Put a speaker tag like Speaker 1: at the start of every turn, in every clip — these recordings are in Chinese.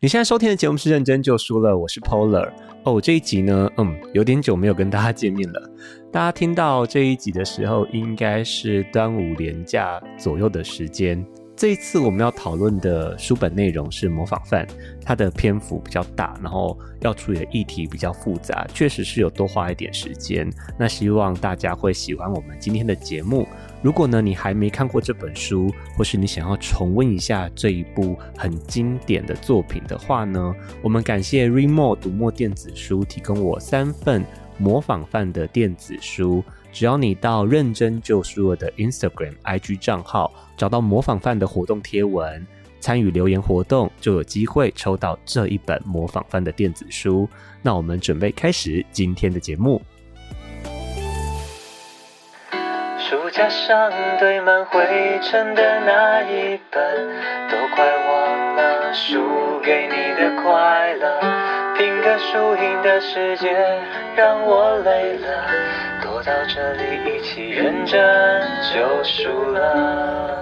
Speaker 1: 你现在收听的节目是《认真就输了》，我是 Polar。哦，这一集呢，嗯，有点久没有跟大家见面了。大家听到这一集的时候，应该是端午连假左右的时间。这一次我们要讨论的书本内容是《模仿犯》，它的篇幅比较大，然后要处理的议题比较复杂，确实是有多花一点时间。那希望大家会喜欢我们今天的节目。如果呢你还没看过这本书，或是你想要重温一下这一部很经典的作品的话呢，我们感谢 Remo 读墨电子书提供我三份模仿犯的电子书。只要你到认真就输了的 Instagram IG 账号，找到模仿犯的活动贴文，参与留言活动，就有机会抽到这一本模仿犯的电子书。那我们准备开始今天的节目。
Speaker 2: 书架上堆满灰尘的那一本，都快忘了输给你的快乐。拼个输赢的世界让我累了，躲到这里一起认真就输了。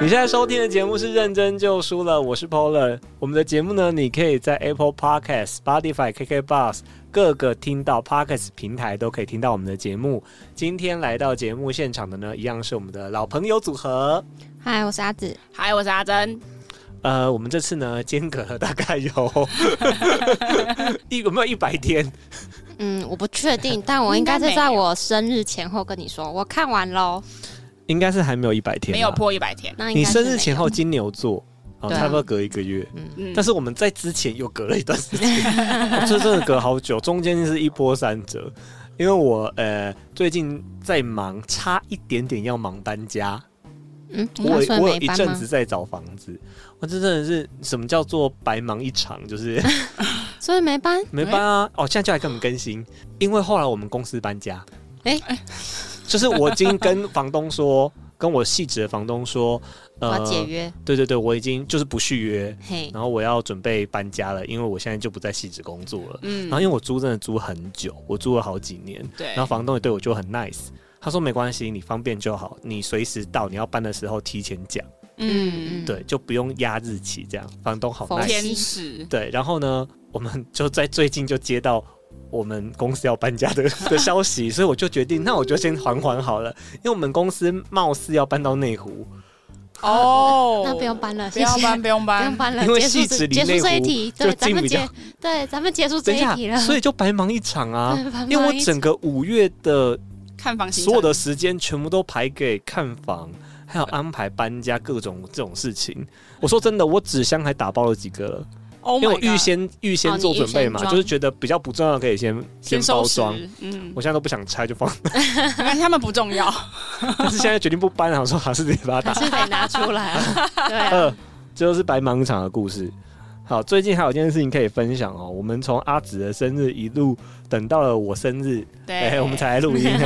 Speaker 1: 你现在收听的节目是《认真就输了》，我是 Polar。我们的节目呢，你可以在 Apple Podcast、Spotify、KK Bus 各个听到 Podcast 平台都可以听到我们的节目。今天来到节目现场的呢，一样是我们的老朋友组合。
Speaker 3: 嗨，我是阿紫。
Speaker 4: 嗨，我是阿珍。
Speaker 1: 呃，我们这次呢，间隔了大概有 一有没有一百天？
Speaker 3: 嗯，我不确 定，但我应该是在我生日前后跟你说，我看完喽。
Speaker 1: 应该是还没有一百天，
Speaker 4: 没有。破一百天。
Speaker 3: 那应
Speaker 1: 你
Speaker 3: 该是
Speaker 1: 生日前后金牛座，哦，
Speaker 3: 对啊
Speaker 1: 差不多隔一个月。
Speaker 4: 嗯
Speaker 1: 但是我们在之前又隔了一段时间， 哦这真的隔好久，中间是一波三折。因为我呃最近在忙，差一点点要忙搬家，
Speaker 3: 没有，嗯，
Speaker 1: 我
Speaker 3: 那所以
Speaker 1: 我有
Speaker 3: 没
Speaker 1: 一
Speaker 3: 搬
Speaker 1: 阵
Speaker 3: 吗
Speaker 1: 子？在找房子，我这真的是什么叫做白忙一场，就是
Speaker 3: 所以没搬。
Speaker 1: 没搬啊。哦，现在就来跟我们更新，因为后来我们公司搬家，
Speaker 3: 哎
Speaker 1: 就是我已经跟房东说，跟我细致的房东说， 呃
Speaker 3: 我要解约，
Speaker 1: 对对对，我已经就是不续约，
Speaker 3: 嘿，
Speaker 1: 然后我要准备搬家了，因为我现在就不在细致工作了。
Speaker 4: 嗯
Speaker 1: 然后因为我租真的租很久，我租了好几年，
Speaker 4: 对，
Speaker 3: 哎
Speaker 1: 然后房东也对我就很 nice，他说没关系，你方便就好，你随时到，你要搬的时候提前讲，
Speaker 3: 嗯嗯，嗯
Speaker 1: 对，就不用压日期这样，房东好
Speaker 3: 佛系
Speaker 1: nice，
Speaker 4: 天使，
Speaker 1: 对，然后呢，我们就在最近就接到。我们公司要搬家 的的消息，所以我就决定，那我就先缓缓好了，因为我们公司貌似要搬到内 湖，啊
Speaker 4: 哦
Speaker 3: 那不用，搬了，
Speaker 4: 不要
Speaker 3: 谢谢
Speaker 4: 搬，不用
Speaker 3: 不用
Speaker 4: 搬，
Speaker 3: 搬了，
Speaker 1: 因为
Speaker 3: 结束
Speaker 1: 戏
Speaker 3: 这
Speaker 1: 子离
Speaker 3: 结
Speaker 1: 内
Speaker 3: 束这一
Speaker 1: 湖
Speaker 3: 题，
Speaker 1: 就
Speaker 3: 对，咱
Speaker 1: 近
Speaker 3: 们
Speaker 1: 比较
Speaker 3: 结，对，咱们结束这
Speaker 1: 等一下
Speaker 3: 一题了。，
Speaker 1: 所以就白忙一场啊
Speaker 3: 对白忙。
Speaker 1: 因为我
Speaker 3: 一
Speaker 1: 整个五月的
Speaker 4: 看房行程
Speaker 1: 所有的时间全部都排给看房，还有安排搬家各种这种事情。我说真的，我纸箱还打包了几个了，
Speaker 4: ，Oh
Speaker 1: 因
Speaker 4: my
Speaker 1: 为我
Speaker 4: God，
Speaker 1: 预先预先
Speaker 3: 哦
Speaker 1: 做
Speaker 3: 你预
Speaker 1: 准备
Speaker 3: 先
Speaker 1: 嘛，
Speaker 3: 装
Speaker 1: 就是觉得比较不重要的可以先
Speaker 4: 先
Speaker 1: 包
Speaker 4: 收拾
Speaker 1: 装。，
Speaker 4: 嗯，
Speaker 1: 我现在都不想拆，就 放。
Speaker 4: 没关系他们不重要，
Speaker 1: 但是现在决定不搬了，我说还是得把它打
Speaker 3: 还是得拿出来。对啊，
Speaker 1: 呃， 这就是白忙一场的故事。好，最近还有一件事情可以分享哦，我们从阿紫的生日一路等到了我生日，哎、
Speaker 4: 对，
Speaker 1: 我们才来录音 呢。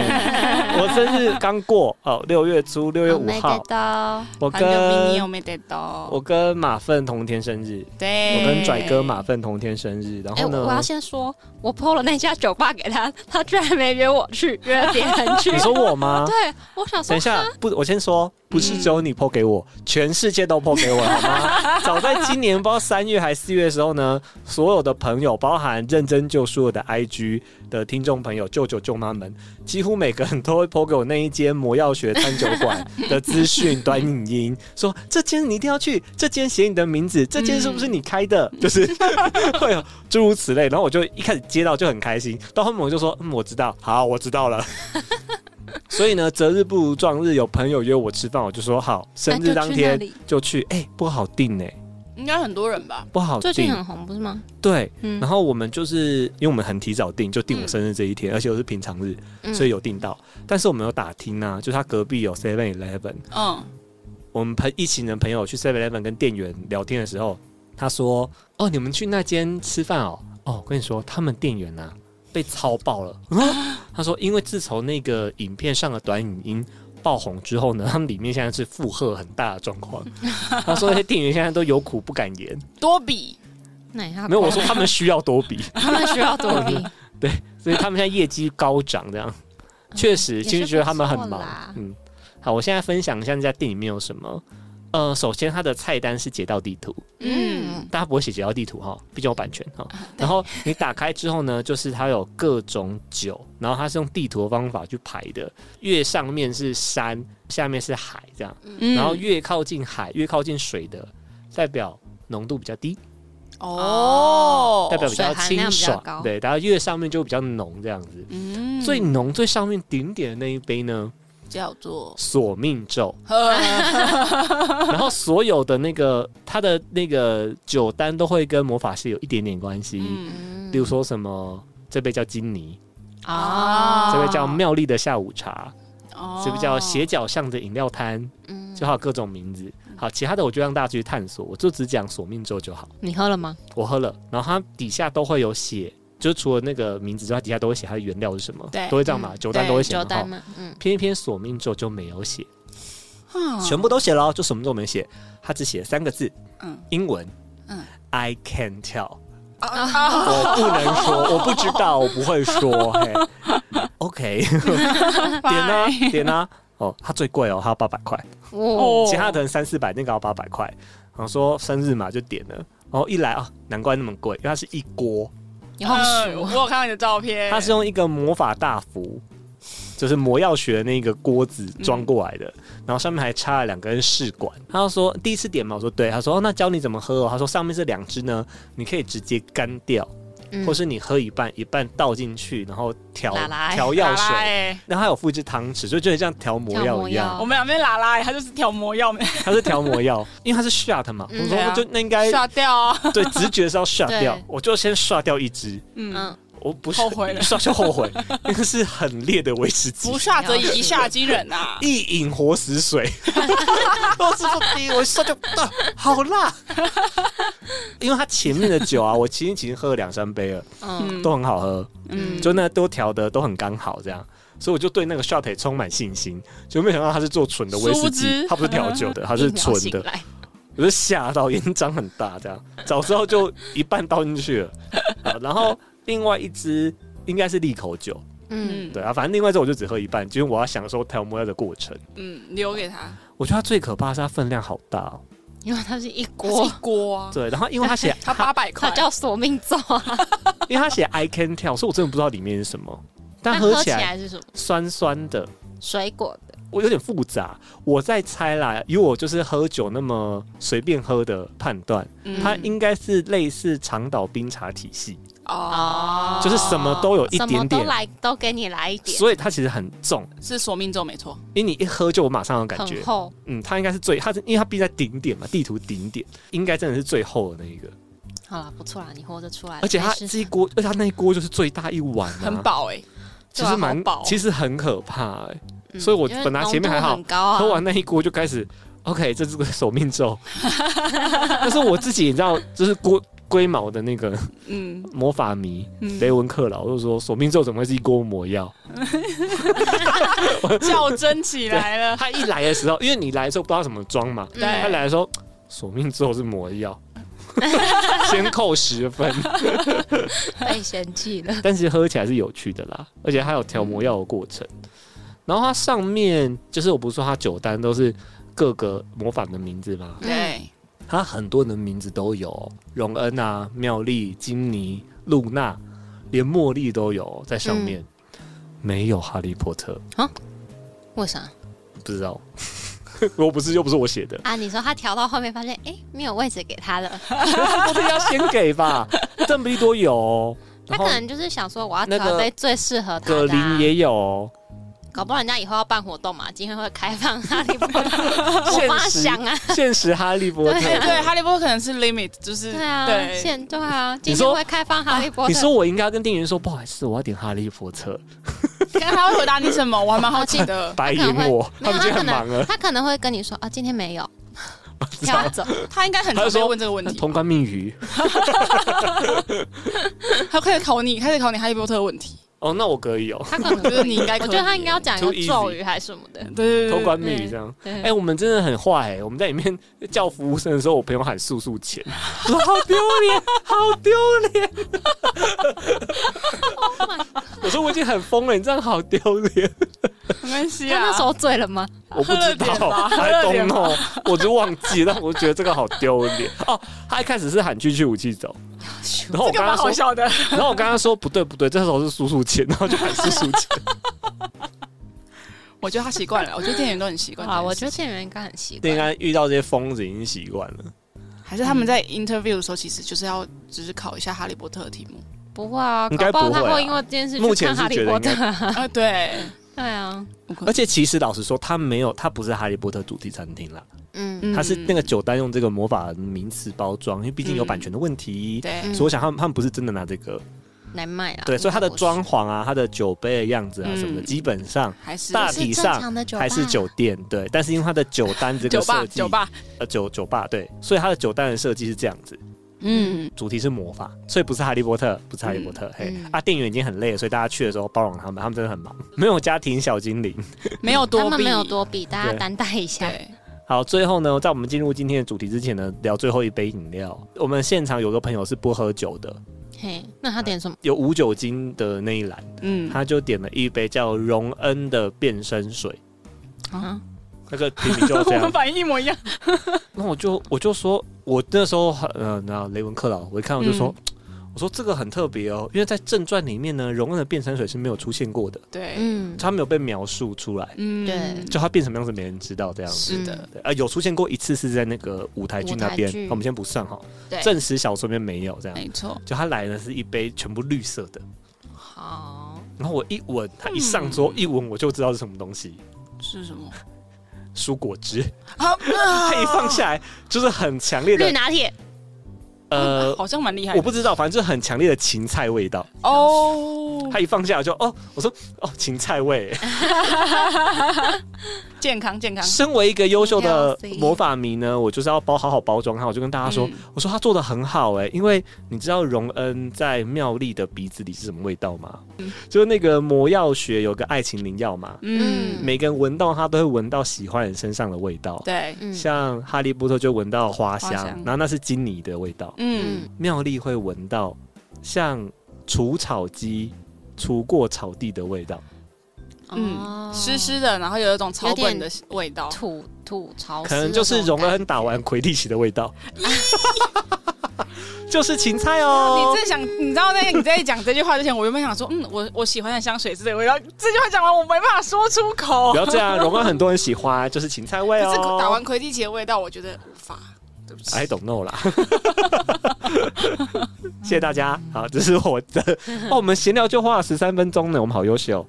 Speaker 1: 我生日刚过哦，六月初，六月
Speaker 3: 我
Speaker 1: 五
Speaker 3: 没
Speaker 4: Oh
Speaker 1: 号
Speaker 3: 得，到，
Speaker 1: 我
Speaker 4: 很有秘哦密，
Speaker 1: 跟
Speaker 4: 我没得到，
Speaker 1: 我跟马粪同天生日，
Speaker 4: 对，
Speaker 1: 我跟拽哥马粪同天生日。然
Speaker 3: 哎，
Speaker 1: 后
Speaker 3: 我我
Speaker 1: 呢
Speaker 3: 要，先说，我 PO 了那家酒吧给他，他居然没约我去，约别人去
Speaker 1: 你。说我吗？
Speaker 3: 对，啊我想
Speaker 1: 等
Speaker 3: 说
Speaker 1: 一，下，不，我先说，不是只有你抛给我，全世界都抛给我，好吗？早在今年不知道三月还是四月的时候呢，所有的朋友，包含认真救赎我的 IG 的听众朋友、舅舅舅妈们，几乎每个人都会抛给我那一间魔药学餐酒馆的资讯短影音，说这间你一定要去，这间写你的名字，这间是不是你开的？就是 会有诸如此类。然后我就一开始接到就很开心，到后面我就说，嗯，我知道，好，我知道了。 所以呢，择日不如撞日，有朋友约我吃饭，我就说好，生日当
Speaker 3: 哎那就去那
Speaker 1: 天
Speaker 3: 里
Speaker 1: 就去。哎、不好定哎、
Speaker 4: 应该很多人吧？
Speaker 1: 不好
Speaker 3: 最近
Speaker 1: 定。
Speaker 3: 很红不是吗？
Speaker 1: 对，
Speaker 3: 嗯
Speaker 1: 然后我们就是因为我们很提早定，就定我
Speaker 3: 嗯
Speaker 1: 生日这一天，而且我是平常日，
Speaker 3: 嗯
Speaker 1: 所以有定到。但是我们有打听啊，就是他隔壁有 Seven Eleven，
Speaker 4: 嗯，
Speaker 1: 我们朋一行人朋友去 Seven Eleven 跟店员聊天的时候，他说：“哦，你们去那间吃饭哦，哦，我跟你说，他们店员啊被操爆 了。我说
Speaker 3: 啊
Speaker 1: 他说，因为自从那个影片上的短影音。爆红之后呢，他们里面现在是负荷很大的状 况。他说那些店员现在都有苦不敢言，
Speaker 4: 多比
Speaker 3: 那他
Speaker 1: 没有我说他们需要多 比，
Speaker 3: 他们需 要多比，
Speaker 1: 所以他们现在业绩高涨，这样确实，
Speaker 3: 也是
Speaker 1: 其实觉得他们很
Speaker 3: 不
Speaker 1: 忙
Speaker 3: 错啦。
Speaker 1: 嗯，好，我现在分享一下在店里面有什么。呃，首先它的菜单是街道地图，
Speaker 3: 嗯，
Speaker 1: 大家不会写街道地图哈，毕竟有版权哈。
Speaker 3: 啊
Speaker 1: 然后你打开之后呢，就是它有各种酒，然后它是用地图的方法去排的，越上面是山，下面是海这样，
Speaker 4: 嗯
Speaker 1: 然后越靠近海，越靠近水的，代表浓度比较低，
Speaker 4: 哦，
Speaker 1: 代表比较
Speaker 3: 水含量
Speaker 1: 清
Speaker 3: 比较
Speaker 1: 爽，
Speaker 3: 高
Speaker 1: 对，然后越上面就比较浓这样子。
Speaker 4: 嗯
Speaker 1: 最浓最上面顶点的那一杯呢，
Speaker 4: 叫做，
Speaker 1: 索命 咒
Speaker 4: 呵
Speaker 1: 然后所有的那个它的那个酒单都会跟魔法师有一点点关系，
Speaker 4: 嗯
Speaker 3: 嗯
Speaker 1: 比如说什么这杯叫金妮，
Speaker 3: 哦，
Speaker 1: 这杯叫妙丽的下午茶，
Speaker 4: 嗯哦
Speaker 1: 这杯叫斜角巷的饮料摊，
Speaker 3: 嗯
Speaker 1: 就还有各种名字。好，其他的我就让大家去探索，我就只讲索命咒就好。
Speaker 3: 你喝了吗？
Speaker 1: 我喝了，然后它底下都会有写，就是除了那个名字之外，底下都会写它的原料是什么，
Speaker 4: 对
Speaker 1: 都会这样嘛，
Speaker 4: 嗯
Speaker 1: 酒单都会写
Speaker 3: 酒
Speaker 1: 嘛。
Speaker 3: 单
Speaker 1: 哈
Speaker 3: 吗？嗯，
Speaker 1: 偏偏索命咒就没有写。
Speaker 4: 啊
Speaker 1: 全部都写了哦，就什么都没写，他只写三个字，
Speaker 4: 嗯
Speaker 1: 英文，
Speaker 4: 嗯
Speaker 1: i can tell，
Speaker 4: 啊啊
Speaker 1: 我不能说，我不知道，我不会说，嘿，OK，点啊点啊，哦，它最贵哦，它要八百块，
Speaker 3: 哦，
Speaker 1: 其他的人三四百，那个要八百块，然后说生日嘛就点了。然后一来啊，难怪那么贵，因为它是一锅，
Speaker 3: 你好哦
Speaker 4: 呃我
Speaker 3: 熟，
Speaker 4: 有看到你的照片，
Speaker 1: 它是用一个魔法大符，就是魔药学的那个锅子装过来的，然后上面还插了两根试管。他就说第一次点嘛，我说对，他说、哦、那教你怎么喝、哦，他说上面这两只呢，你可以直接干掉，
Speaker 3: 嗯
Speaker 1: 或是你喝一半，一半倒进去，然后调
Speaker 3: 拉拉
Speaker 1: 调
Speaker 4: 拉
Speaker 1: 药
Speaker 4: 拉
Speaker 1: 水。
Speaker 4: 欸，
Speaker 1: 然后还有附一支汤匙，就觉得像调魔
Speaker 3: 调
Speaker 1: 药
Speaker 3: 魔
Speaker 1: 一样，
Speaker 3: 药
Speaker 4: 我们两边拉拉欸，他就是调魔 药，
Speaker 1: 它是调魔药，因为它是 shot 嘛，
Speaker 3: 嗯
Speaker 1: 我
Speaker 4: 对啊
Speaker 1: 说就那应该
Speaker 4: 刷掉啊，
Speaker 1: 对直觉是要 shot
Speaker 3: 对
Speaker 1: 掉，我就先 shot 掉一支，
Speaker 4: 嗯，
Speaker 3: 嗯，
Speaker 1: 我不是
Speaker 4: 后悔了
Speaker 1: 一 shot 就后悔，那个是很烈的威士忌，！
Speaker 4: 不下则已，一下惊人啊
Speaker 1: 一饮活死 水，我吃不低，我说就啊，好辣。因为它前面的酒啊， 我其实已经喝了两三杯了，
Speaker 3: 嗯，
Speaker 1: 都很好喝，
Speaker 4: 嗯
Speaker 1: 就那都调的都很刚好这样，所以我就对那个 shot 也充满信心。就没想到它是做纯的威
Speaker 4: 殊不
Speaker 1: 士
Speaker 4: 知
Speaker 1: 忌，它不是调酒 的，它
Speaker 3: 它
Speaker 1: 是纯的，
Speaker 3: 来，
Speaker 1: 我就吓到眼睛长很大这样。早知道就一半倒进去了，好然后另外一支应该是利口酒，
Speaker 3: 嗯，
Speaker 4: 嗯
Speaker 1: 对啊，反正另外一支我就只喝一半，就是我要享受调魔药的过程。
Speaker 4: 嗯，留给他，
Speaker 1: 我觉得它最可怕是它分量好大哦。
Speaker 3: 因为它是一
Speaker 4: 它是
Speaker 3: 锅
Speaker 4: 一，锅啊，
Speaker 1: 对，然后因为它写
Speaker 4: 他八百块
Speaker 3: 它，叫索命咒啊，
Speaker 1: 因为它写 I can tell，所以我真的不知道里面是什么。但
Speaker 3: 那
Speaker 1: 喝
Speaker 3: 喝
Speaker 1: 起来
Speaker 3: 是什么？
Speaker 1: 酸酸的，
Speaker 3: 水果的，
Speaker 1: 我有点复杂。我在猜啦，以我就是喝酒那么随便喝的判断，
Speaker 4: 嗯
Speaker 1: 它应该是类似长岛冰茶体系，
Speaker 4: 哦，
Speaker 1: 就是什么都有一
Speaker 3: 什么
Speaker 1: 点
Speaker 3: 都
Speaker 1: 点，
Speaker 3: 来，都给你来一点，
Speaker 1: 所以它其实很重。
Speaker 4: 是索命咒没错，
Speaker 1: 因为你一喝就有马上有感觉
Speaker 3: 很，厚，
Speaker 1: 嗯，它应该是最，它是因为它毕竟在顶点嘛，地图顶点，应该真的是最厚的那一个，
Speaker 3: 好了，不错啦，你活着出来了，
Speaker 1: 而且它
Speaker 3: 没事
Speaker 1: 这一锅，而且它那一锅就是最大一碗、啊，
Speaker 4: 很饱 哎，
Speaker 1: 其实蛮
Speaker 4: 对啊好饱哦
Speaker 1: 其实很可怕哎、
Speaker 3: 嗯
Speaker 1: 所以我
Speaker 3: 因为
Speaker 1: 本来前面还好
Speaker 3: 浓度很高啊，
Speaker 1: 喝完那一锅就开始，OK，这是个手命咒。 但是我自己你知道，就是龟龟毛的那个
Speaker 4: 嗯
Speaker 1: 魔法迷
Speaker 4: 嗯
Speaker 1: 雷文克劳，我就说手命咒怎么会是一锅魔药？
Speaker 4: 较真嗯起来 了，
Speaker 1: 他一来的时候，因为你来的时候不知道怎么装嘛，
Speaker 3: 嗯
Speaker 1: 他
Speaker 4: 对
Speaker 1: 来的时候手命咒是魔药。 先扣十分，
Speaker 3: 被嫌弃了，
Speaker 1: 但是喝起来是有趣的啦，而且它有调魔药的过程。然后它上面就是我不是说它酒单都是各个魔法的名字吗？
Speaker 4: 对，
Speaker 1: 他很多人的名字都有，荣恩啊、妙丽、金妮、露娜，连茉莉都有在上面。
Speaker 3: 嗯
Speaker 1: 没有哈利波特，
Speaker 3: 为啥，
Speaker 1: 不知道， 我不是又不是我写的
Speaker 3: 啊？你说他调到后面发现，哎、没有位置给他了，
Speaker 1: 哈利波特要先给吧。邓布利多有哦，
Speaker 3: 他
Speaker 1: 然后
Speaker 3: 可能就是想说，我要
Speaker 1: 那
Speaker 3: 调
Speaker 1: 个
Speaker 3: 杯最适合他
Speaker 1: 葛
Speaker 3: 的、啊。
Speaker 1: 林也有哦，
Speaker 3: 搞不好人家以后要办活动嘛，今天会开放哈利波特，我妈想啊，
Speaker 5: 现实哈利波特。
Speaker 3: 对
Speaker 4: 哎对，哈利波特可能是 limit，就是
Speaker 3: 对啊，
Speaker 4: 对，
Speaker 3: 现对啊，
Speaker 5: 你
Speaker 3: 今
Speaker 5: 说
Speaker 3: 天会开放哈利
Speaker 1: 啊
Speaker 3: 波
Speaker 5: 你
Speaker 3: 特，
Speaker 5: 说我应该要跟店员说，不好意思，我要点哈利波特，
Speaker 4: 看他会回答你什么，我还蛮好奇的。
Speaker 5: 白
Speaker 3: 可能
Speaker 5: 眼
Speaker 3: 会
Speaker 5: 我，
Speaker 3: 没
Speaker 5: 他
Speaker 3: 有
Speaker 5: 们今天
Speaker 3: 可
Speaker 5: 很忙
Speaker 3: 能
Speaker 5: 啊。
Speaker 3: 他可能会跟你说啊，今天没有，跳走，
Speaker 4: 他应该很
Speaker 5: 他就
Speaker 4: 常被
Speaker 5: 说
Speaker 4: 问这个问题，
Speaker 5: 通关密语。
Speaker 4: 他开始考你，开始考你哈利波特的问题。
Speaker 5: 哦，那我可以哦，
Speaker 3: 他可能
Speaker 4: 我觉得你应该可
Speaker 3: 我
Speaker 4: 以
Speaker 3: 觉得他应该要讲一
Speaker 5: Too
Speaker 3: 个
Speaker 5: easy
Speaker 3: 咒语还是什么
Speaker 1: 嗯
Speaker 3: 的，
Speaker 4: 对对
Speaker 5: 通
Speaker 4: 对
Speaker 5: 关
Speaker 4: 对，
Speaker 5: 密语这样。
Speaker 3: 嗯对
Speaker 5: 哎、，我们真的很坏哎、我们在里面 叫服务生的时候，我朋友喊速速钱，我说好丢脸，好丢脸。
Speaker 4: Oh
Speaker 5: 我说我已经很疯了，你这样好丢脸。
Speaker 4: 没关系
Speaker 3: 他
Speaker 4: 啊。
Speaker 3: 那时候醉了吗？
Speaker 5: 我不知
Speaker 4: 喝了点
Speaker 5: 道，
Speaker 4: 吧
Speaker 5: 还
Speaker 4: 喝了
Speaker 5: 懂
Speaker 4: 点吧
Speaker 5: 哦，我就忘记了，但我觉得这个好丢脸哦。他一开始是喊去去武器走，然后我
Speaker 4: 这
Speaker 5: 刚
Speaker 4: 个蛮
Speaker 5: 刚
Speaker 4: 好
Speaker 5: 说，
Speaker 4: 笑的，
Speaker 5: 然后我刚刚说不对不对，这时候是叔叔钱，然后就喊叔叔 钱。
Speaker 4: 我觉得他习惯了，我觉得店员都很习惯。
Speaker 3: 啊，我觉
Speaker 4: 觉
Speaker 3: 得店员应该很习
Speaker 5: 应
Speaker 3: 惯，
Speaker 5: 该遇到这些疯子已经习惯
Speaker 4: 嗯
Speaker 5: 了。
Speaker 4: 还是他们在 interview 的时候，其实就是要只是考一下哈利波特 的题目。
Speaker 3: 不会啊，
Speaker 1: 应该
Speaker 3: 搞不好
Speaker 1: 不会
Speaker 3: 他
Speaker 1: 啊
Speaker 3: 会因为这件事
Speaker 1: 目
Speaker 3: 去
Speaker 1: 前
Speaker 3: 看
Speaker 1: 是
Speaker 3: 哈利
Speaker 1: 觉得
Speaker 3: 波
Speaker 1: 应该
Speaker 3: 特啊，
Speaker 4: 啊，对，
Speaker 3: 对啊，
Speaker 1: 而且其实老实说，它没有，它不是哈利波特主题餐厅啦，
Speaker 3: 嗯，
Speaker 4: 嗯
Speaker 1: 它是那个酒单用这个魔法名词包装，因为毕竟有
Speaker 4: 嗯
Speaker 1: 版权的问题。
Speaker 4: 对哦
Speaker 3: 嗯
Speaker 1: 所以我想他们他们不是真的拿这个，
Speaker 3: 难卖啊，
Speaker 1: 对，所以它的
Speaker 3: 应该不是
Speaker 1: 装潢啊、它的酒杯的样子啊什么的，
Speaker 4: 嗯
Speaker 1: 基本上
Speaker 4: 还是
Speaker 1: 大
Speaker 3: 是
Speaker 1: 体
Speaker 3: 正
Speaker 1: 上
Speaker 3: 常的酒吧
Speaker 1: 还是酒店，对。但是因为它的酒单这个
Speaker 4: 酒吧
Speaker 1: 设计，
Speaker 4: 酒吧，
Speaker 1: 呃酒酒吧对，所以它的酒单的设计是这样子，
Speaker 4: 嗯，
Speaker 1: 主题是魔法，所以不是哈利波特，不是哈利波特，嘿
Speaker 3: 嗯
Speaker 1: 啊，店员已经很累了，所以大家去的时候包容他们，他们真的很忙，没有家庭小精灵。
Speaker 4: 没有多
Speaker 3: 他们
Speaker 4: 比
Speaker 3: 没有多比，大家担待一下。
Speaker 4: 对，
Speaker 1: 好，最后呢，在我们进入今天的主题之前呢，聊最后一杯饮料。我们现场有个朋友是不喝酒的，
Speaker 3: 嘿，那他点什么？
Speaker 1: 有无酒精的那一栏，
Speaker 4: 嗯，
Speaker 1: 他就点了一杯叫荣恩的变身水，
Speaker 3: 啊，
Speaker 1: 那个品 名就这
Speaker 4: 我
Speaker 1: 样
Speaker 4: 们。反应一模一样，
Speaker 1: 那我就我就说，我那时候很呃，那雷文克劳，我一看我就说。
Speaker 3: 嗯
Speaker 1: 我说这个很特别哦，因为在正传里面呢，荣恩的变身水是没有出现过的，
Speaker 4: 对，
Speaker 3: 嗯，
Speaker 1: 它没有被描述出来，
Speaker 4: 嗯，
Speaker 3: 对
Speaker 1: 就它变什么样子没人知道这样子。
Speaker 4: 是的，
Speaker 1: 对啊、有出现过一次是在那个舞台剧那边
Speaker 3: 舞台，剧
Speaker 1: 那我们先不算哈。
Speaker 3: 对
Speaker 1: 正史小说里面没有这样，
Speaker 4: 没错，
Speaker 1: 就他来的是一杯全部绿色的，
Speaker 3: 好，
Speaker 1: 然后我一闻，他一上桌、
Speaker 3: 嗯
Speaker 1: 一闻我就知道是什么东西，
Speaker 4: 是什么？
Speaker 1: 蔬果汁。
Speaker 4: 啊，
Speaker 1: 他一放
Speaker 4: 下，
Speaker 1: 下来就是很强烈
Speaker 3: 绿
Speaker 1: 的，
Speaker 3: 拿铁，
Speaker 1: 呃，
Speaker 4: 啊好像蛮厉害
Speaker 1: 我
Speaker 4: 的
Speaker 1: 不知道，反正就是很强烈的芹菜味道。
Speaker 4: 哦，
Speaker 1: 他一放下来就哦，我说哦，芹菜味。
Speaker 4: 健康健康，
Speaker 1: 身为一个优秀的
Speaker 3: Healthy
Speaker 1: 魔法迷呢，我就是要包好好包装它。我就跟大家说，
Speaker 4: 嗯
Speaker 1: 我说他做的很好哎、因为你知道荣恩在妙丽的鼻子里是什么味道吗？就是那个魔药学有个爱情灵药嘛，
Speaker 4: 嗯，
Speaker 1: 每个人闻到它都会闻到喜欢人身上的味道。
Speaker 4: 对，
Speaker 3: 嗯
Speaker 1: 像哈利波特就闻到花香，
Speaker 4: 花香
Speaker 1: 然后那是金妮的味道。
Speaker 4: 嗯，
Speaker 1: 妙丽会闻到像除草机除过草地的味道，
Speaker 4: 嗯
Speaker 3: 哦
Speaker 4: 湿湿的，然后有一种草本的味道，
Speaker 3: 土土潮湿
Speaker 1: 可
Speaker 3: 的
Speaker 1: 能
Speaker 3: 那种感觉，
Speaker 1: 就是荣恩打完魁地奇的味道， 就是芹菜哦
Speaker 4: 你。正想，你知道在你在讲这句话之前，我原本想说，嗯，我我喜欢的香水是这个味道。这句话讲完，我没办法说出口
Speaker 1: 不。要这样，荣恩很多人喜欢，就是芹菜味
Speaker 4: 可
Speaker 1: 哦。
Speaker 4: 是打完魁地奇的味道，我觉得无法，对不起。
Speaker 1: I don't know 啦， 谢谢大家。好，这是我的哦，我们闲聊就花了十三分钟呢，我们好优秀。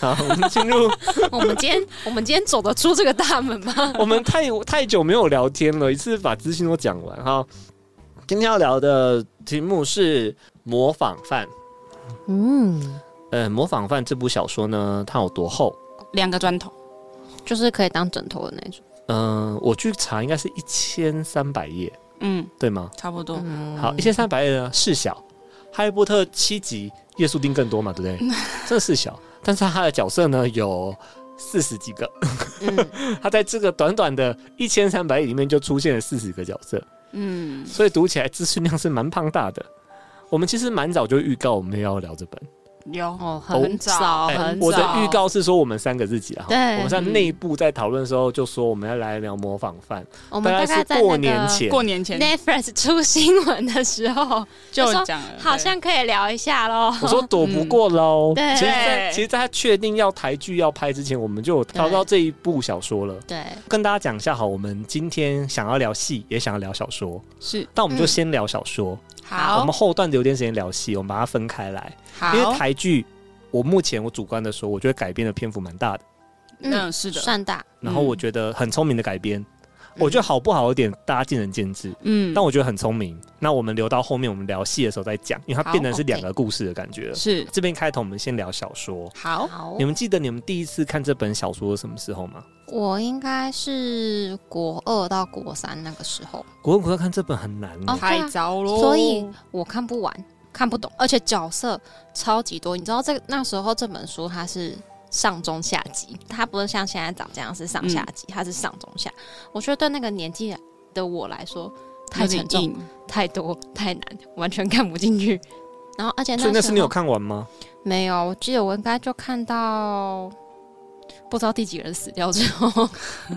Speaker 1: 好，我们进入，
Speaker 3: 我们今天 我们今天走得出这个大门 吗？
Speaker 1: 我们太太久没有聊天了，一次把资讯都讲完哈。今天要聊的题目是模仿犯。
Speaker 3: 嗯，
Speaker 1: 呃，模仿犯这部小说呢，它有多厚？
Speaker 4: 两个砖头，
Speaker 3: 就是可以当枕头的那种。
Speaker 1: 嗯、我去查，应该是一千三百页，
Speaker 4: 嗯，
Speaker 1: 对吗？
Speaker 4: 差不多。
Speaker 3: 嗯，
Speaker 1: 哦好，一千三百页呢是小，《哈利波特》七集页数定更多嘛，对 不对？这是小，但是他的角色呢有四十几个，
Speaker 3: 嗯，
Speaker 1: 他在这个短短的一千三百页里面就出现了四十个角色，
Speaker 4: 嗯，
Speaker 1: 所以读起来资讯量是蛮庞大的。我们其实蛮早就预告我们要聊这本，
Speaker 4: 嗯有
Speaker 3: 哦，
Speaker 1: 很
Speaker 3: 很早
Speaker 1: 哎
Speaker 3: 很
Speaker 1: 我的
Speaker 4: 早
Speaker 1: 预告是说我们三个自己啊，
Speaker 3: 对
Speaker 1: 我们在内部在讨论的时候就说我们要来聊模仿犯，
Speaker 3: 我们大概
Speaker 1: 是
Speaker 3: 在
Speaker 1: 过
Speaker 3: 那
Speaker 1: 年
Speaker 3: 个
Speaker 1: 前，
Speaker 4: 过年前
Speaker 3: Netflix 出新闻的时候，
Speaker 4: 就
Speaker 3: 说
Speaker 4: 讲了，
Speaker 3: 好像可以聊一下喽。
Speaker 1: 我说躲不过喽、
Speaker 3: 嗯对
Speaker 1: 其实在，其实，在他确定要台剧要拍之前，我们就有聊到这一部小说了。
Speaker 3: 对，
Speaker 1: 跟大家讲一下，好，我们今天想要聊戏，也想要聊小说，
Speaker 4: 对是
Speaker 1: 但我们就先
Speaker 3: 嗯
Speaker 1: 聊小说。我
Speaker 4: 好
Speaker 1: 们后段留点时间聊戏，我们把它分开来，因为
Speaker 4: 好
Speaker 1: 台剧我目前我主观的说，我觉得改编的篇幅蛮大的，
Speaker 3: 嗯，嗯
Speaker 4: 嗯，是的，
Speaker 3: 算大，
Speaker 1: 然后我觉得很聪明的改编。我觉得好不好有点大家见仁见智，
Speaker 4: 嗯，
Speaker 1: 但我觉得很聪明。那我们留到后面我们聊戏的时候再讲，因为它
Speaker 4: 好
Speaker 1: 变成是
Speaker 3: OK
Speaker 1: 两个故事的感觉了。
Speaker 4: 是
Speaker 1: 这边开头我们先聊小说，
Speaker 4: 好，
Speaker 3: 好
Speaker 1: 你，们记得你们第一次看这本小说是什么时候吗？
Speaker 3: 我应该是国二到国三那个时候，
Speaker 1: 国文国要看这本很难耶、
Speaker 3: 哦
Speaker 4: 太糟喽。
Speaker 3: 所以我看不完，看不懂，而且角色超级多。你知道这那时候这本书它是上中下集，它不是像现在长这样是上下集，
Speaker 1: 嗯
Speaker 3: 它是上中下。我觉得对那个年纪的我来说，太
Speaker 4: 有点
Speaker 3: 沉重、
Speaker 4: 硬，
Speaker 3: 太多、太难，完全看不进去。然后，而且那
Speaker 1: 所以那
Speaker 3: 时
Speaker 1: 是
Speaker 3: 候
Speaker 1: 你有看完 吗？
Speaker 3: 没有？我记得我应该就看到不知道第几个人死掉之 后，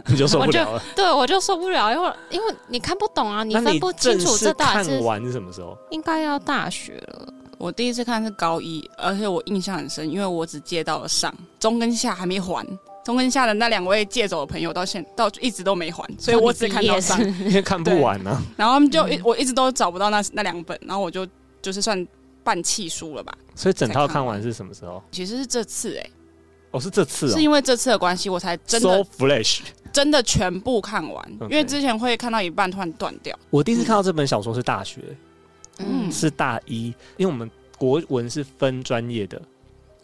Speaker 1: 你就受
Speaker 3: 我
Speaker 1: 不
Speaker 3: 就
Speaker 1: 了了。
Speaker 3: 对我就受不了，因为因为你看不懂啊，你
Speaker 1: 那
Speaker 3: 分
Speaker 1: 你
Speaker 3: 不清
Speaker 1: 正
Speaker 3: 楚
Speaker 1: 式
Speaker 3: 这到底
Speaker 1: 看
Speaker 3: 是
Speaker 1: 完是什么时候？
Speaker 3: 应该要大学了。
Speaker 4: 我第一次看是高一，而且我印象很深，因为我只借到了上，中跟下还没还。中跟下的那两位借走的朋友到现到一直都没还，所以我只看到
Speaker 3: 哦
Speaker 4: 上，
Speaker 1: 因为看不完啊。
Speaker 4: 然后他们
Speaker 3: 嗯
Speaker 4: 就一我一直都找不到那那两本，然后我就就是算半弃书了吧。
Speaker 1: 所以整套看完是什么时候？
Speaker 4: 其实是这次哎、
Speaker 1: 哦，是这次
Speaker 4: 是
Speaker 1: 哦。
Speaker 4: 因为这次的关系，我才真
Speaker 1: So
Speaker 4: 的
Speaker 1: Flash，
Speaker 3: 嗯
Speaker 4: 真的全部看完，因
Speaker 1: OK
Speaker 4: 为之前会看到一半突然断掉。
Speaker 1: 我第一次看到这本小说是大学，
Speaker 4: 嗯
Speaker 3: 嗯
Speaker 1: 是大一，因为我们国文是分专业的，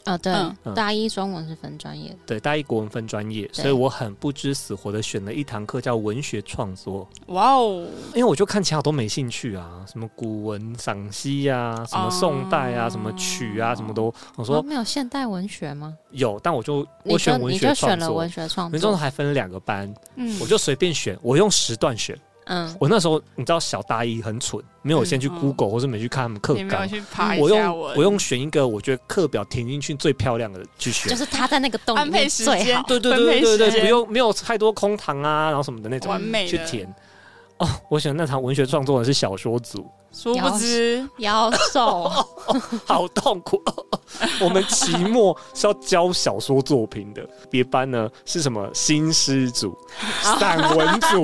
Speaker 3: 啊，对
Speaker 4: 嗯，
Speaker 1: 嗯
Speaker 3: 大一中文是分专业的。
Speaker 1: 对，大一国文分专业，所以我很不知死活的选了一堂课叫文学创作，
Speaker 4: 哇哦，
Speaker 1: 因为我就看其他都没兴趣啊，什么古文、赏析啊，什么宋代啊，
Speaker 4: 哦
Speaker 1: 什么曲啊，什么都，我
Speaker 3: 哦
Speaker 1: 说
Speaker 3: 没有现代文学吗？
Speaker 1: 有，但我就
Speaker 3: 你
Speaker 1: 我
Speaker 3: 就
Speaker 1: 选
Speaker 3: 你
Speaker 1: 文
Speaker 3: 就
Speaker 1: 学
Speaker 3: 选
Speaker 1: 创
Speaker 3: 了
Speaker 1: 作
Speaker 3: 文，学
Speaker 1: 文创
Speaker 3: 创
Speaker 1: 作
Speaker 3: 作，
Speaker 1: 还分两个班，
Speaker 4: 嗯
Speaker 1: 我就随便选，我用时段选。
Speaker 3: 嗯，
Speaker 1: 我那时候你知道小大一很蠢，没有先去
Speaker 4: 嗯
Speaker 1: Google 或是没去看他们课
Speaker 4: 你没有
Speaker 1: 纲，
Speaker 4: 去爬一
Speaker 1: 我
Speaker 4: 下
Speaker 1: 用
Speaker 4: 我，
Speaker 1: 我用选一个我觉得课表填进去最漂亮的去选
Speaker 3: 就。是他在那个洞里
Speaker 4: 安
Speaker 3: 面
Speaker 4: 排时
Speaker 3: 最
Speaker 4: 间
Speaker 3: 好，
Speaker 1: 对对
Speaker 4: 分
Speaker 1: 对
Speaker 4: 配
Speaker 1: 对对对，
Speaker 4: 时间
Speaker 1: 不用没有太多空堂啊，然后什么的那种
Speaker 4: 完美
Speaker 1: 去
Speaker 4: 的
Speaker 1: 填。哦，我选那堂文学创作的是小说组，
Speaker 4: 殊不知
Speaker 3: 妖兽，
Speaker 1: 好痛苦。 我们期末是要教小说作品的，别班呢是什么新诗 组、散文组，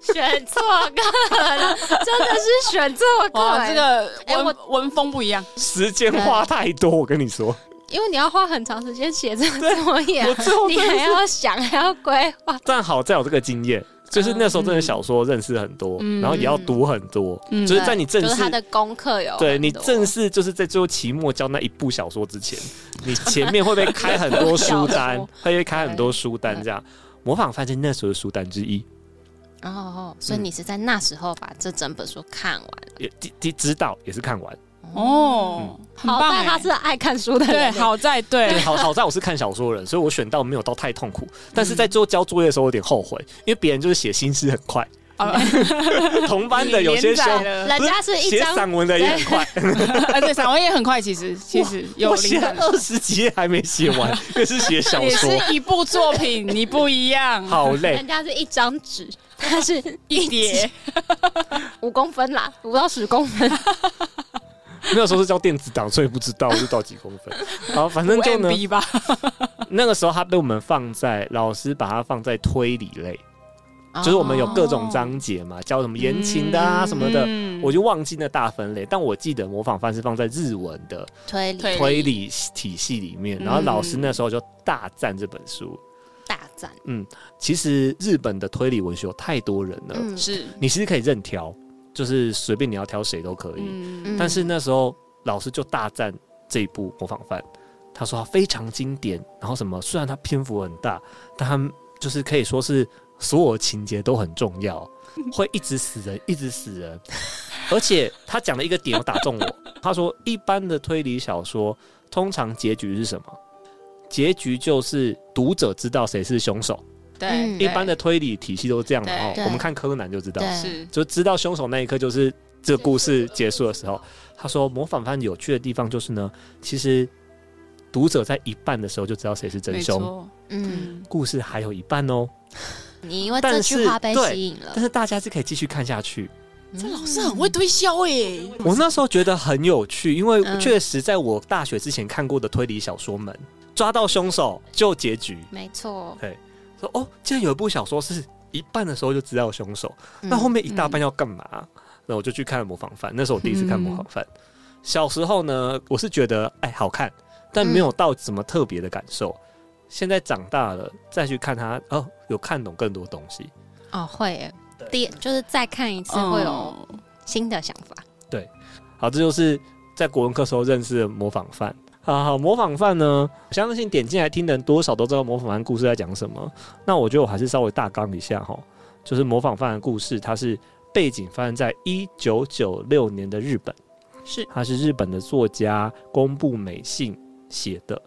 Speaker 3: 选错课了，真的是选错课
Speaker 4: 哇，
Speaker 3: 了。
Speaker 4: 这个
Speaker 3: 哎
Speaker 4: 文、文风不一样，
Speaker 1: 时间花太多。我跟你说，
Speaker 3: 因为你要花很长时间写这个作业啊
Speaker 1: 我，最后
Speaker 3: 你还要想，还要规划。
Speaker 1: 但好在有这个经验，就是那时候
Speaker 3: 嗯
Speaker 1: 真的小说认识很多，然后也要读很多，
Speaker 4: 嗯
Speaker 1: 就是在你正
Speaker 3: 就是他
Speaker 1: 式。
Speaker 3: 的功课有很多，
Speaker 1: 对你正式就是在最后期末交那一部小说之前，你前面会被开很多书单
Speaker 3: 小说，
Speaker 1: 会被开很多书单这样。模仿犯是那时候的书单之一，
Speaker 3: 哦哦，所以
Speaker 1: 嗯
Speaker 3: 你是在那时候把这整本书看完。
Speaker 1: 也第第知道也是看 完。
Speaker 4: 哦，很
Speaker 3: 好
Speaker 4: 棒
Speaker 3: 在
Speaker 4: 哎、
Speaker 3: 他是爱看书的
Speaker 4: 对，
Speaker 3: 人，
Speaker 4: 好在对
Speaker 1: 对，好好在我是看小说人，所以我选到没有到太痛苦，但
Speaker 3: 嗯
Speaker 1: 是在最后交作业的时候有点后悔，因为别人就是写新诗很 快，
Speaker 4: 啊，
Speaker 1: 同班的有些时候
Speaker 3: 人家是一
Speaker 1: 写
Speaker 3: 张
Speaker 1: 散文的也很 快，
Speaker 4: 而且散文也很快，其实其实有
Speaker 1: 我写
Speaker 4: 灵
Speaker 1: 了
Speaker 4: 感，
Speaker 1: 二十几页还没写 完，那是写小
Speaker 4: 也
Speaker 1: 说，
Speaker 4: 是一部作品，你不一样，
Speaker 1: 好累
Speaker 3: 人。家是一张纸，他是
Speaker 4: 一叠，
Speaker 3: 五公分啦，五到十公分。
Speaker 1: 那时候是叫电子档，所以不知道是到几公分。好，反正就呢，
Speaker 4: MB 吧，
Speaker 1: 那个时候他被我们放在老师把它放在推理类， 就是我们有
Speaker 3: 哦
Speaker 1: 各种章节嘛，教什么言情的啊什么的，
Speaker 4: 哦嗯
Speaker 1: 我就忘记那大分类。但我记得模仿犯是放在日文的
Speaker 3: 推理
Speaker 4: 推
Speaker 1: 推理体系里面，
Speaker 4: 嗯
Speaker 1: 然后老师那时候就大赞这本书。
Speaker 3: 大战，
Speaker 1: 其实日本的推理文学有太多人了，
Speaker 3: 嗯，
Speaker 4: 是，
Speaker 1: 你其实可以任挑，就是随便你要挑谁都可以。
Speaker 4: 嗯，
Speaker 1: 但是那时候老师就大赞这一部《模仿犯》，他说他非常经典，然后什么虽然它篇幅很大，但他就是可以说是所有情节都很重 要，会一直死人，一直死人。而且他讲了一个点，有打中我。他说，一般的推理小说通常结局是什么？结局就是读者知道谁是凶手。
Speaker 4: 对，
Speaker 3: 嗯
Speaker 4: 对
Speaker 1: 一般的推理体系都是这样的哦。
Speaker 3: 对
Speaker 1: 我们看柯南就知道，
Speaker 3: 对
Speaker 4: 是，
Speaker 1: 就知道凶手那一刻，就是这故事结束的时候，他说模仿犯有趣的地方就是呢，其实读者在一半的时候就知道谁是真
Speaker 4: 没
Speaker 1: 凶，
Speaker 4: 错，
Speaker 3: 嗯，
Speaker 4: 嗯，
Speaker 1: 故事还有一半哦，
Speaker 3: 你因为
Speaker 1: 但
Speaker 3: 这
Speaker 1: 是
Speaker 3: 句话被
Speaker 1: 对
Speaker 3: 吸引
Speaker 4: 呃
Speaker 3: 了嗯
Speaker 1: 但，是大家是可以继续看下去。
Speaker 4: 这老师很会推销欸耶，
Speaker 1: 我那时候觉得很有趣，因为
Speaker 3: 嗯
Speaker 1: 确实在我大学之前看过的推理小说们，抓到凶手就结局，
Speaker 3: 没错，
Speaker 1: 说哦，竟然有一部小说是一半的时候就知道凶手，那
Speaker 3: 嗯
Speaker 1: 后面一大半要干嘛？那我就去
Speaker 3: 嗯
Speaker 1: 看了《模仿犯》，那是我第一次看《模仿犯》小时候呢，我是觉得哎好看，但没有到什么特别的感受。现在长大了再去看它，哦，有看懂更多东西。
Speaker 3: 哦，会耶，第就是再看一次会哦
Speaker 1: 哦
Speaker 3: 有
Speaker 4: 嗯
Speaker 3: 新的想法。
Speaker 1: 好，这就是在国文课时候认识的模仿犯。啊，好，模仿犯呢，相信点进来听的人多少都知道模仿犯故事在讲什么。那我觉得我还是稍微大纲一下哈，就是模仿犯的故事，它是背景发生在一九九六年的日本，
Speaker 4: 是
Speaker 1: 它是日本的作家宫部美幸写的，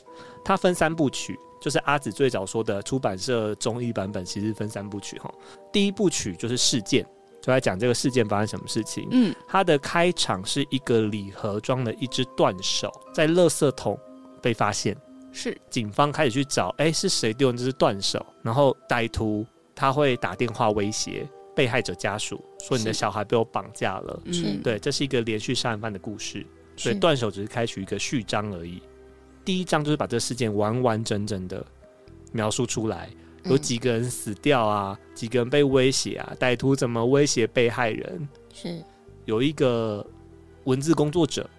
Speaker 1: 它分三部曲。就是阿紫最早说的出版社中译版本，其实分三部曲哈。第一部曲就是事件，就在讲这个事件发生什么事情。
Speaker 4: 嗯，
Speaker 1: 它的开场是一个礼盒装的一只断手在垃圾桶被发现，
Speaker 4: 是
Speaker 1: 警方开始去找，哎、是谁丢的这只断手？然后歹徒他会打电话威胁被害者家属，说你的
Speaker 4: 是
Speaker 1: 小孩被我绑架了。
Speaker 3: 是
Speaker 4: 嗯，
Speaker 1: 对，这是一个连续杀人犯的故事，所以
Speaker 3: 是
Speaker 1: 断手只是开取一个序章而已。第一章就是把这个事件完完整整的描述出来，有
Speaker 3: 嗯
Speaker 1: 几个人死掉啊，几个人被威胁啊，歹徒怎么威胁被害人，
Speaker 3: 是
Speaker 1: 有一个文字工作者，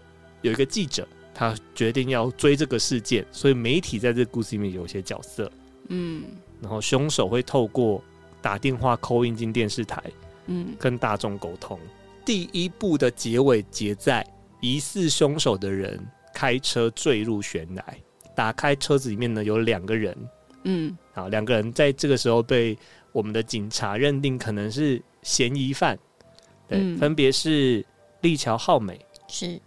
Speaker 1: 有一个记者，他决定要追这个事件，所以媒体在这个故事里面有一些角色，
Speaker 4: 嗯
Speaker 1: 然后凶手会透过打电话扣印进电视台
Speaker 4: 嗯，
Speaker 1: 跟大众沟通。第一部的结尾结在疑似凶手的人开车坠入悬崖，打开车子里面呢有两个人，
Speaker 4: 嗯
Speaker 1: 啊，两个人在这个时候被我们的警察认定可能是嫌疑犯，对，
Speaker 4: 嗯
Speaker 1: 分别是立桥浩美。
Speaker 3: 是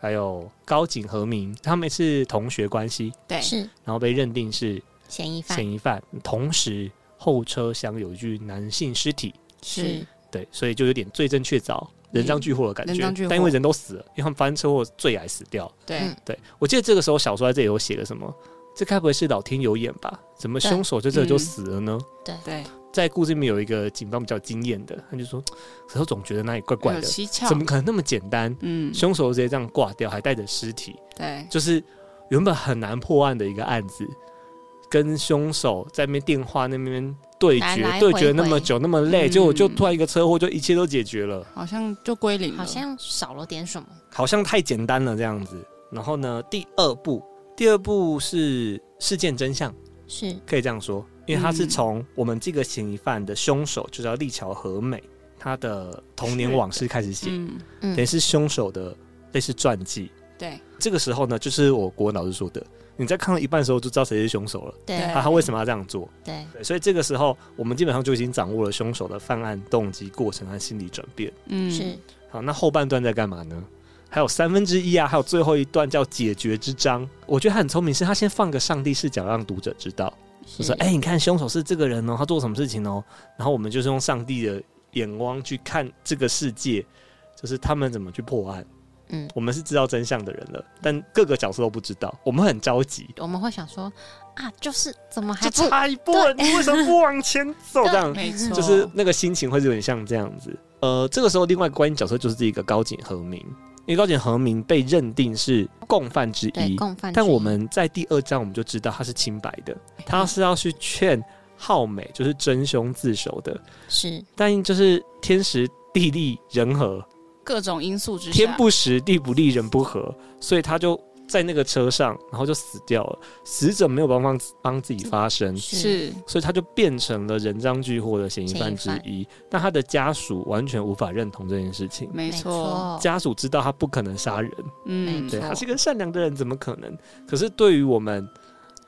Speaker 1: 还有高井和明，他们是同学关系，
Speaker 4: 对，
Speaker 3: 是
Speaker 1: 然后被认定是
Speaker 3: 嫌疑犯
Speaker 1: 嫌疑犯。同时，后车厢有一具男性尸体，
Speaker 3: 是
Speaker 1: 对，所以就有点罪证确凿、人赃俱获的感
Speaker 4: 嗯人
Speaker 1: 觉
Speaker 4: 赃俱。获
Speaker 1: 但因为人都死了，因为他们发生车祸坠崖死掉。
Speaker 4: 对
Speaker 3: 嗯，
Speaker 1: 对我记得这个时候小说在这里有写了什么？这该不会是老天有眼吧？怎么
Speaker 3: 对
Speaker 1: 凶手在这里就
Speaker 4: 嗯
Speaker 1: 死了呢？
Speaker 4: 对，
Speaker 1: 在故事里面有一个警方比较惊艳的，他就说：“可是我总觉得哪里怪怪
Speaker 4: 有
Speaker 1: 的，
Speaker 4: 蹊跷，
Speaker 1: 怎么可能那么简单？
Speaker 4: 嗯，
Speaker 1: 凶手直接这样挂掉，还带着尸体。”
Speaker 4: 对，
Speaker 1: 就是原本很难破案的一个案子，跟凶手在那边电话那边对决，
Speaker 3: 来来
Speaker 1: 对
Speaker 3: 回
Speaker 1: 决那么
Speaker 3: 回
Speaker 1: 久那么累，
Speaker 4: 嗯
Speaker 1: 结果就突然一个车祸，就一切都解决了，
Speaker 4: 好像就归
Speaker 1: 嗯
Speaker 4: 零了，
Speaker 3: 好像少了点什么。
Speaker 1: 好像太简单了这样子。然后呢，第二步，第二步是事件真相，
Speaker 3: 是
Speaker 1: 可以这样说，因为他是
Speaker 4: 嗯
Speaker 1: 从我们这个嫌疑犯的凶手，就叫立桥和美，他的童年
Speaker 4: 是
Speaker 1: 往事开始写，
Speaker 4: 嗯，
Speaker 3: 嗯
Speaker 1: 等于是凶手的类似传记。
Speaker 4: 对，
Speaker 1: 这个时候呢，就是我国文老师说的，你在看到一半的时候就知道谁是凶手了。
Speaker 3: 对
Speaker 1: 啊，他为什么要这样做？
Speaker 3: 对
Speaker 1: 对，所以这个时候我们基本上就已经掌握了凶手的犯案动机、过程和心理转变。
Speaker 4: 嗯
Speaker 3: 是
Speaker 1: 好，那后半段在干嘛呢？还有三分之一啊，还有最后一段叫解决之章。我觉得他很聪明，是他先放个上帝视角让读者知道，
Speaker 3: 是
Speaker 1: 就说：“哎、你看凶手是这个人哦，他做什么事情哦。”然后我们就是用上帝的眼光去看这个世界，就是他们怎么去破案。
Speaker 3: 嗯
Speaker 1: 我们是知道真相的人了，但各个角色都不知道，我们很着急。
Speaker 3: 我们会想说啊，就是怎么还
Speaker 1: 就
Speaker 3: 不
Speaker 1: 差一步了，你为什么不往前走？ 这样
Speaker 4: 没
Speaker 3: 哦
Speaker 4: 错，
Speaker 1: 就是那个心情会有点像这样子。呃，这个时候另外一个关键角色就是这个高井和明，因为高井和明被认定是共犯之
Speaker 3: 对
Speaker 1: 一，
Speaker 3: 共犯之一？嗯
Speaker 1: 但我们在第二章我们就知道他是清白的，他是要去劝浩美，就是真凶自首的，
Speaker 3: 是
Speaker 1: 但就是天时地利人和，
Speaker 3: 啊
Speaker 4: 各种因素之下，
Speaker 1: 天不时，地不利，人不和，所以他就在那个车上，然后就死掉了。死者没有办法帮自己发声，
Speaker 4: 是
Speaker 1: 所以他就变成了人赃俱获的嫌疑犯之一。但他的家属完全无法认同这件事情，
Speaker 4: 没
Speaker 3: 没
Speaker 4: 错，
Speaker 3: 错，
Speaker 1: 家属知道他不可能杀人，
Speaker 4: 嗯，
Speaker 3: 没
Speaker 1: 对
Speaker 3: 错
Speaker 1: 他是个善良的人，怎么可能？可是对于我们，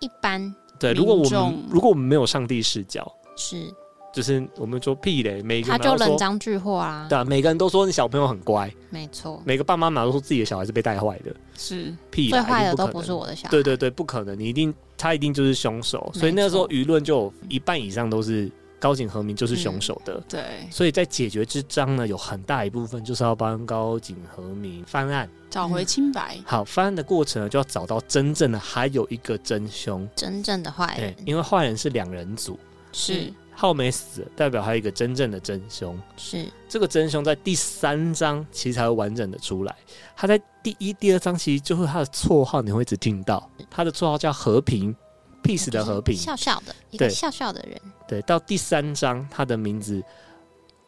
Speaker 3: 一般
Speaker 1: 对，如果我
Speaker 4: 民
Speaker 1: 们
Speaker 4: 众
Speaker 1: 如果我们没有上帝视角，就是就是我们说屁嘞，每个
Speaker 3: 他
Speaker 1: 人
Speaker 3: 就
Speaker 1: 都
Speaker 3: 人
Speaker 1: 说，
Speaker 3: 赃俱获啊
Speaker 1: 对，啊，每个人都说你小朋友很乖，
Speaker 3: 没错，
Speaker 1: 每个爸妈妈都说自己的小孩是被带坏的，
Speaker 4: 是
Speaker 1: 屁啦
Speaker 3: 最坏的
Speaker 1: 一定
Speaker 3: 都
Speaker 1: 可
Speaker 3: 不
Speaker 1: 能
Speaker 3: 是我的小孩，
Speaker 1: 对对对，不可能，你一定他一定就是凶手，所以那个时候
Speaker 3: 没
Speaker 1: 舆论就有一半以上都是高井和明
Speaker 3: 嗯
Speaker 1: 就是凶手的。
Speaker 4: 对，
Speaker 1: 所以在解决之章呢，有很大一部分就是要帮高井和明翻案。
Speaker 4: 找回清白，
Speaker 1: 好，翻案的过程呢，就要找到真正的还有一个真凶。
Speaker 3: 真正的坏
Speaker 1: 对
Speaker 3: 人，
Speaker 1: 因为坏人是两人组，
Speaker 4: 是
Speaker 1: 浩美死了，代表还有一个真正的真凶。
Speaker 3: 是
Speaker 1: 这个真凶在第三章其实才会完整的出来。他在第一、第二章其实就是他的绰号，你会一直听到。他的绰号叫和平，peace 的和平
Speaker 3: 就是。笑笑的一个
Speaker 1: 对
Speaker 3: 笑笑的人，
Speaker 1: 对，到第三章他的名字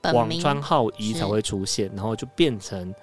Speaker 3: 本
Speaker 1: 广
Speaker 3: 名
Speaker 1: 川浩一
Speaker 3: 是
Speaker 1: 才会出现，然后就变成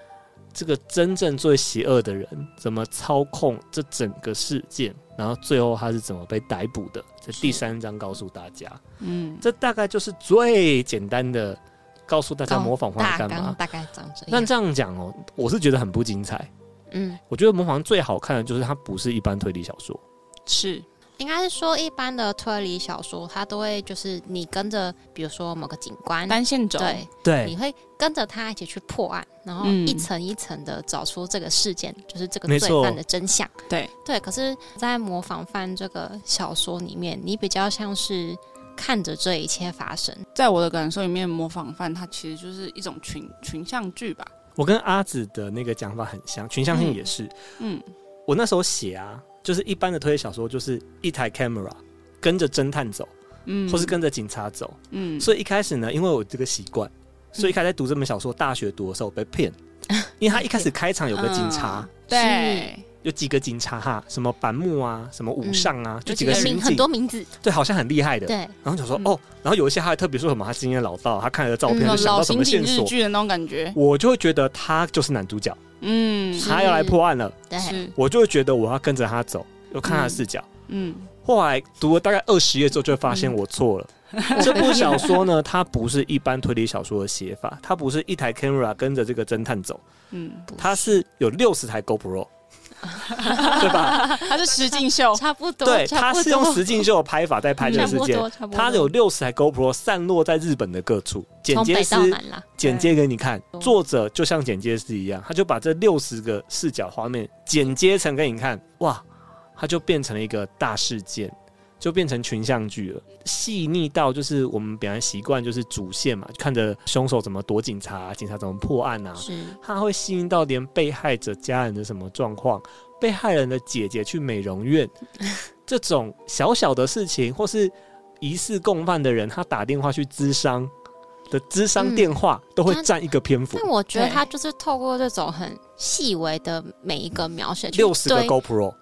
Speaker 1: 这个真正最邪恶的人怎么操控这整个事件，然后最后他是怎么被逮捕的，这第三章告诉大家。
Speaker 4: 嗯，
Speaker 1: 这大概就是最简单的告诉大家模仿花
Speaker 3: 哦大
Speaker 1: 干
Speaker 3: 纲
Speaker 1: 嘛。
Speaker 3: 大概长这
Speaker 1: 那
Speaker 3: 样。
Speaker 1: 这样讲哦，我是觉得很不精彩。
Speaker 3: 嗯，
Speaker 1: 我觉得模仿最好看的就是它不是一般推理小说，
Speaker 4: 是
Speaker 3: 应该是说一般的推理小说，它都会就是你跟着，比如说某个警官，
Speaker 4: 单线轴，
Speaker 3: 嗯对，你
Speaker 1: 对，
Speaker 3: 会跟着他一起去破案，然后
Speaker 4: 嗯
Speaker 3: 一层一层的找出这个事件，就是这
Speaker 1: 没
Speaker 3: 个
Speaker 1: 错
Speaker 3: 罪犯的真相。
Speaker 4: 对
Speaker 3: 对，可是，在模仿犯这个小说里面，你比较像是看着这一切发生。
Speaker 4: 在我的感受里面，模仿犯它其实就是一种群群像剧吧。
Speaker 1: 我跟阿紫的那个讲法很像，群像性
Speaker 4: 嗯
Speaker 1: 也是。
Speaker 4: 嗯，
Speaker 1: 我那时候写啊，就是一般的推理小说，就是一台 camera 跟着侦探走，
Speaker 4: 嗯，
Speaker 1: 或是跟着警察走。
Speaker 4: 嗯，
Speaker 1: 所以一开始呢，因为我这个习惯，所以一开始在读这本小说，大学读的时候被 骗，因为他一开始开场有个警
Speaker 4: 啊
Speaker 1: 察，
Speaker 4: 嗯对，
Speaker 1: 有几个警察哈，什么板木啊，什么武上
Speaker 4: 嗯
Speaker 1: 啊，就
Speaker 3: 有
Speaker 1: 几
Speaker 3: 几
Speaker 1: 个
Speaker 3: 个
Speaker 1: 刑
Speaker 3: 名很
Speaker 1: 警，
Speaker 3: 多名字，
Speaker 1: 对，好像很厉害的。
Speaker 3: 对，
Speaker 1: 然后就说、
Speaker 4: 嗯
Speaker 1: 哦，然后有一些他还特别说什么，他今天老道，他看了照片
Speaker 3: 嗯
Speaker 1: 就
Speaker 4: 那种
Speaker 1: 想
Speaker 4: 老
Speaker 1: 到什么
Speaker 4: 刑警
Speaker 1: 线
Speaker 4: 日
Speaker 1: 索，
Speaker 4: 剧的那种感觉。
Speaker 1: 我就会觉得他就是男主角，
Speaker 4: 嗯，
Speaker 3: 是
Speaker 1: 他要来破案了，
Speaker 3: 对，
Speaker 4: 是，
Speaker 1: 我就会觉得我要跟着他走，我看他的视角。
Speaker 4: 嗯，
Speaker 1: 后来读了大概二十页之后，就会发现
Speaker 4: 嗯
Speaker 1: 我错 了。这部小说呢，它不是一般推理小说的写法，它不是一台 camera 跟着这个侦探走，
Speaker 4: 嗯，
Speaker 1: 它是有六十台 GoPro，对吧？
Speaker 4: 它是实境秀，
Speaker 3: 差不多，
Speaker 1: 对，
Speaker 3: 差
Speaker 1: 它
Speaker 3: 不
Speaker 1: 是用
Speaker 3: 多，
Speaker 1: 实境秀的拍法在拍这个
Speaker 3: 差
Speaker 1: 事
Speaker 3: 不
Speaker 1: 件。
Speaker 3: 多，差不多，
Speaker 1: 它有六十台 GoPro 散落在日本的各处，剪
Speaker 3: 从
Speaker 1: 接
Speaker 3: 北
Speaker 1: 师
Speaker 3: 到南啦，
Speaker 1: 剪接给你看，
Speaker 3: 对
Speaker 1: 作者就像剪接师一样，他就把这六十个视角画面剪接成给你看，哇，它就变成了一个大事件，就变成群像剧了，细腻到就是我们本来习惯就是主线嘛，看着凶手怎么躲警察、啊警察怎么破案啊，
Speaker 3: 是
Speaker 1: 他会细腻到连被害者家人的什么状况，被害人的姐姐去美容院 这种小小的事情，或是疑似共犯的人，他打电话去咨商的咨商电话，都会占一个篇幅
Speaker 3: 但。我觉得
Speaker 4: 对
Speaker 3: 他就是透过这种很细微的每一个描写，去
Speaker 1: 六十个
Speaker 3: 堆
Speaker 1: GoPro，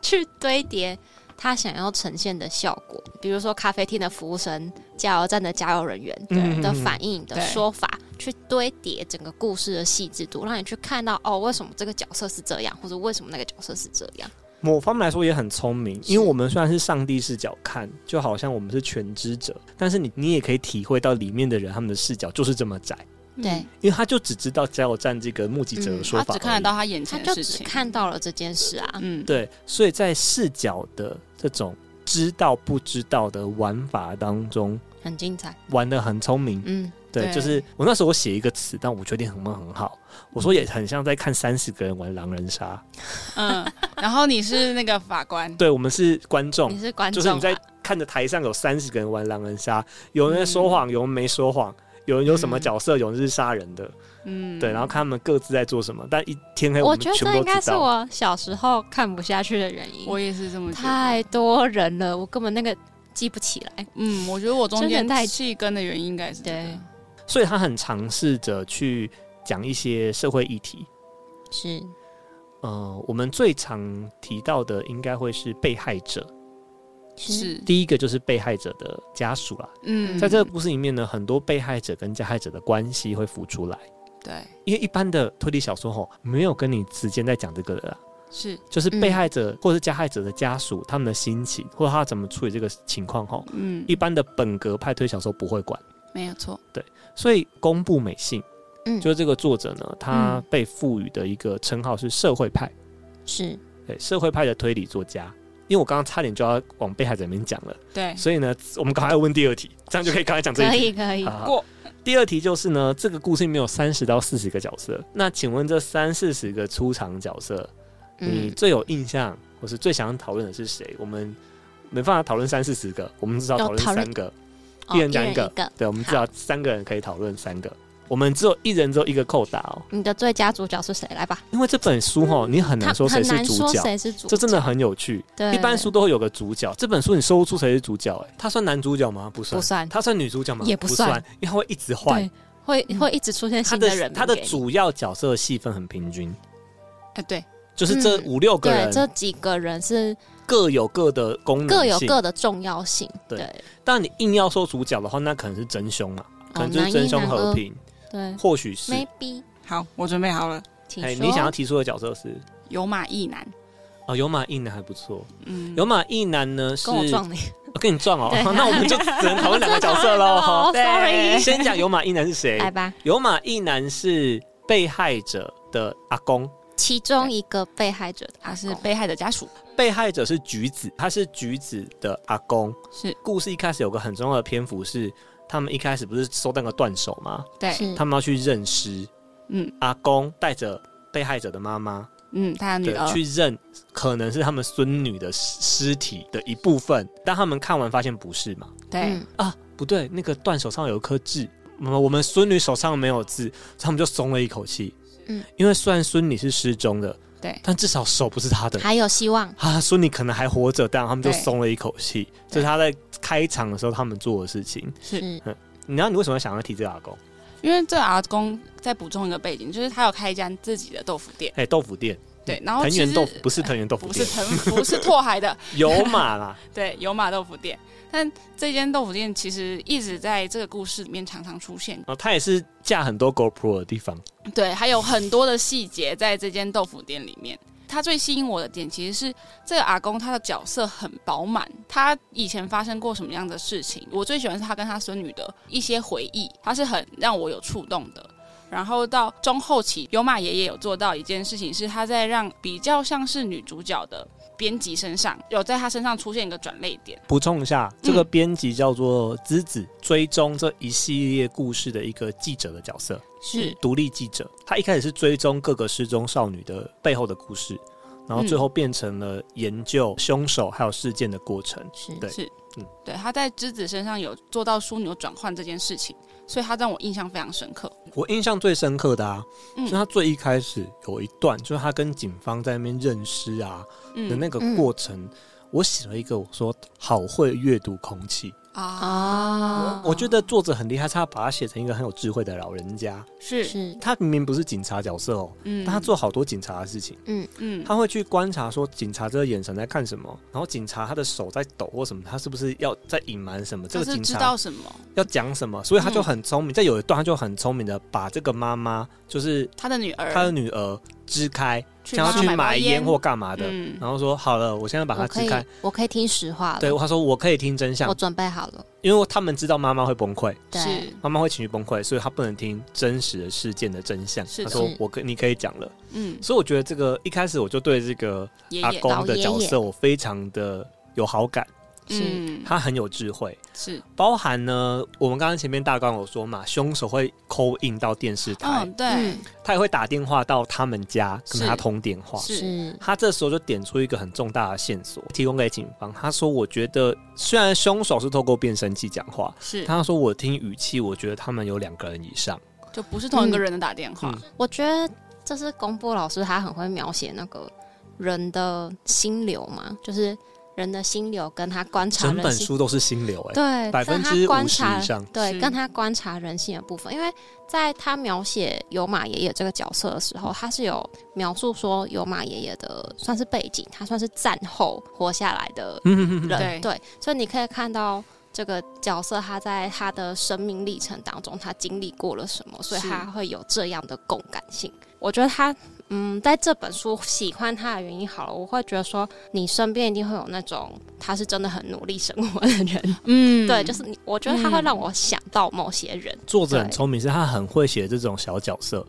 Speaker 3: 去堆叠他想要呈现的效果，比如说咖啡厅的服务生、加油站的加油人员
Speaker 1: 嗯
Speaker 3: 的反应的
Speaker 4: 对
Speaker 3: 说法，去堆叠整个故事的细致度，让你去看到哦，为什么这个角色是这样，或者为什么那个角色是这样。
Speaker 1: 某方面来说也很聪明，
Speaker 3: 是
Speaker 1: 因为我们虽然是上帝视角看，就好像我们是全知者，但是你你也可以体会到里面的人他们的视角就是这么窄，
Speaker 3: 对，
Speaker 1: 因为他就只知道加油站这个目击者的
Speaker 3: 嗯
Speaker 1: 说
Speaker 4: 他
Speaker 1: 法而已、
Speaker 4: 只看得到他眼
Speaker 3: 他
Speaker 4: 前
Speaker 3: 就
Speaker 4: 的事
Speaker 3: 只
Speaker 4: 情。
Speaker 3: 看到了这件事啊，
Speaker 4: 嗯，，
Speaker 1: 对，所以在视角的这种知道不知道的玩法当中，
Speaker 3: 很精彩。
Speaker 1: 玩的很聪明。
Speaker 3: 嗯，
Speaker 1: 对，
Speaker 4: 对
Speaker 1: 就是我那时候我写一个词，但我觉得很很好，我说也很像在看三十个人玩狼人杀。
Speaker 4: 嗯，然后你是那个法官，
Speaker 1: 对，我们是观众
Speaker 3: 你，是观
Speaker 1: 就
Speaker 3: 众、啊，
Speaker 1: 是你在看着台上有三十个人玩狼人杀，有人在说谎，有人没说谎。有人有什么
Speaker 3: 嗯
Speaker 1: 角色，有人是杀人的，
Speaker 4: 嗯，
Speaker 1: 对，然后看他们各自在做什么，但一天黑
Speaker 3: 我
Speaker 1: 哎们
Speaker 3: 觉得
Speaker 1: 全
Speaker 3: 这
Speaker 1: 部
Speaker 3: 应
Speaker 1: 都
Speaker 3: 该
Speaker 1: 知
Speaker 3: 是
Speaker 1: 道。
Speaker 3: 我小时候看不下去的 原因。
Speaker 4: 我也是这么觉得。
Speaker 3: 太多人了，我根本那个记不起来。
Speaker 4: 嗯，我觉得我中间
Speaker 3: 真的太
Speaker 4: 弃根的原因应该是这
Speaker 3: 对
Speaker 4: 个，
Speaker 1: 所以他很尝试着去讲一些社会议题，
Speaker 3: 是，
Speaker 1: 呃，我们最常提到的应该会是被害者。
Speaker 4: 是，
Speaker 1: 第一个就是被害者的家属啦，
Speaker 4: 嗯，
Speaker 1: 在这个故事里面呢，很多被害者跟加害者的关系会浮出来，
Speaker 4: 对
Speaker 1: 因为一般的推理小说吼没有跟你直接在讲这个的啦，
Speaker 4: 是，
Speaker 1: 就是被害者或是加害者的家属他们的心情，或者他怎么处理这个情况吼，
Speaker 4: 嗯，
Speaker 1: 一般的本格派推理小说不会管。
Speaker 4: 没有错，
Speaker 1: 所以宫部美幸，
Speaker 3: 嗯，
Speaker 1: 就是这个作者呢，他被赋予的一个称号是社会派。
Speaker 3: 是
Speaker 1: 对社会派的推理作家。因为我刚刚差点就要往被害者那边讲了，
Speaker 4: 对，
Speaker 1: 所以呢，我们赶快问第二题，这样就可以刚才讲这
Speaker 3: 嗯可
Speaker 1: 一题。
Speaker 3: 以可以
Speaker 1: 好。好
Speaker 4: 过
Speaker 1: 第二题就是呢，这个故事里面有三十到四十个角色，那请问这三四十个出场角色，你
Speaker 3: 嗯，
Speaker 1: 最有印象或是最想讨论的是谁？我们没办法讨论三四十个，我们至少讨论
Speaker 3: 要讨论
Speaker 1: 三个，
Speaker 3: 哦
Speaker 1: 一人讲一个。
Speaker 3: 一个。
Speaker 1: 对，我们至
Speaker 3: 好
Speaker 1: 少三个人可以讨论三个，我们只有一人只有一个扣打哦，
Speaker 3: 你的最佳主角是谁？来吧，
Speaker 1: 因为这本书哦，你很
Speaker 3: 嗯他
Speaker 1: 难说谁
Speaker 3: 很
Speaker 1: 是
Speaker 3: 难
Speaker 1: 主
Speaker 3: 说
Speaker 1: 角，
Speaker 3: 谁是主角，
Speaker 1: 这真的很有趣。
Speaker 3: 对。
Speaker 1: 一般书都会有个主角，这本书你说不出谁是主角、哎，他算男主角吗？不算，
Speaker 3: 不算
Speaker 1: 他算女主角吗？
Speaker 3: 也
Speaker 1: 不
Speaker 3: 不
Speaker 1: 算
Speaker 3: 算，
Speaker 1: 因为他会一直换
Speaker 3: 对。会
Speaker 4: 嗯
Speaker 3: 会一直出现
Speaker 1: 他
Speaker 3: 新
Speaker 1: 的
Speaker 3: 人名
Speaker 1: 他的
Speaker 3: 给你
Speaker 1: 主要角色的戏份很平均，
Speaker 4: 哎，对，
Speaker 1: 就是这
Speaker 3: 嗯
Speaker 1: 五六个
Speaker 3: 对这
Speaker 1: 人
Speaker 3: 几个人是
Speaker 1: 各有各的功能性，
Speaker 3: 各有各的重要性，
Speaker 1: 对
Speaker 3: 对
Speaker 1: 但你硬要说主角的话，那可能是真凶嘛，可
Speaker 3: 哦
Speaker 1: 能就是真凶和平，
Speaker 3: 对
Speaker 1: 或许是
Speaker 3: ，maybe
Speaker 4: 好，我准备好了，
Speaker 3: 请
Speaker 1: 哎，
Speaker 3: 说。
Speaker 1: 你想要提出的角色是
Speaker 4: 有马一男，
Speaker 1: 哦，有马一男还不错。
Speaker 4: 嗯，
Speaker 1: 有马一男呢是
Speaker 3: 跟我撞你？
Speaker 1: 我跟你撞哦，
Speaker 3: 对
Speaker 1: 那我们就只能讨论两个角 色喽。
Speaker 4: 对
Speaker 3: 哦 Sorry，
Speaker 1: 先讲有马一男是 谁？
Speaker 3: 来吧。
Speaker 1: 有马一男是被害者的阿公，
Speaker 3: 其中一个被害者的
Speaker 4: 他
Speaker 3: 阿
Speaker 4: 是
Speaker 3: 公，
Speaker 4: 被害的家属，
Speaker 1: 被害者是橘子，他是橘子的阿公。
Speaker 4: 是
Speaker 1: 故事一开始有个很重要的篇幅是，他们一开始不是收到那个断手吗？
Speaker 4: 对，
Speaker 3: 是
Speaker 1: 他们要去认尸，
Speaker 4: 嗯
Speaker 1: 阿公带着被害者的妈妈，
Speaker 4: 嗯，他的女
Speaker 1: 对
Speaker 4: 儿，
Speaker 1: 去认可能是他们孙女的尸尸体的一部分。当他们看完发现不是嘛？
Speaker 4: 对，
Speaker 3: 嗯
Speaker 1: 啊，不对，那个断手上有一颗痣，我们我们孙女手上没有痣，他们就松了一口气。
Speaker 3: 嗯，
Speaker 1: 因为虽然孙女是失踪的，
Speaker 4: 对
Speaker 1: 但至少手不是她的。
Speaker 3: 还有希望。
Speaker 1: 啊，孙女可能还活着，但他们就
Speaker 4: 对
Speaker 1: 松了一口气。这
Speaker 4: 对
Speaker 1: 是他在开场的时候他们做的事情。
Speaker 3: 是
Speaker 1: 你知道你为什么想要提这个阿公？
Speaker 4: 因为这阿公再补充一个背景，就是他有开一家自己的豆腐店，
Speaker 1: 哎、豆腐店，
Speaker 4: 对，然后
Speaker 1: 藤
Speaker 4: 哦其
Speaker 1: 原
Speaker 4: 实呃
Speaker 1: 豆腐不是藤原豆腐
Speaker 4: 不是
Speaker 1: 店，
Speaker 4: 藤， 不是拓海的，
Speaker 1: 有马啦。
Speaker 4: 对，有马豆腐店。但这间豆腐店其实一直在这个故事里面常常出现，
Speaker 1: 哦，他也是架很多 GoPro 的地方。
Speaker 4: 对，还有很多的细节在这间豆腐店里面。他最吸引我的点其实是这个阿公他的角色很饱满，他以前发生过什么样的事情，我最喜欢是他跟他孙女的一些回忆，他是很让我有触动的。然后到中后期，有马爷爷有做到一件事情，是他在让比较像是女主角的编辑身上，有在他身上出现一个转泪点。
Speaker 1: 补充一
Speaker 4: 嗯
Speaker 1: 下，这个编辑叫做之子，追踪这一系列故事的一个记者的角色，
Speaker 4: 是
Speaker 1: 独立记者。他一开始是追踪各个失踪少女的背后的故事，然后最后变成了研究凶手还有事件的过程。
Speaker 3: 是
Speaker 1: 对
Speaker 4: 是，
Speaker 1: 嗯
Speaker 4: 对，他在之子身上有做到枢纽转换这件事情，所以他让我印象非常深刻。
Speaker 1: 我印象最深刻的啊，
Speaker 4: 嗯
Speaker 1: 是他最一开始有一段，就是他跟警方在那边认尸啊
Speaker 4: 嗯
Speaker 1: 的那个过程。我写了一个，我说好会阅读空气，
Speaker 3: 啊，
Speaker 4: 哦
Speaker 1: 我觉得作者很厉害，是他把它写成一个很有智慧的老人家。
Speaker 4: 是，
Speaker 3: 是
Speaker 1: 他明明不是警察角色哦，
Speaker 4: 嗯
Speaker 1: 但他做好多警察的事情。
Speaker 4: 嗯，
Speaker 1: 他会去观察说警察这个眼神在看什么，然后警察他的手在抖或什么，他是不是要在隐瞒什么？这
Speaker 4: 他
Speaker 1: 个
Speaker 4: 是
Speaker 1: 警
Speaker 4: 知
Speaker 1: 察
Speaker 4: 道什么？
Speaker 1: 要讲什么？所以他就很聪明，在有一段他就很聪明的把这个妈妈，就是
Speaker 4: 他的女儿，
Speaker 1: 他的女儿支开，
Speaker 4: 去
Speaker 1: 想要
Speaker 4: 帮
Speaker 1: 去
Speaker 4: 她
Speaker 1: 买
Speaker 4: 买
Speaker 1: 烟
Speaker 4: 烟
Speaker 1: 或干嘛的，啊
Speaker 4: 嗯，
Speaker 1: 然后说好了，我现在把它
Speaker 3: 我可
Speaker 1: 支
Speaker 3: 以
Speaker 1: 开。，
Speaker 3: 我可以听实话了。
Speaker 1: 对，他说我可以听真
Speaker 3: 我
Speaker 1: 相，
Speaker 3: 准备好了。
Speaker 1: 因为他们知道妈妈会崩溃。
Speaker 3: 对，
Speaker 4: 是，
Speaker 1: 妈妈会情绪崩溃，所以她不能听真实的事件的真相。
Speaker 4: 是
Speaker 1: 她
Speaker 4: 的
Speaker 1: 说
Speaker 3: 是：“
Speaker 1: 我跟你可以讲了。
Speaker 4: 嗯”，
Speaker 1: 所以我觉得这个一开始我就对这个
Speaker 4: 爷
Speaker 1: 阿
Speaker 4: 爷，
Speaker 1: 公的
Speaker 3: 老爷爷
Speaker 1: 角色我非常的有好感，
Speaker 4: 嗯，
Speaker 1: 他很有智慧。
Speaker 4: 是，
Speaker 1: 包含呢，我们刚刚前面大纲有说嘛，凶手会 call in 到电视台，
Speaker 4: 嗯，对，
Speaker 1: 他也会打电话到他们家跟
Speaker 4: 是
Speaker 1: 他通电话。
Speaker 4: 是
Speaker 3: 是
Speaker 1: 他这时候就点出一个很重大的线索，提供给警方。他说：“我觉得虽然凶手是透过变声器讲话，
Speaker 4: 是，
Speaker 1: 他说我听语气，我觉得他们有两个人以上。”
Speaker 4: 就不是同一个人的打电话
Speaker 1: 嗯，
Speaker 3: 我觉得这是公布老师他很会描写那个人的心流嘛，就是人的心流跟他观察
Speaker 1: 整
Speaker 3: 人
Speaker 1: 本
Speaker 3: 性，
Speaker 1: 书都是心流、哎，
Speaker 3: 对，
Speaker 1: 百
Speaker 3: 跟
Speaker 1: 分
Speaker 3: 他
Speaker 1: 之
Speaker 3: 观
Speaker 1: 五十
Speaker 3: 察
Speaker 1: 以上。
Speaker 3: 对，
Speaker 4: 是
Speaker 3: 跟他观察人性的部分，因为在他描写有马爷爷这个角色的时候，他是有描述说有马爷爷的算是背景，他算是战后活下来的
Speaker 1: 嗯，
Speaker 3: 人，
Speaker 4: 对
Speaker 3: 对，所以你可以看到这个角色他在他的生命历程当中，他经历过了什么，所以
Speaker 4: 是
Speaker 3: 他会有这样的共感性。我觉得他，嗯，在这本书喜欢他的原因，好了，我会觉得说，你身边一定会有那种他是真的很努力生活的人，
Speaker 4: 嗯，
Speaker 3: 对，就是你，我觉得他会
Speaker 4: 嗯
Speaker 3: 让我想到某些人，
Speaker 1: 作者很聪明，是他很会写这种小角色。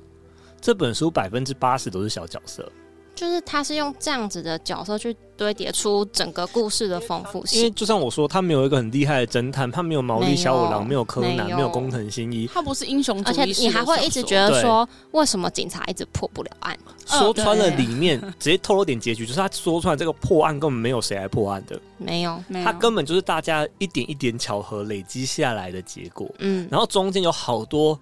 Speaker 1: 这本书百分之八十都是小角色，
Speaker 3: 就是他是用这样子的角色去堆叠出整个故事的丰富
Speaker 1: 因为
Speaker 3: 性，
Speaker 1: 就像我说，他没有一个很厉害的侦探，他没有毛
Speaker 3: 没
Speaker 1: 利
Speaker 3: 有
Speaker 1: 小五郎，没有柯南，
Speaker 3: 没有
Speaker 1: 没有工藤新一。
Speaker 4: 嗯他不是英雄主
Speaker 3: 而且
Speaker 4: 义式的小说，
Speaker 3: 你还会一直觉得
Speaker 1: 对
Speaker 3: 说，为什么警察一直破不了案？
Speaker 1: 说
Speaker 4: 对
Speaker 1: 穿了里面，直接透露点结局，就是他说出来这个破案根本没有谁来破案的，
Speaker 3: 没有，
Speaker 4: 没有
Speaker 1: 他根本就是大家一点一点巧合累积下来的结果。
Speaker 3: 嗯，
Speaker 1: 然后中间有好多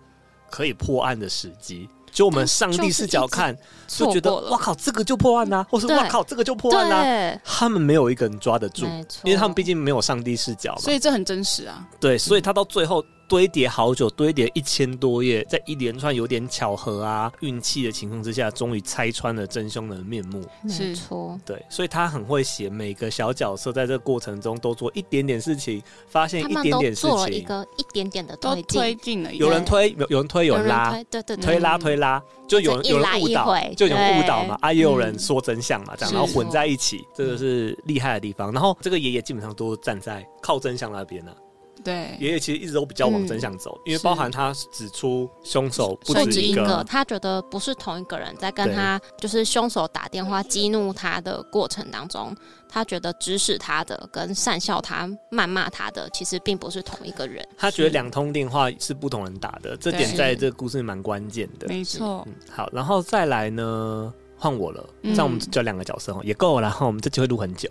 Speaker 1: 可以破案的时机，就我们上帝视角看，就觉
Speaker 3: 错过
Speaker 1: 得
Speaker 3: 了
Speaker 1: 哇靠，这个就破案啦、或是
Speaker 3: 对
Speaker 1: 哇靠，这个就破案啦、
Speaker 3: 对。
Speaker 1: 他们没有一个人抓得住，
Speaker 3: 没错，
Speaker 1: 因为他们毕竟没有上帝视角嘛，
Speaker 3: 嗯
Speaker 4: 所以这很真实啊，
Speaker 1: 对，所以他到最后堆叠好久，堆叠一千多页，在一连串有点巧合啊、运气的情况之下，终于拆穿了真凶的面目。
Speaker 3: 没
Speaker 4: 是
Speaker 3: 错，
Speaker 1: 对，所以他很会写每个小角色在这个过程中都做一点点事情，发现
Speaker 3: 他
Speaker 1: 一
Speaker 3: 们
Speaker 1: 点
Speaker 3: 都
Speaker 1: 点事
Speaker 3: 做了一
Speaker 1: 情，
Speaker 3: 个一点点的
Speaker 4: 都
Speaker 3: 推进，
Speaker 4: 推进了一
Speaker 1: 有人
Speaker 4: 下
Speaker 1: 推，有有人推，有人
Speaker 3: 人
Speaker 1: 拉，
Speaker 3: 推，对对对，
Speaker 1: 推拉
Speaker 4: 嗯
Speaker 1: 推拉，就有人
Speaker 3: 这一
Speaker 1: 有人
Speaker 3: 来
Speaker 1: 误
Speaker 3: 一
Speaker 1: 导
Speaker 3: 回，
Speaker 1: 就有人误
Speaker 3: 对
Speaker 1: 导嘛，啊，也有人
Speaker 4: 嗯
Speaker 1: 说真相嘛，这样
Speaker 4: 是
Speaker 1: 然后混在一起，这个是厉害的地方。然后这个爷爷基本上都站在靠真相那边呢、啊
Speaker 4: 对，
Speaker 1: 爷爷其实一直都比较往真相走，因为包含他指出凶手不
Speaker 3: 不
Speaker 1: 止
Speaker 3: 止
Speaker 1: 一
Speaker 3: 一个，
Speaker 1: 个，
Speaker 3: 他觉得不是同一个人在跟
Speaker 1: 对
Speaker 3: 他，就是凶手打电话激怒他的过程当中，他觉得指使他的跟讪笑他、谩骂他的，其实并不是同一个人。
Speaker 1: 他觉得两通电话是不同人打的，这点
Speaker 4: 对
Speaker 1: 在这个故事蛮关键的。
Speaker 4: 没错，
Speaker 1: 嗯，好，然后再来呢，换我了，
Speaker 4: 嗯
Speaker 1: 这样我们只有两个角色哦，也够了。然后我们这集会录很久，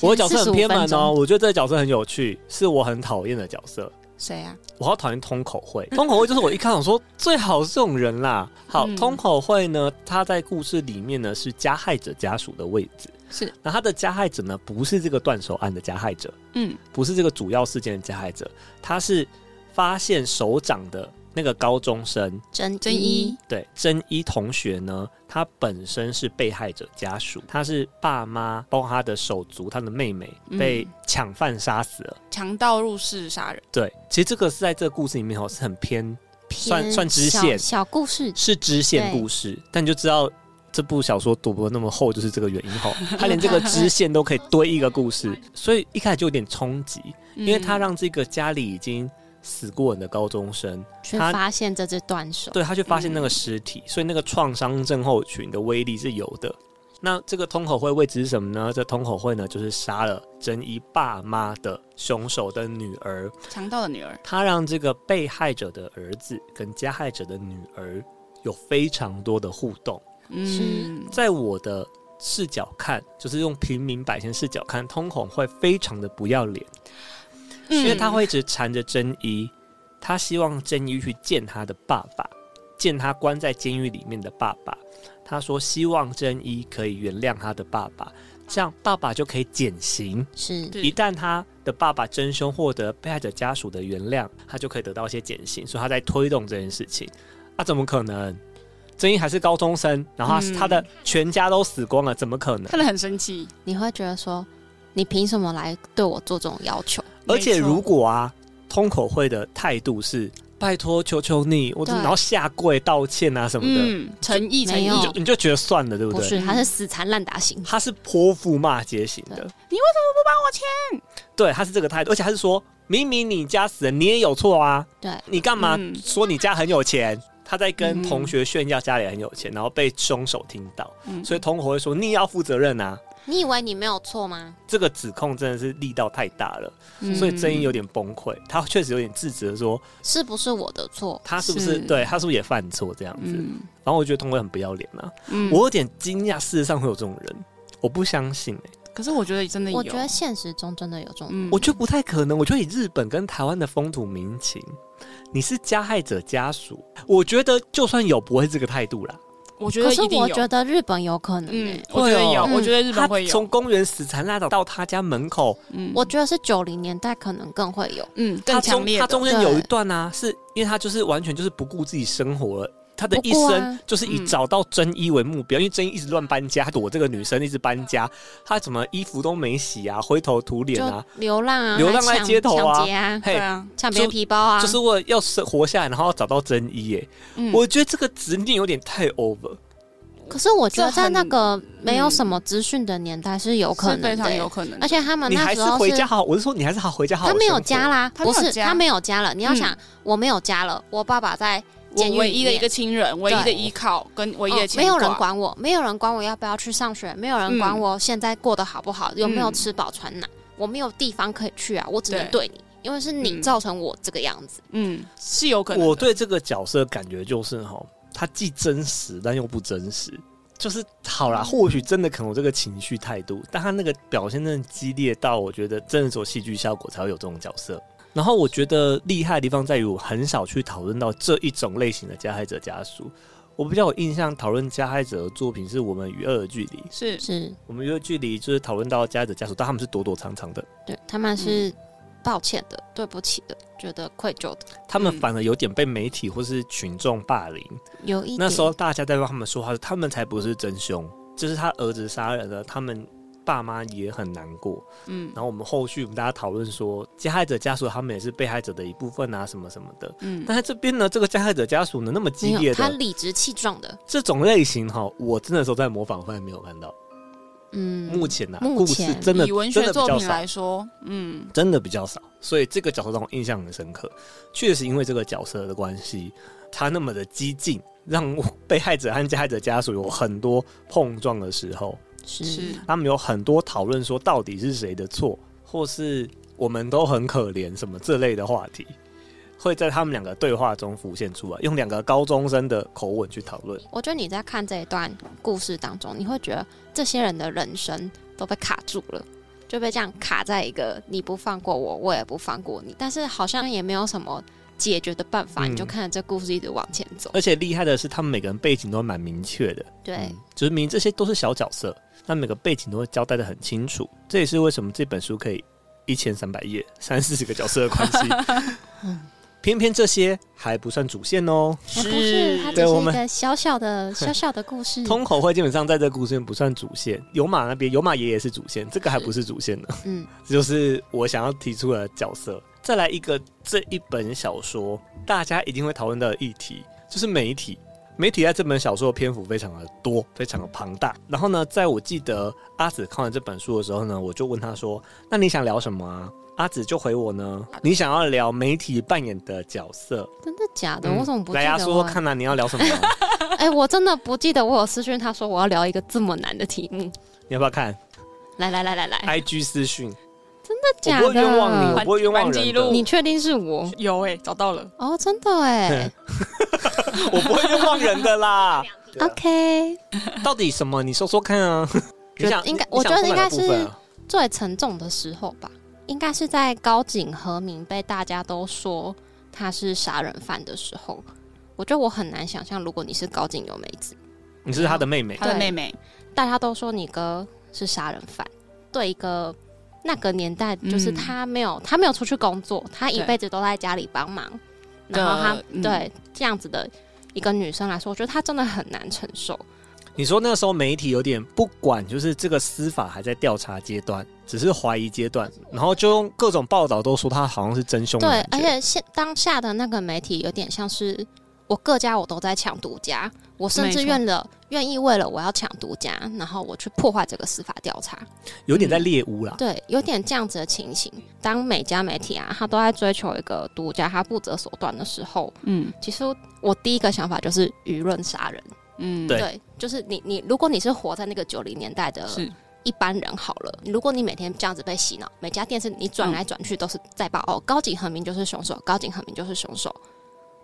Speaker 1: 我的角色很偏门
Speaker 3: 45分
Speaker 1: 哦，
Speaker 3: 钟
Speaker 1: 我觉得这个角色很有趣，是我很讨厌的角色。
Speaker 4: 谁啊？
Speaker 1: 我好讨厌通口会，通口会就是我一看我说最好是这种人啦。好，
Speaker 4: 嗯
Speaker 1: 通口会呢，他在故事里面呢是加害者家属的位置，
Speaker 4: 是，
Speaker 1: 那他的加害者呢不是这个断手案的加害者，
Speaker 4: 嗯，
Speaker 1: 不是这个主要事件的加害者，他是发现首长的那个高中生，
Speaker 3: 真
Speaker 4: 真一，
Speaker 1: 对，真一同学呢，他本身是被害者家属，他是爸妈包括他的手足、他的妹妹
Speaker 4: 嗯
Speaker 1: 被抢犯杀死了。
Speaker 4: 强盗入室杀人，
Speaker 1: 对，其实这个是在这个故事里面哦，是很偏算
Speaker 3: 偏
Speaker 1: 算支
Speaker 3: 小
Speaker 1: 线
Speaker 3: 小故事，
Speaker 1: 是支线故事，但你就知道这部小说读不那么厚，就是这个原因吼。他连这个支线都可以堆一个故事，所以一开始就有点冲击，因为他
Speaker 4: 嗯
Speaker 1: 让这个家里已经死过人的高中生，
Speaker 3: 却
Speaker 1: 他
Speaker 3: 发现这只断手，
Speaker 1: 对他去发现那个尸体，所以那个创伤症候群的威力是有的。那这个通口会位置是什么呢？这通口会呢，就是杀了真一爸妈的凶手的女儿，
Speaker 4: 强盗的女儿，
Speaker 1: 他让这个被害者的儿子跟加害者的女儿有非常多的互动。
Speaker 4: 嗯，
Speaker 1: 在我的视角看，就是用平民百姓视角看，通孔会非常的不要脸，
Speaker 4: 嗯
Speaker 1: 因为他会一直缠着真一，他希望真一去见他的爸爸，见他关在监狱里面的爸爸。他说希望真一可以原谅他的爸爸，这样爸爸就可以减刑。
Speaker 3: 是
Speaker 4: 对
Speaker 1: 一旦他的爸爸真凶获得被害者家属的原谅，他就可以得到一些减刑，所以他在推动这件事情。啊，怎么可能？真一还是高中生，然后他、
Speaker 4: 嗯
Speaker 1: 他的全家都死光了，怎么可能？
Speaker 4: 看得很生气，
Speaker 3: 你会觉得说，你凭什么来对我做这种要求？
Speaker 1: 而且
Speaker 4: 没错
Speaker 1: 如果啊，通口会的态度是拜托求求你，我真的
Speaker 3: 对
Speaker 1: 然后下跪道歉啊什么的，
Speaker 4: 嗯，诚意诚
Speaker 3: 没
Speaker 4: 意，
Speaker 3: 有
Speaker 1: 你就你就觉得算了，对不
Speaker 3: 不
Speaker 1: 对？
Speaker 3: 是，他是死缠烂打型，
Speaker 1: 他是泼妇骂街型的，
Speaker 4: 你为什么不帮我签？
Speaker 1: 对，他是这个态度，而且他是说明明你家死人，你也有错啊，
Speaker 3: 对，
Speaker 1: 你干嘛
Speaker 4: 嗯
Speaker 1: 说你家很有钱？他在跟
Speaker 4: 嗯
Speaker 1: 同学炫耀家里很有钱，然后被凶手听到，
Speaker 4: 嗯
Speaker 1: 所以同伙会说你也要负责任啊。
Speaker 3: 你以为你没有错吗？
Speaker 1: 这个指控真的是力道太大了，
Speaker 4: 以
Speaker 1: 所以真英有点崩溃。他确实有点自责说
Speaker 3: 是不是我的错？
Speaker 1: 他是不是
Speaker 4: 是
Speaker 1: 对他是不是也犯错这样子。
Speaker 4: 嗯
Speaker 1: 然后我觉得同伙很不要脸啊，
Speaker 4: 嗯
Speaker 1: 我有点惊讶，世界上会有这种人，我不相信、欸
Speaker 4: 可是我觉得真的有，
Speaker 3: 我觉得现实中真的有这种，
Speaker 4: 嗯
Speaker 1: 我觉得不太可能。我觉得以日本跟台湾的风土民情，你是加害者家属，我觉得就算有，不会这个态度啦。
Speaker 4: 我觉
Speaker 3: 可
Speaker 4: 得
Speaker 3: 是
Speaker 4: 一定
Speaker 3: 我
Speaker 4: 有
Speaker 3: 觉，得日本有可能、欸
Speaker 4: 嗯，我觉得有，
Speaker 1: 会
Speaker 3: 哦
Speaker 4: 我觉得日
Speaker 1: 他
Speaker 4: 本会
Speaker 1: 从
Speaker 4: 有，
Speaker 1: 公园死缠烂打到他家门口，
Speaker 4: 嗯
Speaker 3: 我觉得是九零年代可能更会有，
Speaker 4: 嗯
Speaker 1: 他
Speaker 4: 更强
Speaker 1: 中
Speaker 4: 烈
Speaker 1: 他
Speaker 4: 的，
Speaker 1: 中间有一段啊，是因为他就是完全就是不顾自己生活了。他的一
Speaker 3: 不顾啊
Speaker 1: 生就是以找到真一为目标，因为真一一直乱搬家，他躲这个女生一直搬家，他怎么衣服都没洗啊，灰头土脸啊
Speaker 3: 就，流浪啊，
Speaker 1: 流浪在
Speaker 3: 还抢
Speaker 1: 街头啊
Speaker 3: 抢劫啊，
Speaker 1: 嘿
Speaker 4: 对，啊，
Speaker 3: 抢别人皮包啊，
Speaker 1: 就是为了要生活下来，然后要找到真一耶。
Speaker 4: 嗯
Speaker 1: 我觉得这个执念有点太 over，
Speaker 3: 可是我觉得
Speaker 4: 这
Speaker 3: 在
Speaker 4: 很
Speaker 3: 那个没有什么资讯的年代是有可能
Speaker 4: 是
Speaker 3: 的、
Speaker 4: 嗯非常有
Speaker 3: 欸
Speaker 4: 可能的，
Speaker 3: 而且他们
Speaker 1: 你
Speaker 3: 那
Speaker 1: 还
Speaker 3: 时
Speaker 1: 是
Speaker 3: 候
Speaker 1: 回
Speaker 3: 是
Speaker 1: 家。好，我是说你还是好回家好好
Speaker 3: 他
Speaker 1: 生活。
Speaker 3: 没有家啦，
Speaker 4: 他
Speaker 3: 不
Speaker 4: 没有
Speaker 3: 是
Speaker 4: 家
Speaker 3: 他没有家了。你要
Speaker 4: 嗯
Speaker 3: 想，我没有家了，我爸爸在
Speaker 4: 我
Speaker 3: 监狱
Speaker 4: 唯
Speaker 3: 里
Speaker 4: 一的一
Speaker 3: 面
Speaker 4: 个亲人，唯一的
Speaker 3: 对
Speaker 4: 依靠跟唯一
Speaker 3: 哦
Speaker 4: 的牵挂，
Speaker 3: 没有人管我，没有人管我要不要去上学，没有人管我现在过得好不好，有没有
Speaker 4: 嗯
Speaker 3: 吃饱穿暖，我没有地方可以去啊，我只能对
Speaker 4: 对
Speaker 3: 你，因为是你
Speaker 4: 嗯
Speaker 3: 造成我这个样子。
Speaker 4: 嗯，是有可能的，
Speaker 1: 我对这个角色感觉就是哈，他既真实但又不真实。就是好啦，或许真的可能有这个情绪态度，但他那个表现真的激烈到，我觉得真的只有戏剧效果才会有这种角色。然后我觉得厉害的地方在于，我很少去讨论到这一种类型的加害者家属。我比较有印象讨论加害者的作品是我们与恶的距离，
Speaker 4: 是
Speaker 3: 是，
Speaker 1: 我们与恶的距离就是讨论到加害者家属，但他们是躲躲藏藏的，
Speaker 4: 嗯
Speaker 3: 对他们是抱歉的、对不起的、觉得愧疚的，
Speaker 1: 他们
Speaker 4: 嗯
Speaker 1: 反而有点被媒体或是群众霸凌。
Speaker 3: 有一点
Speaker 1: 那时候大家在帮他们说话，他们才不是真凶，就是他儿子杀人了，他们爸妈也很难过。
Speaker 4: 嗯
Speaker 1: 然后我们后续我们大家讨论说，加害者家属他们也是被害者的一部分啊，什么什么的。
Speaker 4: 嗯
Speaker 1: 但在这边呢，这个加害者家属呢那么
Speaker 3: 没
Speaker 1: 激
Speaker 3: 有
Speaker 1: 烈
Speaker 3: 他
Speaker 1: 的
Speaker 3: 理直气壮的，
Speaker 1: 这种类型哈，我真的都在模仿犯没有看到。
Speaker 3: 嗯，
Speaker 1: 目前呢、啊，
Speaker 3: 目
Speaker 1: 故
Speaker 3: 前
Speaker 1: 事真的
Speaker 4: 以文
Speaker 1: 真
Speaker 4: 学
Speaker 1: 的
Speaker 4: 作
Speaker 1: 比较
Speaker 4: 品
Speaker 1: 少
Speaker 4: 来，说，嗯
Speaker 1: 真的比较少。所以这个角色让我印象很深刻，确实因为这个角色的关系，他那么的激进，让我被害者和加害者家属有很多碰撞的时候。
Speaker 3: 是
Speaker 4: 是，
Speaker 1: 他们有很多讨论说到底是谁的错，或是我们都很可怜什么这类的话题，会在他们两个对话中浮现出来，用两个高中生的口吻去讨论。
Speaker 3: 我觉得你在看这一段故事当中，你会觉得这些人的人生都被卡住了，就被这样卡在一个你不放过我，我也不放过你，但是好像也没有什么解决的办
Speaker 1: 嗯
Speaker 3: 法，
Speaker 1: 呃
Speaker 3: 你就看着这故事一直往前走。
Speaker 1: 而且厉害的是，他们每个人背景都蛮明确的，
Speaker 3: 对，
Speaker 1: 嗯就是明明这些都是小角色，那每个背景都会交代的很清楚。这也是为什么这本书可以一千三百页，三四十个角色的关系。偏偏这些还不算主线哦，
Speaker 3: 啊不是，它只
Speaker 1: 对我
Speaker 3: 是一
Speaker 1: 们
Speaker 3: 个小小 的、小小的故事。
Speaker 1: 通口会基本上在这故事里面不算主线，有马那边有马爷爷是主线，这个还不是主线呢。
Speaker 3: 嗯，
Speaker 1: 这就是我想要提出的角色。再来一个，这一本小说大家一定会讨论到的议题就是媒体。媒体在这本小说的篇幅非常的多，非常的庞大。然后呢，在我记得阿紫看完这本书的时候呢，我就问他说：“那你想聊什么啊？”阿紫就回我呢：“你想要聊媒体扮演的角色。
Speaker 3: 真的假的？
Speaker 1: 嗯”
Speaker 3: 我怎么不记
Speaker 1: 来呀、
Speaker 3: 得、
Speaker 1: 说说看啊，你要聊什么 啊、
Speaker 3: 哎、我真的不记得我有私讯他说我要聊一个这么难的题 目。
Speaker 1: 你要不要看
Speaker 3: 来来来来来，
Speaker 1: IG 私讯？
Speaker 3: 哎真的假
Speaker 1: 哎我不会冤枉你，我
Speaker 3: 的？
Speaker 1: 不会冤枉
Speaker 4: 翻
Speaker 1: 人
Speaker 4: 记
Speaker 1: 的
Speaker 4: 录
Speaker 3: 你确定是我？
Speaker 4: 有哎、找到了，
Speaker 3: 哦，真的 哎。
Speaker 1: 我不会冤枉人的啦。
Speaker 3: OK，
Speaker 1: 到底什么？你说说看 啊！
Speaker 3: 觉
Speaker 1: 你想
Speaker 3: 应该
Speaker 1: 你
Speaker 3: 我
Speaker 1: 想
Speaker 3: 觉得
Speaker 1: 说
Speaker 3: 应
Speaker 1: 哪
Speaker 3: 该
Speaker 1: 个部分
Speaker 3: 是
Speaker 1: 啊
Speaker 3: 最沉重的时候吧，应该是在高井和明被大家都说他是杀人犯的时候。我觉得我很难想象，如果你是高井由美子，
Speaker 1: 你是他的妹妹，
Speaker 4: 他的妹妹，
Speaker 3: 大家都说你哥是杀人犯，对一个那个年代，就是
Speaker 4: 嗯
Speaker 3: 他没有、他没有出去工作，他一
Speaker 4: 对
Speaker 3: 辈子都在家里帮忙，然后他
Speaker 4: 的、嗯
Speaker 3: 对这样子的一个女生来说，我觉得她真的很难承受。
Speaker 1: 你说那时候媒体有点不管，就是这个司法还在调查阶段，只是怀疑阶段，然后就用各种报道都说他好像是真凶的
Speaker 3: 对
Speaker 1: 感，觉。
Speaker 3: 而且现当下的那个媒体有点像是我各家我都在抢独家，我甚至
Speaker 4: 没错
Speaker 3: 愿了愿意为了我要抢独家，然后我去破坏这个司法调查。
Speaker 1: 有点在猎巫啦。
Speaker 3: 对，有点这样子的情形。当每家媒体啊，他都在追求一个独家，他不择手段的时候，
Speaker 4: 嗯
Speaker 3: 其实我第一个想法就是舆论杀人。
Speaker 4: 嗯，
Speaker 1: 对
Speaker 3: 就是你你，如果你是活在那个九零年代的
Speaker 4: 是
Speaker 3: 一般人好了，如果你每天这样子被洗脑，每家电视你
Speaker 1: 嗯
Speaker 3: 转来转去都是在报、哦，高井和明就是凶手，高井和明就是凶手，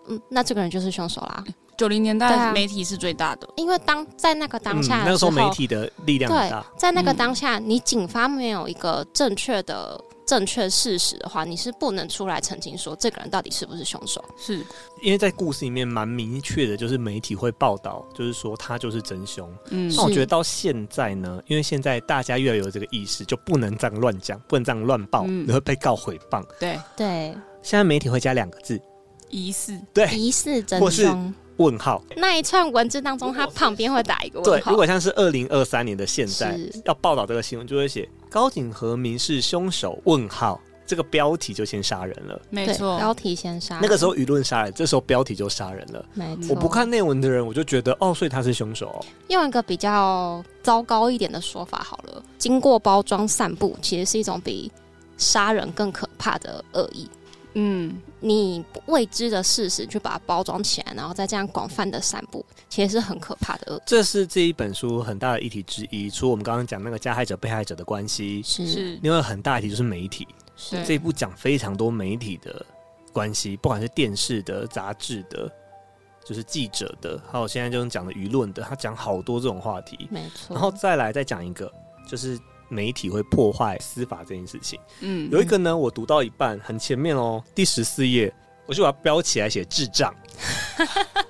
Speaker 3: 嗯，那这个人就是凶手啦。
Speaker 1: 嗯
Speaker 4: 九零年
Speaker 3: 对啊
Speaker 4: 代媒体是最大的，
Speaker 3: 因为当在那个当下、
Speaker 1: 嗯，那个时候媒，体嗯的力量很
Speaker 3: 对
Speaker 1: 大，，
Speaker 3: 在那个当下，你警方没有一个正确的正确事实的话，你是不能出来澄清说这个人到底是不是凶手。
Speaker 4: 是
Speaker 1: 因为在故事里面蛮明确的，就是媒体会报道，就是说他就是真凶。
Speaker 4: 嗯
Speaker 1: 那我
Speaker 3: 是
Speaker 1: 觉得到现在呢，因为现在大家越来越有这个意识，就不能这样乱讲，不能这样乱报，
Speaker 4: 嗯
Speaker 1: 你会被告诽谤。
Speaker 4: 对
Speaker 3: 对，
Speaker 1: 现在媒体会加两个字，
Speaker 4: 疑似
Speaker 1: 对，
Speaker 3: 疑似真
Speaker 1: 或是
Speaker 3: 凶。
Speaker 1: 问号。
Speaker 3: 那一串文字当中，它旁边会打一个
Speaker 1: 对
Speaker 3: 问，号。
Speaker 1: 如果像是二零二三年的现在
Speaker 3: 是
Speaker 1: 要报道这个新闻，就会写高井和明是凶手？问号，这个标题就先杀人了。
Speaker 4: 没
Speaker 3: 对，
Speaker 4: 错，
Speaker 3: 标题先杀人。
Speaker 1: 那个时候舆论杀人，这时候标题就杀人了。
Speaker 3: 啊没错，
Speaker 1: 我不看内文的人，我就觉得哦，所以他是凶手哦、
Speaker 3: 用一个比较糟糕一点的说法好了，经过包装散布，其实是一种比杀人更可怕的恶意。
Speaker 4: 嗯
Speaker 3: 你未知的事实去把它包装起来，然后再这样广泛的散布，其实是很可怕的恶
Speaker 1: 这是这一本书很大的议题之一。除了我们刚刚讲那个加害者被害者的关系，
Speaker 3: 事。
Speaker 4: 是
Speaker 1: 另外很大一题就是媒体。
Speaker 4: 是
Speaker 1: 这一部讲非常多媒体的关系，不管是电视的、杂志的，就是记者的，还有现在这种讲的舆论的，他讲好多这种话题。
Speaker 3: 没错。
Speaker 1: 然后再来再讲一个，就是媒体会破坏司法这件事情。
Speaker 4: 嗯
Speaker 1: 有一个呢，我读到一半，很前面哦，第十四页，我就把它标 起来写智障。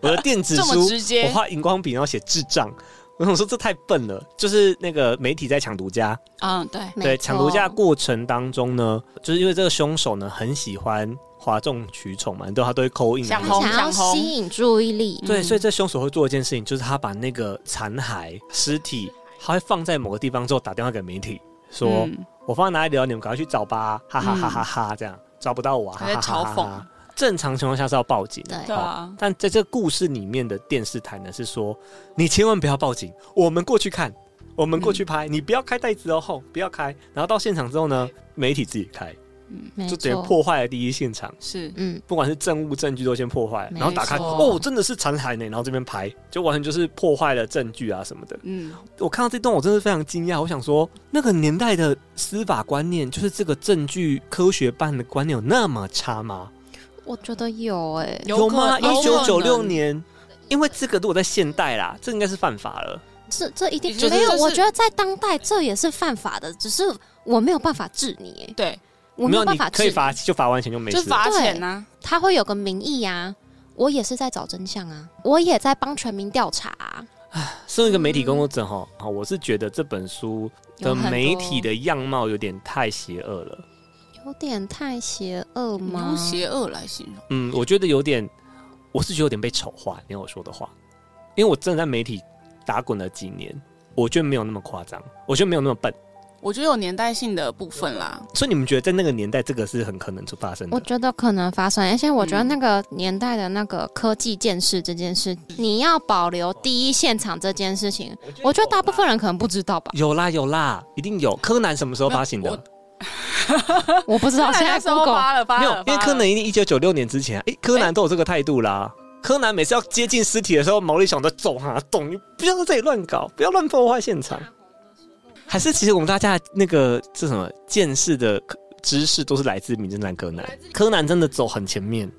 Speaker 1: 我的电子
Speaker 4: 这么
Speaker 1: 书，
Speaker 4: 直接
Speaker 1: 我画荧光笔，然后写智障。我想说这太笨了，就是那个媒体在抢独家，
Speaker 4: 嗯，对，
Speaker 3: 没
Speaker 1: 对，
Speaker 3: 错
Speaker 1: 抢独家的过程当中呢，就是因为这个凶手呢很喜欢哗众取宠嘛，你知道他都会扣印
Speaker 4: 想
Speaker 3: 他
Speaker 4: 红
Speaker 3: 想要
Speaker 4: 想红
Speaker 3: 吸引注意力，
Speaker 1: 对，
Speaker 4: 嗯
Speaker 1: 所以这凶手会做一件事情，就是他把那个残骸、尸体，他会放在某个地方之后打电话给媒体说：“
Speaker 4: 嗯
Speaker 1: 我放在哪里啊了？你们赶快去找吧！”哈哈哈哈哈，这样找不到我啊！
Speaker 4: 他在
Speaker 1: 哈哈哈哈
Speaker 4: 嘲讽
Speaker 1: 正常情况下是要报警，
Speaker 3: 对
Speaker 4: 对啊，
Speaker 1: 但在这个故事里面的电视台呢，是说你千万不要报警，我们过去看，我们过去拍，
Speaker 3: 嗯
Speaker 1: 你不要开袋子哦，吼不要开。然后到现场之后呢，媒体自己开，
Speaker 4: 嗯，
Speaker 3: 没
Speaker 1: 就等于
Speaker 3: 错，
Speaker 1: 破坏了第一现场。
Speaker 4: 是，
Speaker 3: 嗯，
Speaker 1: 不管是证物证据都先破坏，
Speaker 3: 没
Speaker 1: 然后打开，
Speaker 4: 错
Speaker 1: 哦，真的是残骸呢，然后这边拍，就完全就是破坏了证据啊什么的。
Speaker 4: 嗯，
Speaker 1: 我看到这段，我真的非常惊讶，我想说，那个年代的司法观念，就是这个证据科学办的观念有那么差吗？
Speaker 3: 我觉得有哎、
Speaker 4: 有可
Speaker 1: 吗？
Speaker 4: 有
Speaker 1: 一九九
Speaker 4: 可
Speaker 1: 六
Speaker 4: 能
Speaker 1: 年，因为这个如果在现代啦，这应该是犯法了。
Speaker 3: 这这一定
Speaker 4: 就是
Speaker 3: 没有，
Speaker 4: 就是
Speaker 3: 我觉得在当代这也是犯法的，只是我没有办法治你、哎，
Speaker 4: 对，
Speaker 3: 我没有办
Speaker 1: 你
Speaker 3: 法
Speaker 1: 可以
Speaker 3: 治，
Speaker 1: 罚就罚完钱就没
Speaker 4: 就
Speaker 1: 事。
Speaker 4: 罚
Speaker 3: 对
Speaker 4: 钱啊呐，
Speaker 3: 他会有个名义啊，我也是在找真相啊，我也在帮全民调查啊、
Speaker 1: 身为一个媒体工作者哈，啊我是觉得这本书的
Speaker 3: 有很多
Speaker 1: 媒体的样貌有点太邪恶了。
Speaker 3: 有点太邪恶
Speaker 4: 你
Speaker 3: 吗
Speaker 4: 用？邪恶来形容，
Speaker 1: 嗯，我觉得有点，我是觉得有点被丑化。你听我说的话，因为我真的在媒体打滚了几年，我觉得没有那么夸张，我觉得没有那么笨。
Speaker 4: 我觉得有年代性的部分啦，
Speaker 1: 所以你们觉得在那个年代，这个是很可能就发生
Speaker 3: 我
Speaker 1: 的？
Speaker 3: 觉得可能发生，而且我觉得
Speaker 4: 嗯
Speaker 3: 那个年代的那个科技见识这件事，你要保留第一现场这件事情，我觉得大部分人可能不知道 吧，
Speaker 1: 有啦有啦，一定有。柯南什么时候
Speaker 4: 没有
Speaker 1: 发行的？
Speaker 3: 我不知道现在
Speaker 4: 那时候
Speaker 3: Google
Speaker 4: 发了发
Speaker 1: 没有
Speaker 4: 了，，
Speaker 1: 因为
Speaker 4: 发
Speaker 1: 柯
Speaker 4: 了
Speaker 1: 南一定一九九六年之前、啊，哎、柯南都有这个态度啦。柯南每次要接近尸体的时候，毛利想着走啊动，你不要在这里乱搞，不要乱破坏现场。还是其实我们大家的那个这什么见识的知识都是来自名侦探柯南，柯南真的走很前面，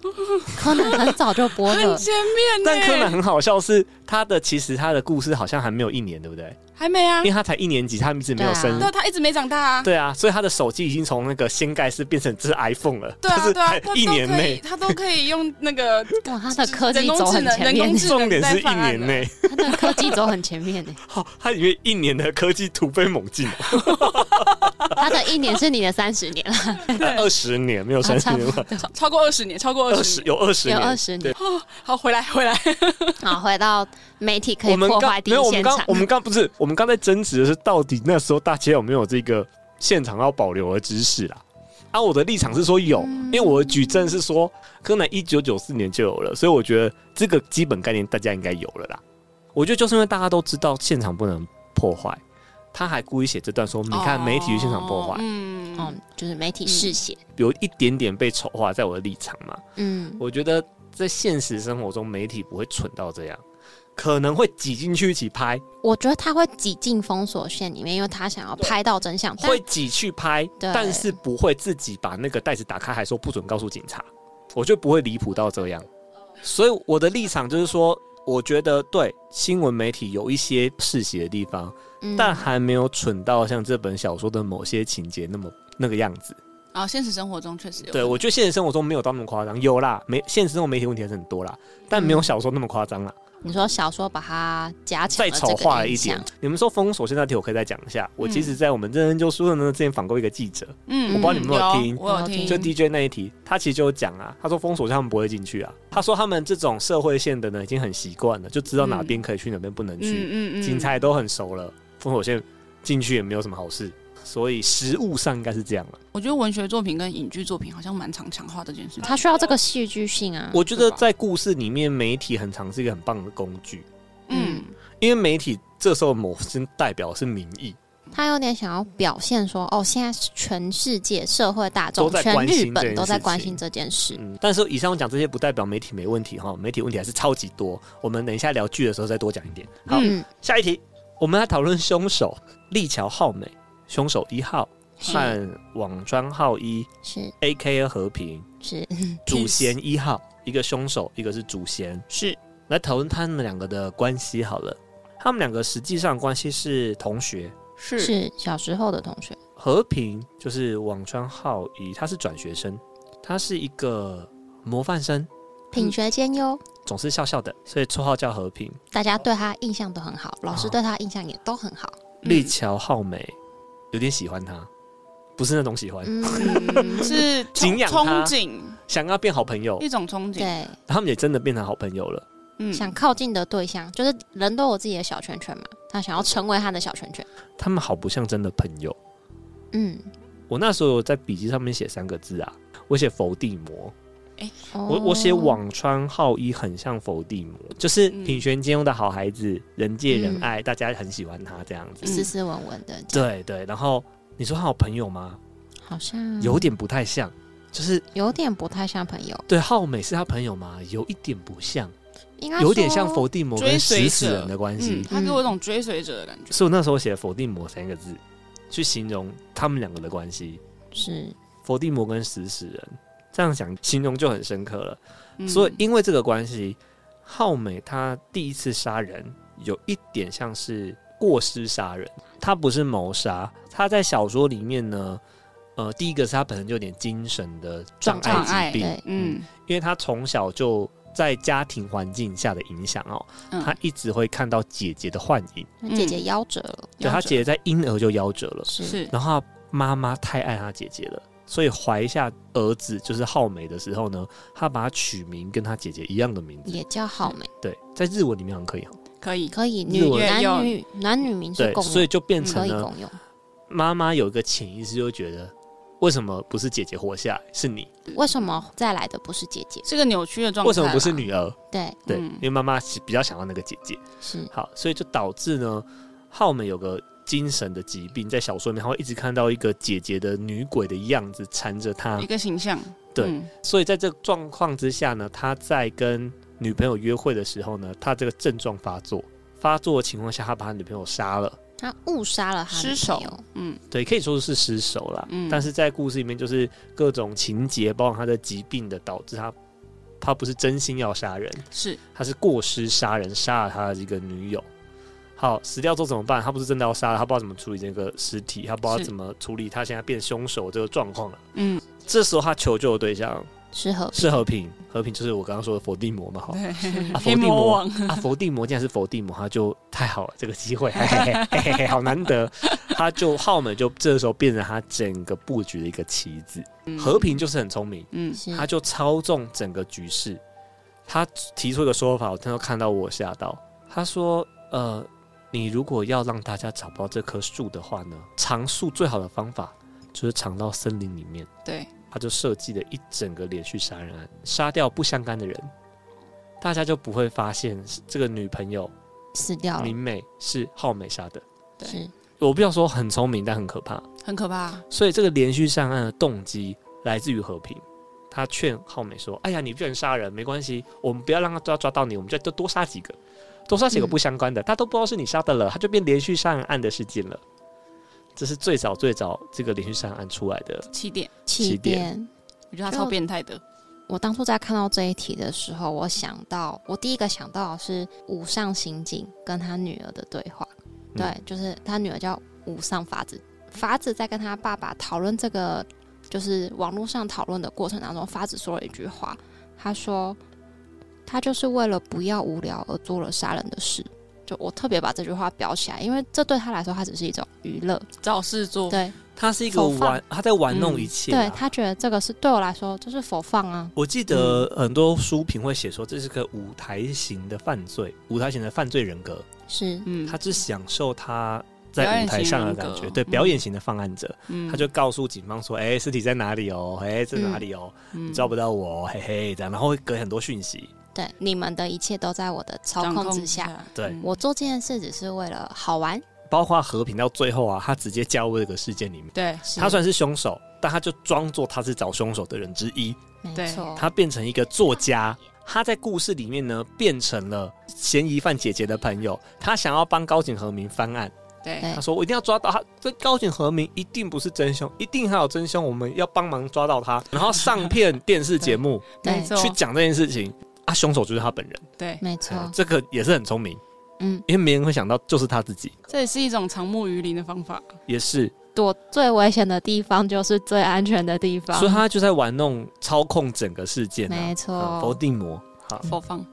Speaker 3: 柯南很早就播
Speaker 4: 很
Speaker 3: 了，哦
Speaker 4: 前面呢，
Speaker 1: 但柯南很好笑是他的其实他的故事好像还没有一年，对不对？
Speaker 4: 还没啊
Speaker 1: 因为，他才一年级，他一直没有升
Speaker 3: 对
Speaker 4: 对，他一直没长大啊。
Speaker 1: 对啊，所以他的手机已经从那个掀盖式变成这是 iPhone 了，
Speaker 4: 对
Speaker 1: 就是
Speaker 4: 啊，对啊，
Speaker 1: 在
Speaker 4: 他
Speaker 1: 一年
Speaker 4: 都可
Speaker 1: 内
Speaker 4: 以，他都可以用那个
Speaker 3: 哇，他的科技
Speaker 4: 人工
Speaker 3: 走
Speaker 4: 智
Speaker 3: 很
Speaker 4: 能
Speaker 3: 前
Speaker 4: 人
Speaker 3: 面
Speaker 4: 工
Speaker 3: 呢，
Speaker 4: 智
Speaker 1: 重点是一
Speaker 4: 在犯案
Speaker 1: 年
Speaker 4: 了
Speaker 1: 内，
Speaker 3: 他的科技走很前面呢，
Speaker 1: 好，它里面一年的科技突飞猛进，
Speaker 3: 他的一年是你的三十年了，
Speaker 1: 啊二十年没有三十
Speaker 3: 啊差
Speaker 1: 年
Speaker 3: 不
Speaker 1: 吧，
Speaker 3: 多。
Speaker 4: 超过二十年，超过
Speaker 1: 二
Speaker 4: 二
Speaker 1: 十
Speaker 4: 十。
Speaker 1: 有二十
Speaker 3: 有
Speaker 1: 年，
Speaker 3: 二十年
Speaker 1: 对。
Speaker 4: 好，回来回来，
Speaker 3: 好，回到媒体可
Speaker 1: 我
Speaker 3: 以
Speaker 1: 们
Speaker 3: 破
Speaker 1: 刚
Speaker 3: 坏第
Speaker 1: 没有，
Speaker 3: 一
Speaker 1: 我们
Speaker 3: 现
Speaker 1: 刚
Speaker 3: 场
Speaker 1: 我。们刚不是我们刚在争执的是到底那时候大家有没有这个现场要保留的知识啦？啊，我的立场是说有，
Speaker 3: 嗯
Speaker 1: 因为我的举证是说柯南一九九四年就有了，所以我觉得这个基本概念大家应该有了啦。我觉得就是因为大家都知道现场不能破坏，他还故意写这段说，你看媒体去现场破坏
Speaker 4: 哦，嗯
Speaker 3: 嗯，就是媒体嗜血。
Speaker 1: 有一点点被丑化，在我的立场嘛。
Speaker 3: 嗯，
Speaker 1: 我觉得在现实生活中，媒体不会蠢到这样，可能会挤进去一起拍，
Speaker 3: 我觉得他会挤进封锁线里面，因为他想要拍到真相。但
Speaker 1: 会挤去拍，
Speaker 3: 对
Speaker 1: 但是不会自己把那个袋子打开，还说不准告诉警察。我觉得不会离谱到这样。所以我的立场就是说，我觉得对新闻媒体有一些嗜血的地方，
Speaker 3: 嗯
Speaker 1: 但还没有蠢到像这本小说的某些情节那么那个样子。
Speaker 4: 啊，现实生活中确实有。
Speaker 1: 对，我觉得现实生活中没有到那么夸张，有啦，没现实生活媒体问题还是很多啦，但没有
Speaker 3: 嗯
Speaker 1: 小说那么夸张啦。
Speaker 3: 你说小说把它加强
Speaker 1: 再
Speaker 3: 了
Speaker 1: 丑
Speaker 3: 啊这个
Speaker 1: 化了一
Speaker 3: 印
Speaker 1: 点
Speaker 3: 象。
Speaker 1: 你们说封锁线那题，我可以再讲一下。我其实，
Speaker 4: 嗯
Speaker 1: 在我们认真就书的呢，之前访过一个记者，
Speaker 4: 嗯
Speaker 3: 我不知道你
Speaker 1: 们有没有听
Speaker 4: 我有
Speaker 3: 嗯
Speaker 4: 听，
Speaker 1: 就 DJ 那一题，他其实就有讲啊，他说封锁线他们不会进去啊，他说他们这种社会线的呢，已经很习惯了，就知道哪边可以去，哪边不能去，
Speaker 4: 嗯
Speaker 1: 警察也都很熟了，封锁线进去也没有什么好事，所以实物上应该是这样了。
Speaker 3: 啊
Speaker 4: 我觉得文学作品跟影剧作品好像蛮常强化这件事情。
Speaker 3: 他需要这个戏剧性啊。
Speaker 1: 我觉得
Speaker 4: 对吧
Speaker 1: 在故事里面，媒体很常是一个很棒的工具，
Speaker 4: 嗯，
Speaker 1: 因为媒体这时候某些代表是民意，
Speaker 3: 他有点想要表现说，哦，现在全世界社会大众
Speaker 1: 都、在
Speaker 3: 全
Speaker 1: 关心
Speaker 3: 日
Speaker 1: 这件
Speaker 3: 本
Speaker 1: 事
Speaker 3: 都在关
Speaker 1: 情
Speaker 3: 心这件事。
Speaker 1: 嗯，但是以上讲这些不代表媒体没问题哈，媒体问题还是超级多。我们等一下聊剧的时候再多讲一点。好，
Speaker 3: 嗯，
Speaker 1: 下一题，我们来讨论凶手立桥浩美，凶手一号
Speaker 3: 是
Speaker 1: 和网川浩一
Speaker 3: 是
Speaker 1: （A K A 和平）
Speaker 3: 是，
Speaker 1: 主嫌一号，一个凶手，一个是主嫌，
Speaker 4: 是
Speaker 1: 来讨论他们两个的关系好了。他们两个实际上关系是同学，
Speaker 4: 是
Speaker 3: 是小时候的同学，
Speaker 1: 和平就是网川浩一，他是转学生，他是一个模范生，
Speaker 3: 品学兼优，
Speaker 1: 总是笑笑的，所以绰号叫和平。
Speaker 3: 大家对他印象都很好，
Speaker 1: 啊
Speaker 3: 老师对他印象也都很好。
Speaker 4: 嗯
Speaker 1: 立桥浩美有点喜欢他，不是那种喜欢，
Speaker 3: 嗯，
Speaker 4: 嗯，是
Speaker 1: 敬
Speaker 4: 憧
Speaker 1: 仰哦他
Speaker 4: 憧憬
Speaker 1: 想要变好朋友，
Speaker 4: 一种憧憬，
Speaker 3: 对，
Speaker 1: 他们也真的变成好朋友了。
Speaker 4: 嗯，
Speaker 3: 想靠近的对象就是人都有自己的小圈圈嘛，他想要成为他的小圈圈。
Speaker 1: 他们好不像真的朋友。
Speaker 3: 嗯，
Speaker 1: 我那时候有在笔记上面写三个字啊，我写伏地魔，我
Speaker 3: 哦
Speaker 1: 我写网川浩一很像伏地魔，就是
Speaker 4: 嗯
Speaker 1: 品学兼优的好孩子，人见
Speaker 3: 嗯
Speaker 1: 人爱，大家很喜欢他这样
Speaker 4: 嗯
Speaker 1: 子。
Speaker 3: 斯斯文文的，
Speaker 1: 对对，然后你说他好朋友吗？
Speaker 3: 好像
Speaker 1: 有点不太像，就是
Speaker 3: 有点不太像朋友，
Speaker 1: 对浩美是他朋友吗？有一点不像，
Speaker 3: 应该
Speaker 1: 有点
Speaker 3: 说
Speaker 1: 像伏地魔跟
Speaker 4: 追随
Speaker 1: 食死
Speaker 4: 者
Speaker 1: 人的关系
Speaker 4: 嗯，。他给我一种追随者的感觉，
Speaker 1: 所以我那时候写伏地魔三个字，去形容他们两个的关系。
Speaker 3: 是
Speaker 1: 伏地魔跟食死人，这样想形容就很深刻了。
Speaker 4: 嗯
Speaker 1: 所以因为这个关系，浩美她第一次杀人有一点像是过失杀人，她不是谋杀。她在小说里面呢，呃，第一个是她本身就有点精神的障
Speaker 4: 障
Speaker 1: 碍
Speaker 4: 碍
Speaker 1: 疾病，
Speaker 3: 对
Speaker 4: 嗯
Speaker 1: 因为她从小就在家庭环境下的影响哦，
Speaker 4: 嗯
Speaker 1: 她一直会看到姐姐的幻影，
Speaker 3: 那姐姐夭折了，
Speaker 1: 对她
Speaker 4: 夭折
Speaker 1: 姐姐在婴儿就夭折了，
Speaker 3: 是
Speaker 4: 是
Speaker 1: 然后她妈妈太爱她姐姐了。所以怀下儿子就是浩美的时候呢，她把他取名跟她姐姐一样的名字，
Speaker 3: 也叫好美，
Speaker 1: 对，在日文里面好像可以哦，
Speaker 4: 可以
Speaker 3: 可以
Speaker 1: 日
Speaker 3: 女
Speaker 1: 文
Speaker 3: 男女男女名是
Speaker 1: 对，
Speaker 3: 共
Speaker 1: 所以
Speaker 3: 用，嗯
Speaker 1: 就变
Speaker 3: 可
Speaker 1: 成
Speaker 3: 以
Speaker 1: 了
Speaker 3: 共用。
Speaker 1: 妈妈有一个潜意识就觉得，为什么不是姐姐活下来，是你？
Speaker 3: 为什么再来的不是姐姐？
Speaker 4: 是个扭曲的状态啦，
Speaker 1: 为什么不是女儿？
Speaker 3: 对，
Speaker 1: 对，
Speaker 4: 嗯
Speaker 1: 因为妈妈是比较想要那个姐姐。
Speaker 3: 是
Speaker 1: 好，所以就导致呢，浩美有个精神的疾病，在小说里面，她会一直看到一个姐姐的女鬼的样子缠着她
Speaker 4: 一，个形象？
Speaker 1: 啊对
Speaker 4: 嗯
Speaker 1: 所以在这个状况之下呢，她在跟女朋友约会的时候呢，她这个症状发作，发作的情况下，她把她女朋友杀了。
Speaker 3: 他误杀了他女
Speaker 4: 失
Speaker 3: 朋
Speaker 4: 手
Speaker 3: 友，，
Speaker 4: 嗯
Speaker 1: 对，可以说是失手啦。
Speaker 4: 嗯
Speaker 1: 但是在故事里面，就是各种情节，包括他的疾病的导致他，他不是真心要杀人，
Speaker 4: 是
Speaker 1: 他是过失杀人，杀了他的一个女友。好，死掉之后怎么办？他不是真的要杀了，他不知道怎么处理这个尸体，他不知道
Speaker 4: 是
Speaker 1: 怎么处理他现在变凶手这个状况了。
Speaker 4: 嗯
Speaker 1: 这时候他求救的对象
Speaker 3: 是和
Speaker 1: 是和平，和平就是我刚刚说的伏地魔嘛，哈，
Speaker 4: 对
Speaker 1: 啊
Speaker 4: 黑
Speaker 1: 伏地魔
Speaker 4: 魔王
Speaker 1: 啊，伏地魔竟然是伏地魔，他就太好了，这个机会， 嘿嘿嘿嘿嘿好难得。他就浩美就这时候变成他整个布局的一个棋子。和平就是很聪明，
Speaker 4: 嗯
Speaker 3: 是
Speaker 1: 他就操纵整个局势。他提出一个说法，我听到看到我吓到。他说：“呃，你如果要让大家找不到这棵树的话呢，藏树最好的方法就是藏到森林里面。”
Speaker 4: 对
Speaker 1: 他就设计了一整个连续杀人案，杀掉不相干的人，大家就不会发现这个女朋友
Speaker 3: 死掉了
Speaker 1: 明，美是浩美杀的。
Speaker 4: 对
Speaker 3: 是
Speaker 1: 我不要说很聪明，但很可怕。
Speaker 4: 很可怕，啊
Speaker 1: 所以这个连续上岸的动机来自于和平。他劝浩美说：“哎呀，你不能杀人，没关系，我们不要让他抓抓到你，我们就就多杀几个，多杀几个
Speaker 3: 嗯
Speaker 1: 不相关的，他都不知道是你杀的了，他就变连续上岸的事件了。”这是最早最早这个连续上岸出来的
Speaker 4: 起点，
Speaker 3: 气
Speaker 1: 起点
Speaker 3: 垫。
Speaker 4: 我觉得他
Speaker 3: 就
Speaker 4: 超变态的，
Speaker 3: 我当初在看到这一题的时候，我想到我第一个想到的是武上刑警跟他女儿的对话，
Speaker 1: 嗯
Speaker 3: 对，就是他女儿叫武上法子，法子在跟他爸爸讨论这个就是网络上讨论的过程当中，法子说了一句话，他说他就是为了不要无聊而做了杀人的事。就我特别把这句话标起来，因为这对他来说，他只是一种娱乐，
Speaker 4: 找事做，
Speaker 3: 对，
Speaker 1: 他是一个
Speaker 3: 个玩
Speaker 1: 玩，他在玩弄
Speaker 4: 弄
Speaker 1: 一
Speaker 4: 一
Speaker 1: 切、啊
Speaker 3: 对他觉得这个是对我来说就是佛放啊，
Speaker 1: 我记得很多书评会写说，这是个舞台型的犯罪，舞台型的犯罪人格，
Speaker 3: 是
Speaker 4: 嗯
Speaker 1: 他只享受他在舞台上的感
Speaker 4: 表演型
Speaker 1: 觉，
Speaker 4: 人格
Speaker 1: 对
Speaker 4: 嗯
Speaker 1: 表演型的犯案者，
Speaker 4: 嗯
Speaker 1: 他就告诉警方说：“哎、尸体在哪里哦？哎、这哪里哦？
Speaker 4: 嗯
Speaker 1: 你抓不到我哦，嘿嘿。”这样，然后会隔很多讯息，
Speaker 3: 对，你们的一切都在我的操
Speaker 4: 掌
Speaker 3: 控
Speaker 4: 控
Speaker 3: 之下。，
Speaker 1: 对
Speaker 4: 嗯
Speaker 3: 我做这件事只是为了好玩，
Speaker 1: 包括和平到最后啊，他直接加入这个事件里面。
Speaker 4: 对
Speaker 3: 是
Speaker 1: 他虽然是凶手，但他就装作他是找凶手的人之一，
Speaker 3: 没
Speaker 4: 对
Speaker 3: 错，
Speaker 1: 他变成一个作家。他在故事里面呢，变成了嫌疑犯姐姐的朋友，他想要帮高井和明翻案。
Speaker 4: 对
Speaker 3: 对
Speaker 1: 他说：“我一定要抓到他，这高井和明一定不是真凶，一定还有真凶，我们要帮忙抓到他。”然后上片电视节目
Speaker 3: 对
Speaker 4: 没错，
Speaker 1: 去讲这件事情啊，凶手就是他本人，
Speaker 4: 对
Speaker 3: 没错，
Speaker 1: 这个也是很聪明。
Speaker 3: 嗯，
Speaker 1: 因为没人会想到就是他自己，
Speaker 4: 这也是一种藏木于林的方法。
Speaker 1: 也是，
Speaker 3: 躲最危险的地方就是最安全的地方
Speaker 1: 所以，他就在玩弄操控整个事件、啊，
Speaker 3: 啊没
Speaker 1: 嗯否
Speaker 3: 错。
Speaker 1: 定魔。好，
Speaker 4: 佛方，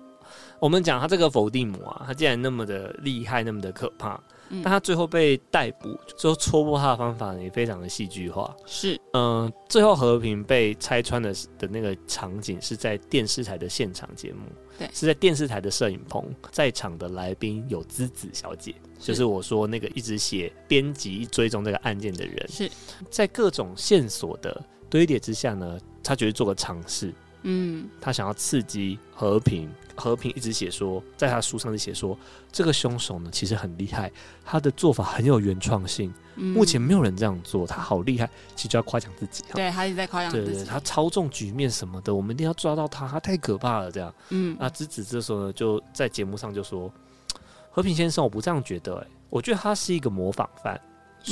Speaker 1: 我们讲他这个否定魔啊，他竟然那么的厉害，那么的可怕，
Speaker 4: 嗯
Speaker 1: 但，他最后被逮捕，最后戳破他的方法呢也非常的戏剧化。
Speaker 4: 是
Speaker 1: 嗯、最后和平被拆穿的的那个场景是在电视台的现场节目，
Speaker 4: 对
Speaker 1: 是在电视台的摄影棚，在场的来宾有资子小姐，就是我说那个一直写编辑追踪这个案件的人，
Speaker 4: 是，
Speaker 1: 在各种线索的堆叠之下呢，他决定做个尝试，
Speaker 4: 嗯，
Speaker 1: 他想要刺激和平。和平一直写说，在他书上是写说，这个凶手呢其实很厉害，他的做法很有原创性，
Speaker 4: 嗯
Speaker 1: 目前没有人这样做，他好厉害，其实就要夸奖自己啊哈。
Speaker 4: 对他一直在夸奖
Speaker 1: 对
Speaker 4: 自
Speaker 1: 对，
Speaker 4: 己，
Speaker 1: 他操纵局面什么的，我们一定要抓到他，他太可怕了。这样，
Speaker 4: 嗯
Speaker 1: 那之子这时候呢，就在节目上就说：“和平先生，我不这样觉得、欸，我觉得他是一个模仿犯，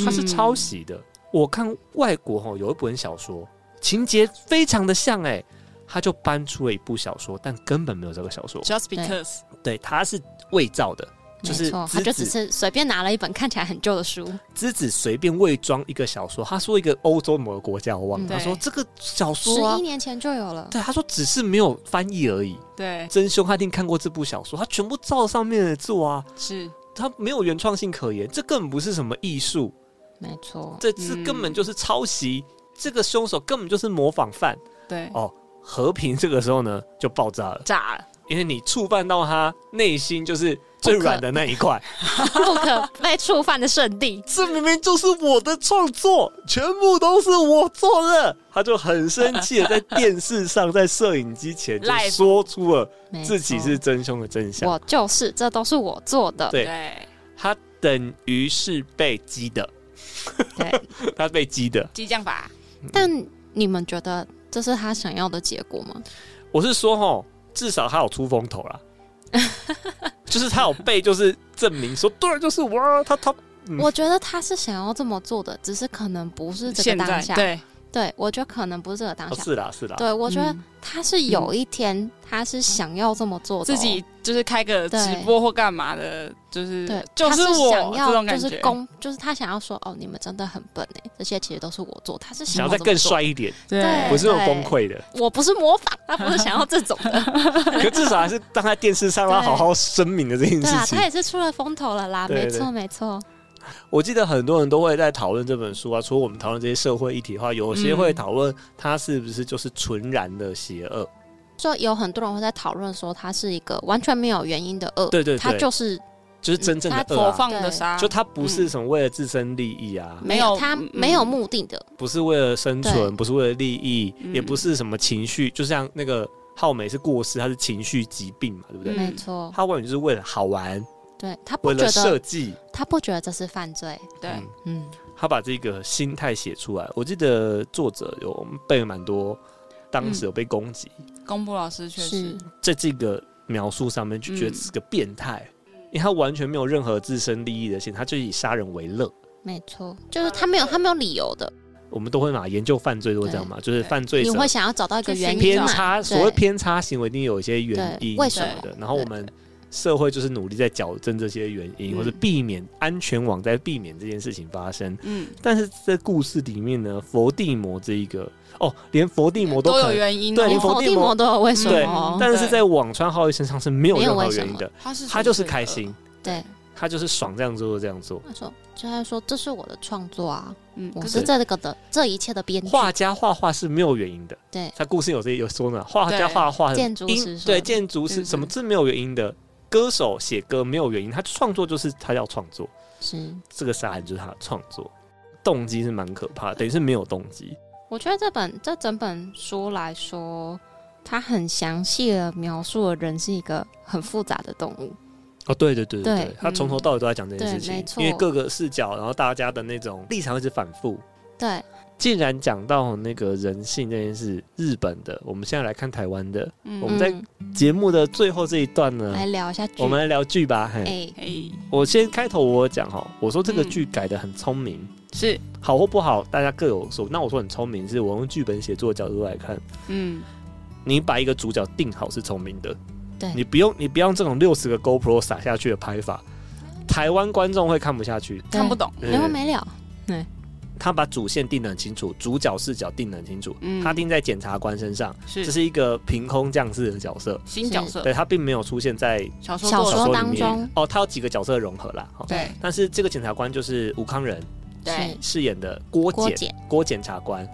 Speaker 1: 他是
Speaker 3: 嗯
Speaker 1: 抄袭的。我看外国哈有一本小说，情节非常的像、欸，哎，他就搬出了一部小说，但根本没有这个小说，
Speaker 4: ，just because，
Speaker 1: 对，他是伪造的，就
Speaker 3: 没
Speaker 1: 是
Speaker 3: 错，他
Speaker 1: 之
Speaker 3: 就只
Speaker 1: 子
Speaker 3: 是随便拿了一本看起来很旧的书，
Speaker 1: 之子随便伪装一个小说，他说一个欧洲某个国家，我忘了，
Speaker 3: 嗯
Speaker 1: 他说这个小
Speaker 3: 十
Speaker 1: 说啊
Speaker 3: 一。”年前就有了。
Speaker 1: 对，他说只是没有翻译而已，
Speaker 4: 对，
Speaker 1: 真凶他一定看过这部小说，他全部照上面的做啊，
Speaker 4: 是
Speaker 1: 他没有原创性可言，这根本不是什么艺术，
Speaker 3: 没错，
Speaker 1: 这这
Speaker 4: 嗯
Speaker 1: 根本就是抄袭，这个凶手根本就是模仿犯。
Speaker 4: 对
Speaker 1: 哦，和平这个时候呢就爆炸了，
Speaker 4: 炸了，
Speaker 1: 因为你触犯到他内心就是最软的那一块，。
Speaker 3: 不可被触犯的圣地
Speaker 1: 这明明就是我的创作，全部都是我做的，他就很生气的在电视上，在摄影机前就
Speaker 4: Live
Speaker 1: 说出了
Speaker 3: 没
Speaker 1: 自己是真凶的真
Speaker 3: 错，
Speaker 1: 相
Speaker 3: 我。就是，这都是我做的。
Speaker 1: 对
Speaker 4: 对，
Speaker 1: 他等于是被激的，
Speaker 3: 对，
Speaker 1: 他被激的。
Speaker 4: 激将法，
Speaker 3: 但你们觉得这是他想要的结果吗？
Speaker 1: 我是说，吼，至少他有出风头 啦，就是他有被就是证明说，对，就是我啊，他他
Speaker 3: 哦
Speaker 1: 嗯
Speaker 3: 我觉得他是想要这么做的，只是可能不是这
Speaker 4: 现
Speaker 3: 个当
Speaker 4: 在
Speaker 3: 下。
Speaker 4: 对，
Speaker 3: 对我觉得可能不是这个当
Speaker 1: 哦
Speaker 3: 下。
Speaker 1: 是啦是啦，
Speaker 3: 对，我觉得
Speaker 4: 嗯
Speaker 3: 他是有一天他是想要这么做的哦、
Speaker 4: 自己就是开个直
Speaker 3: 对
Speaker 4: 播或干嘛的，就是
Speaker 3: 对，
Speaker 4: 就
Speaker 3: 他是想
Speaker 4: 我这种
Speaker 3: 要就
Speaker 4: 感
Speaker 3: 是
Speaker 4: 觉，
Speaker 3: 公，就是他想要说哦，你们真的很笨哎，这些其实都是我做，他是
Speaker 1: 想要再
Speaker 3: 要这么
Speaker 1: 更
Speaker 3: 做
Speaker 1: 帅。一点，
Speaker 3: 对
Speaker 1: 不是那种崩溃的，
Speaker 3: 我不是模仿，他不是想要这种的。
Speaker 1: 可至少还是当他电视上他
Speaker 3: 对
Speaker 1: 好好声明的这件
Speaker 3: 对啊
Speaker 1: 事，情。
Speaker 3: 他也是出了风头了啦，
Speaker 1: 对
Speaker 3: 没
Speaker 1: 对
Speaker 3: 错没错，
Speaker 1: 我记得很多人都会在讨论这本书啊，除了我们讨论这些社会议题的话，有些
Speaker 4: 嗯
Speaker 1: 会讨论他是不是就是纯然的邪恶，
Speaker 3: 就有很多人会在讨论说他是一个完全没有原因的恶，
Speaker 1: 对对对
Speaker 3: 他就是
Speaker 1: 就是真正的恶
Speaker 4: 佛
Speaker 1: 啊。
Speaker 4: 放的杀，
Speaker 1: 就他不
Speaker 3: 嗯
Speaker 1: 是什么为了自身利益啊，
Speaker 4: 没
Speaker 3: 没
Speaker 4: 有
Speaker 3: 有他
Speaker 4: 嗯
Speaker 3: 没有目的的，
Speaker 1: 不是为了生存，
Speaker 3: 对
Speaker 1: 不是为了利益，
Speaker 4: 嗯
Speaker 1: 也不是什么情绪，就像那个浩美是过失，他是情绪疾病嘛，对不对？
Speaker 4: 嗯
Speaker 3: 没错，
Speaker 1: 他完全就是为了好玩，
Speaker 3: 对他不
Speaker 1: 为
Speaker 3: 觉
Speaker 1: 了设
Speaker 3: 得
Speaker 1: 计，
Speaker 3: 他不觉得这是犯罪，
Speaker 4: 对
Speaker 1: 嗯，
Speaker 3: 嗯，
Speaker 1: 他把这个心态写出来。我记得作者有被蛮多，当时有被攻击，
Speaker 4: 公布老师确实
Speaker 3: 是，
Speaker 1: 在这个描述上面就觉得
Speaker 4: 嗯
Speaker 1: 是个变态，因为他完全没有任何自身利益的线，他就以杀人为乐。
Speaker 3: 没错，就是他没有他没有理由的，
Speaker 1: 我们都会嘛研究犯罪都会这样嘛，就是犯罪
Speaker 3: 你
Speaker 1: 者
Speaker 3: 会想要找到一个
Speaker 4: 去
Speaker 3: 原
Speaker 4: 寻
Speaker 3: 因
Speaker 1: 偏
Speaker 3: 嘛？
Speaker 1: 差，
Speaker 3: 对
Speaker 1: 所谓偏差行为一定有一些原因
Speaker 3: 对为
Speaker 1: 什
Speaker 3: 什
Speaker 1: 么
Speaker 4: 么
Speaker 1: 的。然后我们社会就是努力在矫正这些原因，
Speaker 4: 嗯
Speaker 1: 或者避免安全网在避免这件事情发生。
Speaker 4: 嗯，
Speaker 1: 但是在故事里面呢，佛地魔这一个哦，连佛地魔都
Speaker 4: 都有
Speaker 1: 可能，
Speaker 4: 原因哦，
Speaker 1: 对
Speaker 3: 连
Speaker 1: 你
Speaker 3: 否
Speaker 1: 否定
Speaker 3: 定
Speaker 1: 我
Speaker 3: 魔都有为什
Speaker 1: 对
Speaker 3: 么？
Speaker 1: 但是在网川浩一身上是没有
Speaker 3: 没有
Speaker 1: 任何
Speaker 3: 为什
Speaker 1: 原
Speaker 3: 么
Speaker 1: 因的，
Speaker 4: 他是
Speaker 1: 他就是开心，
Speaker 3: 对，
Speaker 1: 他就是爽这样做这样做。
Speaker 3: 他说，就他说这是我的创作啊，
Speaker 4: 嗯，
Speaker 3: 我
Speaker 4: 可
Speaker 3: 是
Speaker 4: 是
Speaker 3: 这个的这一切的编剧，
Speaker 1: 画家画画是没有原因的，
Speaker 3: 对
Speaker 1: 他故事有这有说呢，画家
Speaker 4: 对
Speaker 1: 画画
Speaker 3: 建筑师
Speaker 1: 因
Speaker 3: 说
Speaker 1: 对
Speaker 3: 的嗯
Speaker 1: 建筑师
Speaker 4: 就是
Speaker 1: 什么是没有原因的，歌手写歌没有原因，他创作就是他要创作，
Speaker 3: 是。
Speaker 1: 这个杀人就是他的创作，动机是蛮可怕的，等于是没有动机，
Speaker 3: 我觉得这本这整本书来说，它很详细的描述了人是一个很复杂的动物。
Speaker 1: 哦，对对对
Speaker 3: 对嗯
Speaker 1: 对，他从头到尾都在讲这件事
Speaker 3: 对没
Speaker 1: 情，
Speaker 3: 错
Speaker 1: 因为各个视角，然后大家的那种立场一直反复。
Speaker 3: 对，
Speaker 1: 既然讲到那个人性这件事，日本的，我们现在来看台湾的我们在
Speaker 3: 嗯、
Speaker 1: 节目的最后这一段呢，
Speaker 3: 来聊一下剧。
Speaker 1: 我们来嗯聊剧吧。嘿，
Speaker 3: 哎、
Speaker 4: 哎
Speaker 1: 我先开头我有讲哈，我说这个剧改的很聪明，
Speaker 4: 是
Speaker 1: 好或不好大家各有所。那我说很聪明，是我用剧本写作的角度来看，
Speaker 4: 嗯
Speaker 1: 你把一个主角定好是聪明的，
Speaker 3: 对
Speaker 1: 你不用你不用这种六十个 GoPro 撒下去的拍法，台湾观众会看不下去。
Speaker 4: 看不懂。
Speaker 1: 呃
Speaker 3: 没完没了。
Speaker 1: 他把主线定得很清楚，主角视角定得很清楚，
Speaker 4: 嗯
Speaker 1: 他定在检察官身上，
Speaker 4: 是
Speaker 1: 这是一个凭空降世的角色，
Speaker 4: 新角色
Speaker 1: 对，他并没有出现在
Speaker 4: 小说
Speaker 3: 小
Speaker 1: 小
Speaker 4: 作者
Speaker 1: 说
Speaker 3: 说
Speaker 1: 里
Speaker 3: 当
Speaker 1: 面
Speaker 3: 中。
Speaker 1: 哦，他有几个角色的融合啦。哦
Speaker 4: 对
Speaker 1: 但是这个检察官就是吴康仁
Speaker 4: 对，
Speaker 1: 饰演的郭
Speaker 3: 郭
Speaker 1: 检
Speaker 3: 检
Speaker 1: 郭检察官，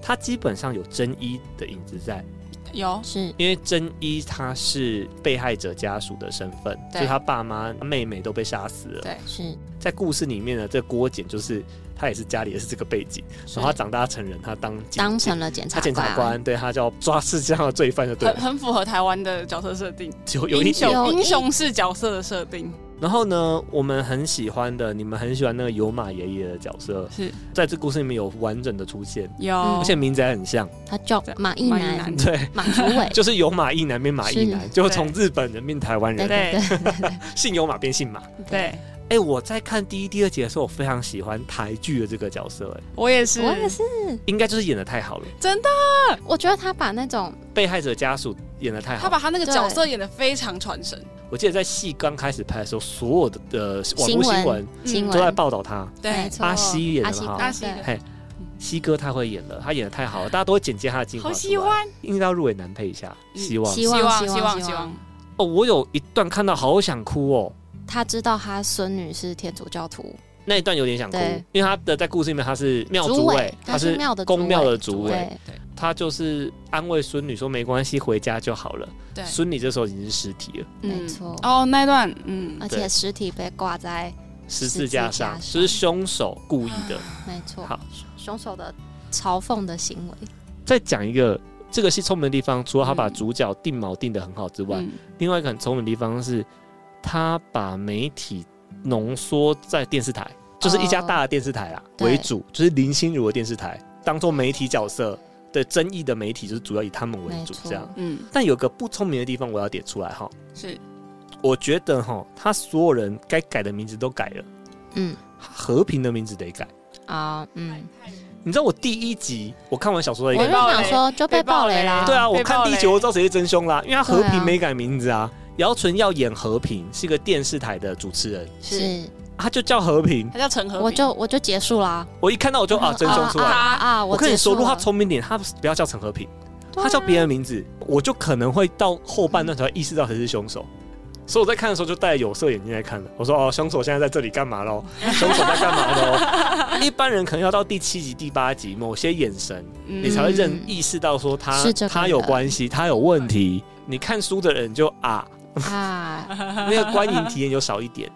Speaker 1: 他基本上有真一的影子在，
Speaker 4: 有
Speaker 3: 是
Speaker 1: 因为真一他是被害者家属的身份，就
Speaker 4: 对
Speaker 1: 是他爸妈、妹妹都被杀死了。
Speaker 4: 对
Speaker 3: 是
Speaker 1: 在故事里面呢，这个郭检就是他也是家里也是这个背景，然后他长大成人，他当警
Speaker 3: 当成了检
Speaker 1: 他
Speaker 3: 察
Speaker 1: 检察官，对他叫抓世界上的罪犯就对
Speaker 4: 很
Speaker 1: 了，
Speaker 4: 很符合台湾的角色设定，
Speaker 1: 有有一
Speaker 4: 英
Speaker 1: 点。
Speaker 3: 有
Speaker 4: 雄
Speaker 3: 一
Speaker 4: 英雄式角色的设定
Speaker 1: 然后呢，我们很喜欢的，你们很喜欢那个有马爷爷的角色，
Speaker 4: 是
Speaker 1: 在这故事里面有完整的出现，
Speaker 4: 有，
Speaker 1: 嗯而且名字还很像，
Speaker 3: 他叫马一
Speaker 4: 马一
Speaker 3: 男
Speaker 4: 男、
Speaker 1: 对，，
Speaker 3: 马 祖伟
Speaker 1: 就是有马一男变马一男，
Speaker 3: 是
Speaker 1: 就从日本人变台湾
Speaker 3: 对
Speaker 1: 人，
Speaker 3: 对对
Speaker 1: 姓有马变姓马。
Speaker 4: 对
Speaker 1: 哎，我在看第一、第二集的时候，我非常喜欢台剧的这个角色，哎，
Speaker 4: 我也是，
Speaker 3: 我也是，
Speaker 1: 应该就是演的太好了，
Speaker 4: 真的，
Speaker 3: 我觉得他把那种
Speaker 1: 被害者家属演的太好
Speaker 4: 他
Speaker 1: 了。
Speaker 4: 把他那个角色演得非常传神，
Speaker 1: 我记得在戏刚开始拍的时候，所有的呃网
Speaker 3: 新
Speaker 1: 络
Speaker 3: 闻
Speaker 1: 新闻
Speaker 3: 新
Speaker 1: 都
Speaker 3: 闻
Speaker 1: 在报道他，
Speaker 3: 没
Speaker 4: 嗯对，
Speaker 3: 错
Speaker 1: 阿西演
Speaker 3: 阿
Speaker 1: 的
Speaker 3: 西
Speaker 1: 很好，
Speaker 4: 阿西
Speaker 3: 对
Speaker 4: 的
Speaker 1: 西哥太会演了，他演的太好了，大家都会剪接他的精华。
Speaker 4: 好喜，欢，
Speaker 1: 应该要入围男配一下，希望。
Speaker 3: 希望
Speaker 4: 希
Speaker 3: 希
Speaker 4: 望
Speaker 3: 望
Speaker 4: 希望，
Speaker 1: 哦，我有一段看到好想哭哦，
Speaker 3: 他知道他孙女是天主教徒，
Speaker 1: 那一段有点想哭
Speaker 3: 对，
Speaker 1: 因为他的在故事里面他是庙
Speaker 3: 主
Speaker 1: 委
Speaker 3: 委，
Speaker 1: 他
Speaker 3: 他
Speaker 1: 是
Speaker 3: 是庙的
Speaker 1: 公庙的主
Speaker 3: 主
Speaker 1: 委，
Speaker 3: 对
Speaker 1: 他就是安慰孙女说没关系，回家就好了。
Speaker 4: 对，
Speaker 1: 孙女这时候已经是尸体了，
Speaker 3: 没错
Speaker 4: 哦，那一段，嗯，
Speaker 3: 而且尸体被挂在
Speaker 1: 十字架上，就
Speaker 3: 十字架上
Speaker 1: 是凶手故意的。
Speaker 3: 没错
Speaker 1: 好，
Speaker 3: 凶手的嘲讽的行为，
Speaker 1: 再讲一个这个戏聪明的地方，除了他把
Speaker 4: 嗯
Speaker 1: 主角定锚定的很好之外，
Speaker 4: 嗯
Speaker 1: 另外一个很聪明的地方是，他把媒体浓缩在电视台，就是一家大的电视台啦、
Speaker 3: 哦对
Speaker 1: 为主，就是林心如的电视台当做媒体角色的争议的媒体，就是主要以他们为
Speaker 3: 没
Speaker 1: 主
Speaker 3: 错
Speaker 1: 这样。
Speaker 4: 嗯，
Speaker 1: 但有个不聪明的地方，我要点出来哈，
Speaker 4: 是
Speaker 1: 我觉得哈，他所有人该改的名字都改了，
Speaker 3: 嗯
Speaker 1: 和平的名字得改。
Speaker 3: 啊嗯，
Speaker 1: 你知道我第一集我看完小说的一
Speaker 3: 我
Speaker 1: 个
Speaker 3: 就
Speaker 4: 被爆雷
Speaker 3: 想说就被爆雷啦，
Speaker 1: 对啊，我
Speaker 4: 被
Speaker 1: 看
Speaker 4: 爆
Speaker 1: 第
Speaker 4: 雷
Speaker 1: 九，我知道谁是真凶啦，因为他和
Speaker 3: 对
Speaker 1: 平
Speaker 3: 啊
Speaker 1: 没改名字啊。姚纯要演和平，是一个电视台的主持人，
Speaker 4: 是，
Speaker 3: 是，
Speaker 1: 他就叫和平。
Speaker 4: 他叫陈和平，
Speaker 3: 我就我就结束啦，
Speaker 1: 我一看到我就啊，真凶出来
Speaker 3: 啊
Speaker 1: 了。
Speaker 3: 啊啊！
Speaker 1: 我跟你
Speaker 3: 结
Speaker 1: 说，
Speaker 3: 束
Speaker 1: 如果他
Speaker 3: 了
Speaker 1: 聪明点，他不要叫陈和平，
Speaker 3: 对啊
Speaker 1: 他叫别人名字，我就可能会到后半段才会意识到谁是凶手。所以我在看的时候就戴有色眼镜在看了。我说哦，凶手现在在这里干嘛 喽？凶手在干嘛喽？一般人可能要到第七集、第八集，某些眼神
Speaker 4: 嗯
Speaker 1: 你才会 认
Speaker 3: 嗯
Speaker 1: 意识到说他
Speaker 3: 是这个
Speaker 1: 他有
Speaker 3: 人
Speaker 1: 关系，他有问题。你看书的人就啊，
Speaker 3: 啊，
Speaker 1: 那个观影体验就少一点。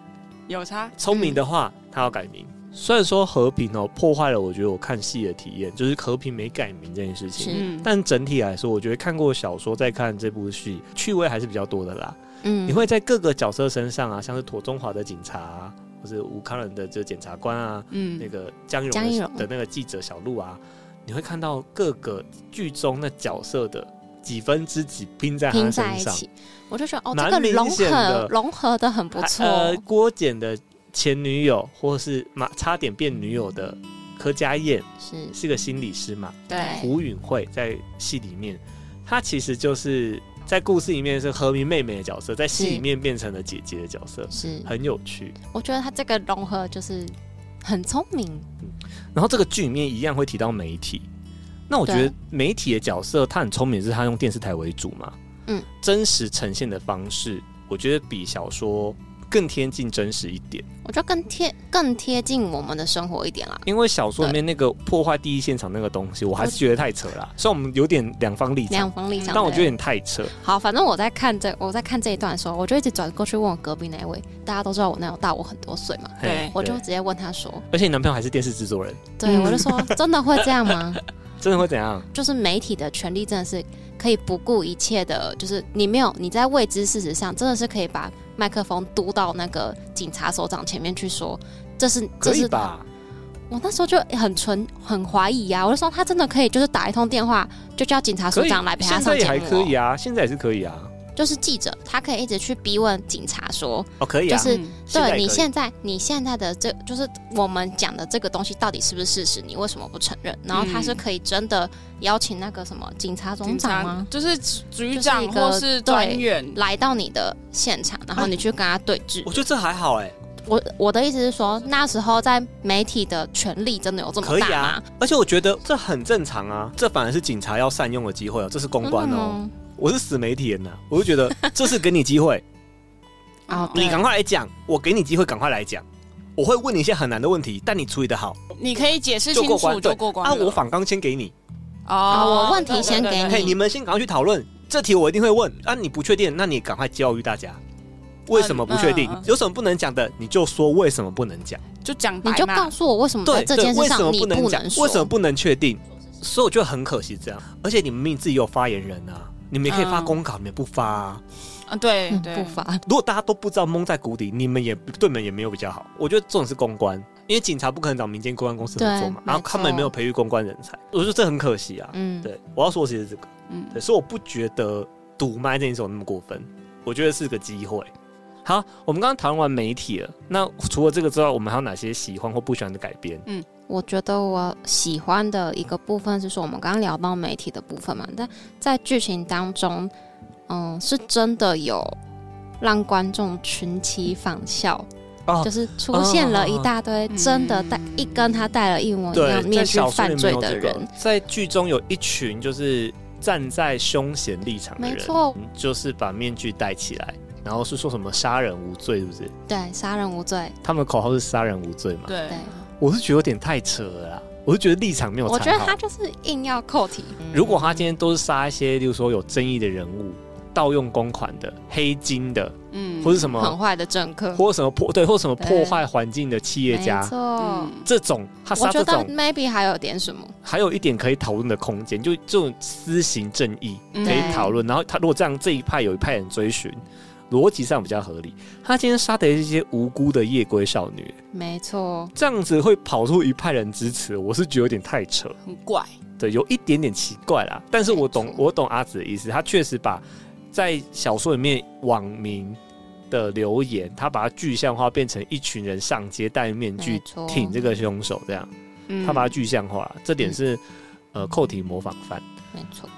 Speaker 4: 有差，
Speaker 1: 聪明的话，他要改名。虽然说和平哦破坏了我觉得我看戏的体验，就是和平没改名这件事情。
Speaker 3: 是
Speaker 4: 嗯，
Speaker 1: 但整体来说，我觉得看过小说再看这部戏，趣味还是比较多的啦。
Speaker 3: 嗯，
Speaker 1: 你会在各个角色身上啊，像是妥中华的警察、啊，或是吴康仁的这检察官啊，
Speaker 4: 嗯
Speaker 1: 那个江一
Speaker 3: 江一
Speaker 1: 荣
Speaker 3: 荣
Speaker 1: 的的那个记者小鹿啊，你会看到各个剧中那角色的几分之几拼在他
Speaker 3: 拼
Speaker 1: 身
Speaker 3: 在一
Speaker 1: 上。
Speaker 3: 起，我就觉得哦，
Speaker 1: 蛮
Speaker 3: 这个融
Speaker 1: 明显的
Speaker 3: 合融合的很不错，哦
Speaker 1: 呃，郭简的前女友，或是马差点变女友的柯佳燕，
Speaker 3: 是
Speaker 1: 是个心理师嘛。
Speaker 3: 对，
Speaker 1: 胡允慧在戏里面，她其实就是在故事里面是何明妹妹的角色，在戏
Speaker 3: 是
Speaker 1: 里面变成了姐姐的角色，
Speaker 3: 是，
Speaker 1: 很有趣。
Speaker 3: 我觉得他这个融合就是很聪明，
Speaker 1: 然后这个剧里面一样会提到媒体，那我觉
Speaker 3: 对
Speaker 1: 得媒体的角色他很聪明，是他用电视台为主嘛，
Speaker 3: 嗯，
Speaker 1: 真实呈现的方式，我觉得比小说更贴近真实一点。
Speaker 3: 我觉得更贴更贴近我们的生活一点啦，
Speaker 1: 因为小说里面那个破坏第一现场那个东西，我还是觉得太扯了。虽然我们有点两方立场
Speaker 3: 嗯两，方立场。
Speaker 1: 但我觉得
Speaker 3: 对
Speaker 1: 有点太扯。
Speaker 3: 好，反正我在看这我在看这一段的时候，我就一直转过去问我隔壁那一位，大家都知道我男友大我很多岁嘛，
Speaker 1: 嘿
Speaker 4: 对
Speaker 3: 我就直接问 他说，
Speaker 1: 而且你男朋友还是电视制作人，
Speaker 3: 对我就说真的会这样吗？
Speaker 1: 真的会怎样？
Speaker 3: 就是媒体的权利真的是可以不顾一切的，就是你没有你在未知事实上，真的是可以把麦克风嘟到那个警察首长前面去说，这是这
Speaker 1: 可以
Speaker 3: 是
Speaker 1: 吧？
Speaker 3: 我那时候就很纯很怀疑啊，我就说他真的可以就是打一通电话就叫警察
Speaker 1: 可
Speaker 3: 首
Speaker 1: 以
Speaker 3: 长来陪他
Speaker 1: 现在
Speaker 3: 上
Speaker 1: 也
Speaker 3: 节
Speaker 1: 还
Speaker 3: 目、哦
Speaker 1: 可以啊，现在也是可以啊。
Speaker 3: 就是记者他可以一直去逼问警察说，
Speaker 1: 哦，可以
Speaker 3: 就
Speaker 1: 啊，
Speaker 3: 是
Speaker 4: 嗯
Speaker 1: 在
Speaker 3: 对
Speaker 1: 可以
Speaker 3: 你现在你现在的这就是我们讲的这个东西到底是不是事实？你为什么不承认？然后他是可以真的邀请那个什么警察总
Speaker 4: 警
Speaker 3: 长
Speaker 4: 察
Speaker 3: 吗？
Speaker 4: 就是局
Speaker 3: 就是
Speaker 4: 长
Speaker 3: 一个
Speaker 4: 或是专员，嗯
Speaker 3: 来到你的现场，然后你去跟他对峙。
Speaker 1: 哎我觉得这还好哎、
Speaker 3: 我我的意思是说，那时候在媒体的权力真的有这
Speaker 1: 可
Speaker 3: 么
Speaker 1: 以
Speaker 3: 大
Speaker 1: 啊
Speaker 3: 吗？，
Speaker 1: 而且我觉得这很正常啊，这反而是警察要善用的机会哦，这是公关哦。
Speaker 3: 嗯
Speaker 1: 我是死媒体人呐、我就觉 得这是给你机会，
Speaker 3: 啊 对
Speaker 1: 你赶快来讲，我给你机会，赶快来讲。我会问你一些很难的问题，但你处理的好
Speaker 4: 你可以解释
Speaker 1: 就
Speaker 4: 清
Speaker 1: 过
Speaker 4: 楚
Speaker 1: 关。对
Speaker 4: 就过关
Speaker 1: 啊，
Speaker 4: 了
Speaker 1: 我反刚先给你，
Speaker 3: 啊
Speaker 4: 哦
Speaker 3: 我问题先给
Speaker 1: 嘿，
Speaker 3: 你
Speaker 1: 你们先赶快去讨论这题，我一定会问。啊，你不确定，那你赶快教育大家，为什么不确定
Speaker 4: 嗯嗯嗯？
Speaker 1: 有什么不能讲的，你就说为什么不能讲。
Speaker 4: 就讲白
Speaker 3: 你就
Speaker 4: 嘛
Speaker 3: 告诉我为什么在
Speaker 1: 对
Speaker 3: 这
Speaker 1: 对，
Speaker 3: 件事
Speaker 1: 为什么
Speaker 3: 上你
Speaker 1: 不能讲？
Speaker 3: 说？
Speaker 1: 为什么不能确定？所以我觉得很可惜这样。而且你们明明自己有发言人啊，你们也可以发
Speaker 4: 嗯
Speaker 1: 公稿，你们不发、啊。
Speaker 4: 嗯，对
Speaker 3: 嗯
Speaker 4: 对，
Speaker 3: 不发？
Speaker 1: 如果大家都不知道蒙在鼓底，你们也对你们也没有比较好。我觉得这种是公关，因为警察不可能找民间公关公司合作嘛
Speaker 3: 对，
Speaker 1: 然后
Speaker 3: 没错
Speaker 1: 他们也没有培育公关人才，我觉得这很可惜啊。
Speaker 3: 嗯，
Speaker 1: 对，我要说的其实是这个，
Speaker 4: 嗯
Speaker 1: 对，所以我不觉得赌麦这件事有那么过分，我觉得是个机会。好，我们刚刚讨论完媒体了，那除了这个之外，我们还有哪些喜欢或不喜欢的改编？
Speaker 3: 我觉得我喜欢的一个部分是说，我们刚刚聊到媒体的部分嘛，但在剧情当中，嗯，是真的有让观众群起仿效，
Speaker 1: 哦
Speaker 3: 就是出现了一大堆真的带、一跟他戴了一模一
Speaker 1: 对，
Speaker 3: 样哦
Speaker 1: 在
Speaker 3: 面具
Speaker 1: 小说里
Speaker 3: 犯
Speaker 1: 没
Speaker 3: 罪
Speaker 1: 有
Speaker 3: 的
Speaker 1: 这
Speaker 3: 人。
Speaker 1: 个，在剧中有一群就是站在凶险立场的人，嗯
Speaker 3: 没错，
Speaker 1: 就是把面具戴起来，然后是说什么杀人无罪，是不是？
Speaker 3: 对，杀人无罪。
Speaker 1: 他们的口号是杀人无罪嘛？
Speaker 4: 对
Speaker 3: 对
Speaker 1: 我是觉得有点太扯了啦，我嗯是觉得立场没有
Speaker 3: 我
Speaker 1: 参
Speaker 3: 觉得
Speaker 1: 考
Speaker 3: 他就是硬要扣题，
Speaker 1: 如果他今天都是杀一些，例如说有争议的人物、盗用公款的、黑金的，
Speaker 4: 嗯
Speaker 1: 或是什么，
Speaker 3: 很坏的政客。
Speaker 1: 或什么破对，或什么破
Speaker 3: 对
Speaker 1: 坏环境的企业
Speaker 3: 没
Speaker 1: 家，
Speaker 3: 错，
Speaker 4: 嗯
Speaker 1: 这种他
Speaker 3: 我
Speaker 1: 杀
Speaker 3: 觉
Speaker 1: 这
Speaker 3: 得
Speaker 1: 种
Speaker 3: maybe 还有点什么。
Speaker 1: 还有一点可以讨论的空间，就这种私刑正义
Speaker 4: 嗯
Speaker 1: 可以讨论。然后他如果这样，这一派有一派人追寻，逻辑上比较合理。他今天杀的是一些无辜的夜归少女，
Speaker 3: 没错，
Speaker 1: 这样子会跑出一派人支持，我是觉得有点太扯，
Speaker 4: 很怪，
Speaker 1: 对，有一点点奇怪啦。但是我懂
Speaker 3: 没，错
Speaker 1: 我懂阿紫的意思，他确实把在小说里面网民的留言，他把它具象化，变成一群人上街戴面
Speaker 3: 没
Speaker 1: 具
Speaker 3: 错，嗯
Speaker 1: 挺这个凶手这样。
Speaker 4: 嗯
Speaker 1: 他把它具象化了，这点是、呃扣题模仿犯。
Speaker 3: 没错，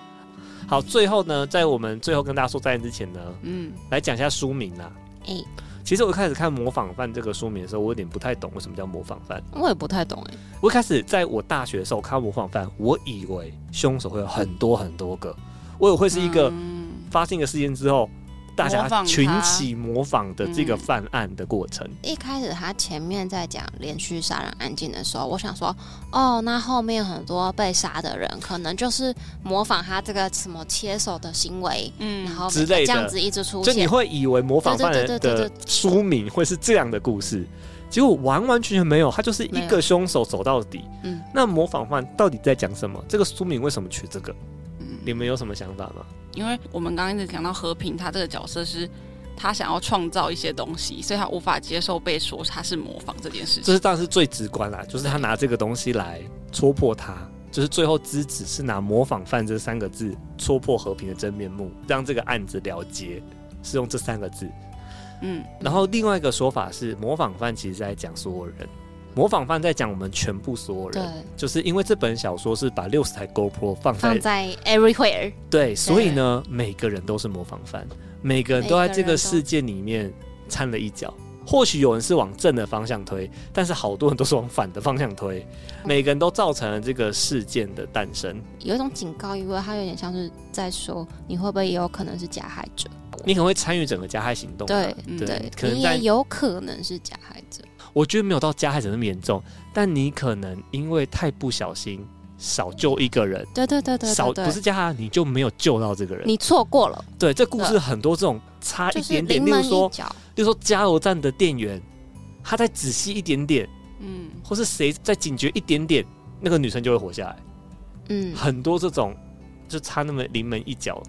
Speaker 1: 好，最后呢，在我们最后跟大家说再见之前呢，
Speaker 4: 嗯
Speaker 1: 来讲一下书名啦。
Speaker 3: 哎、
Speaker 1: 其实我一开始看《模仿犯》这个书名的时候，我有点不太懂为什么叫模仿犯。
Speaker 3: 我也不太懂哎、
Speaker 1: 我一开始在我大学的时候看到模仿犯，我以为凶手会有很多很多个，我也会是一个
Speaker 4: 嗯
Speaker 1: 发生一个事件之后，大
Speaker 4: 模
Speaker 1: 家
Speaker 4: 仿
Speaker 1: 群
Speaker 4: 他
Speaker 1: 起模仿的这个犯案的过程。
Speaker 3: 一开始他前面在讲连续杀人案件的时候，我想说，哦，那后面很多被杀的人可能就是模仿他这个什么切手的行为，
Speaker 4: 嗯
Speaker 3: 然后
Speaker 1: 之类的
Speaker 3: 这样子一直出
Speaker 1: 就你
Speaker 3: 现。
Speaker 1: 会以为模仿犯人
Speaker 3: 对对对对
Speaker 1: 的
Speaker 3: 对
Speaker 1: 书名会是这样的故事，结果完完全全没有，他就是一
Speaker 3: 没
Speaker 1: 个
Speaker 3: 有
Speaker 1: 凶手走到底。
Speaker 3: 嗯
Speaker 1: 那模仿犯到底在讲什么？这个书名为什么取这个？
Speaker 4: 嗯
Speaker 1: 你们有什么想法吗？
Speaker 4: 因为我们刚刚一直讲到和平，他这个角色是他想要创造一些东西，所以他无法接受被说他是模仿这件事
Speaker 1: 这
Speaker 4: 情。
Speaker 1: 是当然是最直观啦，就是他拿这个东西来戳破他，就是最后之子是拿模仿犯这三个字戳破和平的真面目，让这个案子了结，是用这三个字。
Speaker 4: 嗯
Speaker 1: 然后另外一个说法是，模仿犯其实在讲所有人，模仿犯在讲我们全部所有
Speaker 3: 对
Speaker 1: 人。，就是因为这本小说是把六十台 GoPro 放在
Speaker 3: 放在 everywhere，
Speaker 1: 对，所以呢，每个人都是模仿犯，每个人都在这个世界里面掺了一脚。或许有人是往正的方向推，但是好多人都是往反的方向推，
Speaker 3: 嗯
Speaker 1: 每个人都造成了这个事件的诞生。
Speaker 3: 有一种警告意味，他有点像是在说你会不会也有可能是加害者？
Speaker 1: 你可能会参与整个加害行动、啊
Speaker 3: 对，
Speaker 4: 嗯
Speaker 1: 对
Speaker 3: 对，
Speaker 1: 可能
Speaker 3: 你
Speaker 1: 在
Speaker 3: 也有可能是加害者。
Speaker 1: 我觉得没有到加害者那么严重，但你可能因为太不小心少救一个人，
Speaker 3: 对对对对
Speaker 1: 少
Speaker 3: 对
Speaker 1: 不是
Speaker 3: 对，
Speaker 1: 加害，你就没有救到这个人。
Speaker 3: 你错过了，
Speaker 1: 对，这故事很多这种差一
Speaker 3: 就是
Speaker 1: 点点，
Speaker 3: 临
Speaker 1: 例如
Speaker 3: 门一
Speaker 1: 说，
Speaker 3: 脚。
Speaker 1: 例如说加油站的店员，他再仔细一点点，
Speaker 4: 嗯，
Speaker 1: 或是谁再警觉一点点，那个女生就会活下来。
Speaker 3: 嗯，
Speaker 1: 很多这种就差那么临门一脚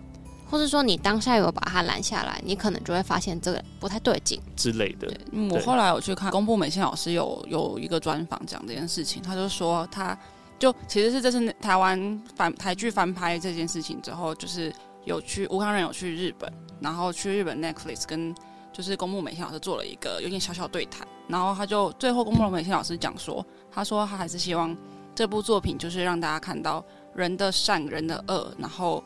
Speaker 3: 或是说你当下有把他拦下来，你可能就会发现这个不太对劲。
Speaker 1: 之类的。
Speaker 4: 嗯我
Speaker 1: 对
Speaker 4: 后来有去看宫部美幸老师有有一个专访讲这件事情，他就说他就其实是这是台湾翻台剧翻拍这件事情之后，就是有去吴康仁有去日本，然后去日本 Netflix 跟就是公木美仙老师做了一个有点小小对谈，然后他就最后公木美仙老师讲说，他说他还是希望这部作品就是让大家看到人的善、人的恶，然后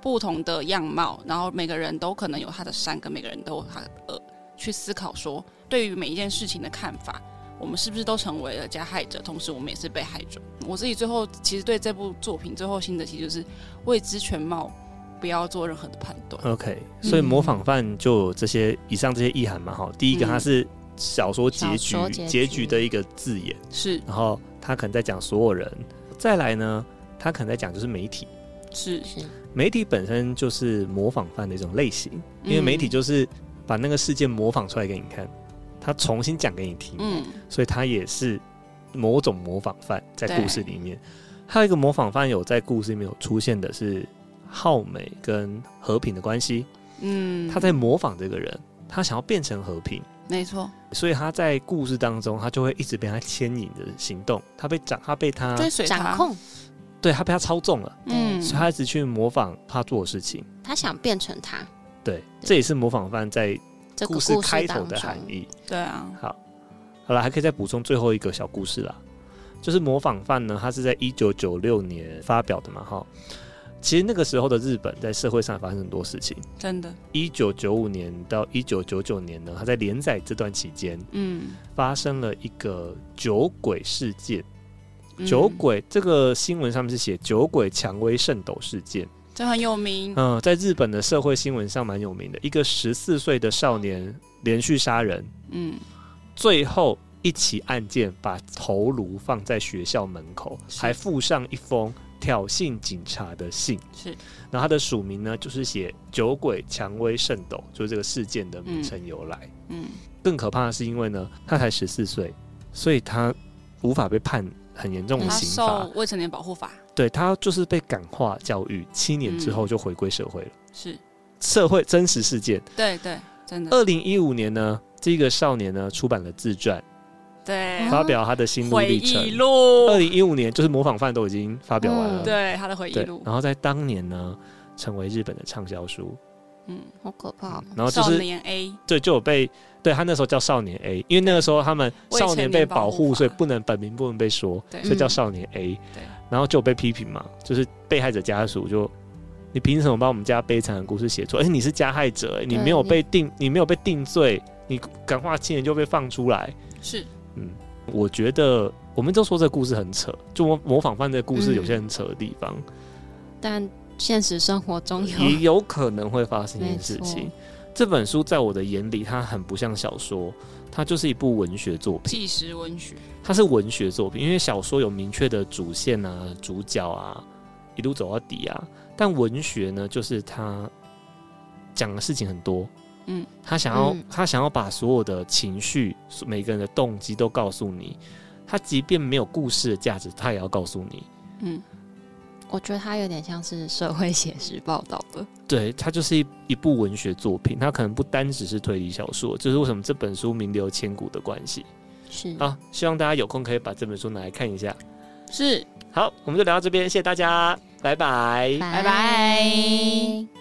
Speaker 4: 不同的样貌，然后每个人都可能有他的善，跟每个人都有他的恶，去思考说对于每一件事情的看法。我们是不是都成为了加害者？同时，我们也是被害者。我自己最后其实对这部作品最后心得其实就是未知全貌，不要做任何的判断。
Speaker 1: OK，所以模仿犯就有这些以上这些意涵嘛，哈。第一个，
Speaker 4: 嗯
Speaker 1: 它是小说结局
Speaker 3: 小说结局
Speaker 1: 结局的一个字眼，
Speaker 4: 是
Speaker 1: 然后他可能在讲所有人。再来呢，他可能在讲就是媒体，
Speaker 4: 是，嗯
Speaker 3: 是
Speaker 1: 媒体本身就是模仿犯的一种类型，
Speaker 4: 嗯
Speaker 1: 因
Speaker 3: 嗯
Speaker 1: 为媒体就是把那个事件模仿出来给你看，他重新讲给你听，
Speaker 4: 嗯
Speaker 1: 所以他也是某种模仿犯在故事里面。还有一个模仿犯有在故事里面有出现的是浩美跟和平的关系，
Speaker 4: 嗯，
Speaker 1: 他在模仿这个人，他想要变成和平，
Speaker 4: 没错，
Speaker 1: 所以他在故事当中，他就会一直被他牵引的行动，他被掌，他被他
Speaker 4: 追随他
Speaker 3: 掌，控，
Speaker 1: 对他被他操纵了，
Speaker 4: 嗯，
Speaker 1: 所以他一直去模仿他做的事情。
Speaker 3: 他想变成他
Speaker 1: 对，这也是模仿犯在
Speaker 3: 这个
Speaker 1: 故
Speaker 3: 故
Speaker 1: 事
Speaker 3: 事
Speaker 1: 开头
Speaker 3: 当
Speaker 1: 的含
Speaker 3: 中，
Speaker 1: 义。
Speaker 4: 对啊，
Speaker 1: 好，好了，还可以再补充最后一个小故事啦，就是模仿犯呢，他是在一九九六年发表的嘛，哈。其实那个时候的日本在社会上发生很多事情。
Speaker 4: 真的，
Speaker 1: 一九九五年到一九九九年呢，他在连载这段期间
Speaker 4: 嗯，
Speaker 1: 发生了一个酒鬼事件。
Speaker 4: 嗯
Speaker 1: 酒鬼这个新闻上面是写酒鬼蔷薇圣斗事件，
Speaker 4: 这很有名，
Speaker 1: 嗯、在日本的社会新闻上蛮有名的。一个十四岁的少年连续杀人，
Speaker 4: 嗯，
Speaker 1: 最后一起案件把头颅放在学校门口，
Speaker 4: 是
Speaker 1: 还附上一封挑衅警察的信。
Speaker 4: 是
Speaker 1: 然后他的署名呢，就是写“酒鬼蔷薇圣斗”，就是这个事件的名称由来。
Speaker 4: 嗯
Speaker 1: 更可怕的是，因为呢，他才十四岁，所以他无法被判很严重的
Speaker 4: 他
Speaker 1: 刑罚
Speaker 4: 受。未成年保护法
Speaker 1: 对他就是被感化教育，七年之后就回归社会了。
Speaker 4: 是
Speaker 1: 社会真实事件。
Speaker 4: 对对，真的
Speaker 1: 二零一五年呢，这个少年呢出版了自传，
Speaker 4: 对
Speaker 3: 啊
Speaker 1: 发表他的心路
Speaker 4: 回
Speaker 1: 历
Speaker 4: 忆
Speaker 1: 程。
Speaker 4: 录，
Speaker 1: 二零一五年就是模仿犯都已经发表完了，
Speaker 3: 嗯
Speaker 4: 对他的回忆
Speaker 1: 对
Speaker 4: 录，
Speaker 1: 然后在当年呢，成为日本的畅销书，
Speaker 4: 嗯，
Speaker 3: 好可怕哦。
Speaker 1: 然后就
Speaker 4: 少
Speaker 1: 是
Speaker 4: 年 A
Speaker 1: 对就有被对他那时候叫少年 A，因为那个时候他们
Speaker 4: 未成年
Speaker 1: 少年被保
Speaker 4: 保护
Speaker 1: 护，
Speaker 4: 法
Speaker 1: 所以不能本名不能被说，
Speaker 4: 对
Speaker 1: 所以叫少年 A。
Speaker 4: 对
Speaker 1: 然后就有被批评嘛，就是被害者家属就。你凭什么把我们家悲惨的故事写出来？而且你是加害者、哎你没有被定，你没有被定罪，你感化七年就被放出来，
Speaker 4: 嗯是
Speaker 1: 嗯我觉得我们都说这故事很扯，就模模仿犯这故事有些很扯的地方，
Speaker 3: 嗯但现实生活中有
Speaker 1: 也有可能会发生一件事
Speaker 3: 没
Speaker 1: 情
Speaker 3: 错。
Speaker 1: 这本书在我的眼里，它很不像小说，它就是一部文学作品。
Speaker 4: 纪实文学，
Speaker 1: 它是文学作品，因为小说有明确的主线啊、主角啊，一路走到底啊。但文学呢，就是它讲的事情很多，
Speaker 4: 嗯，
Speaker 1: 他想要、
Speaker 3: 嗯
Speaker 1: 他想要把所有的情绪、每个人的动机都告诉你。他即便没有故事的价值，他也要告诉你。
Speaker 4: 嗯，
Speaker 3: 我觉得它有点像是社会写实报道的，
Speaker 1: 对，它就是一一部文学作品，它可能不单只是推理小说，这、就是为什么这本书名留千古的关系
Speaker 3: 是
Speaker 1: 啊！希望大家有空可以把这本书拿来看一下。
Speaker 4: 是。
Speaker 1: 好，我们就聊到这边，谢谢大家，拜拜
Speaker 4: 拜拜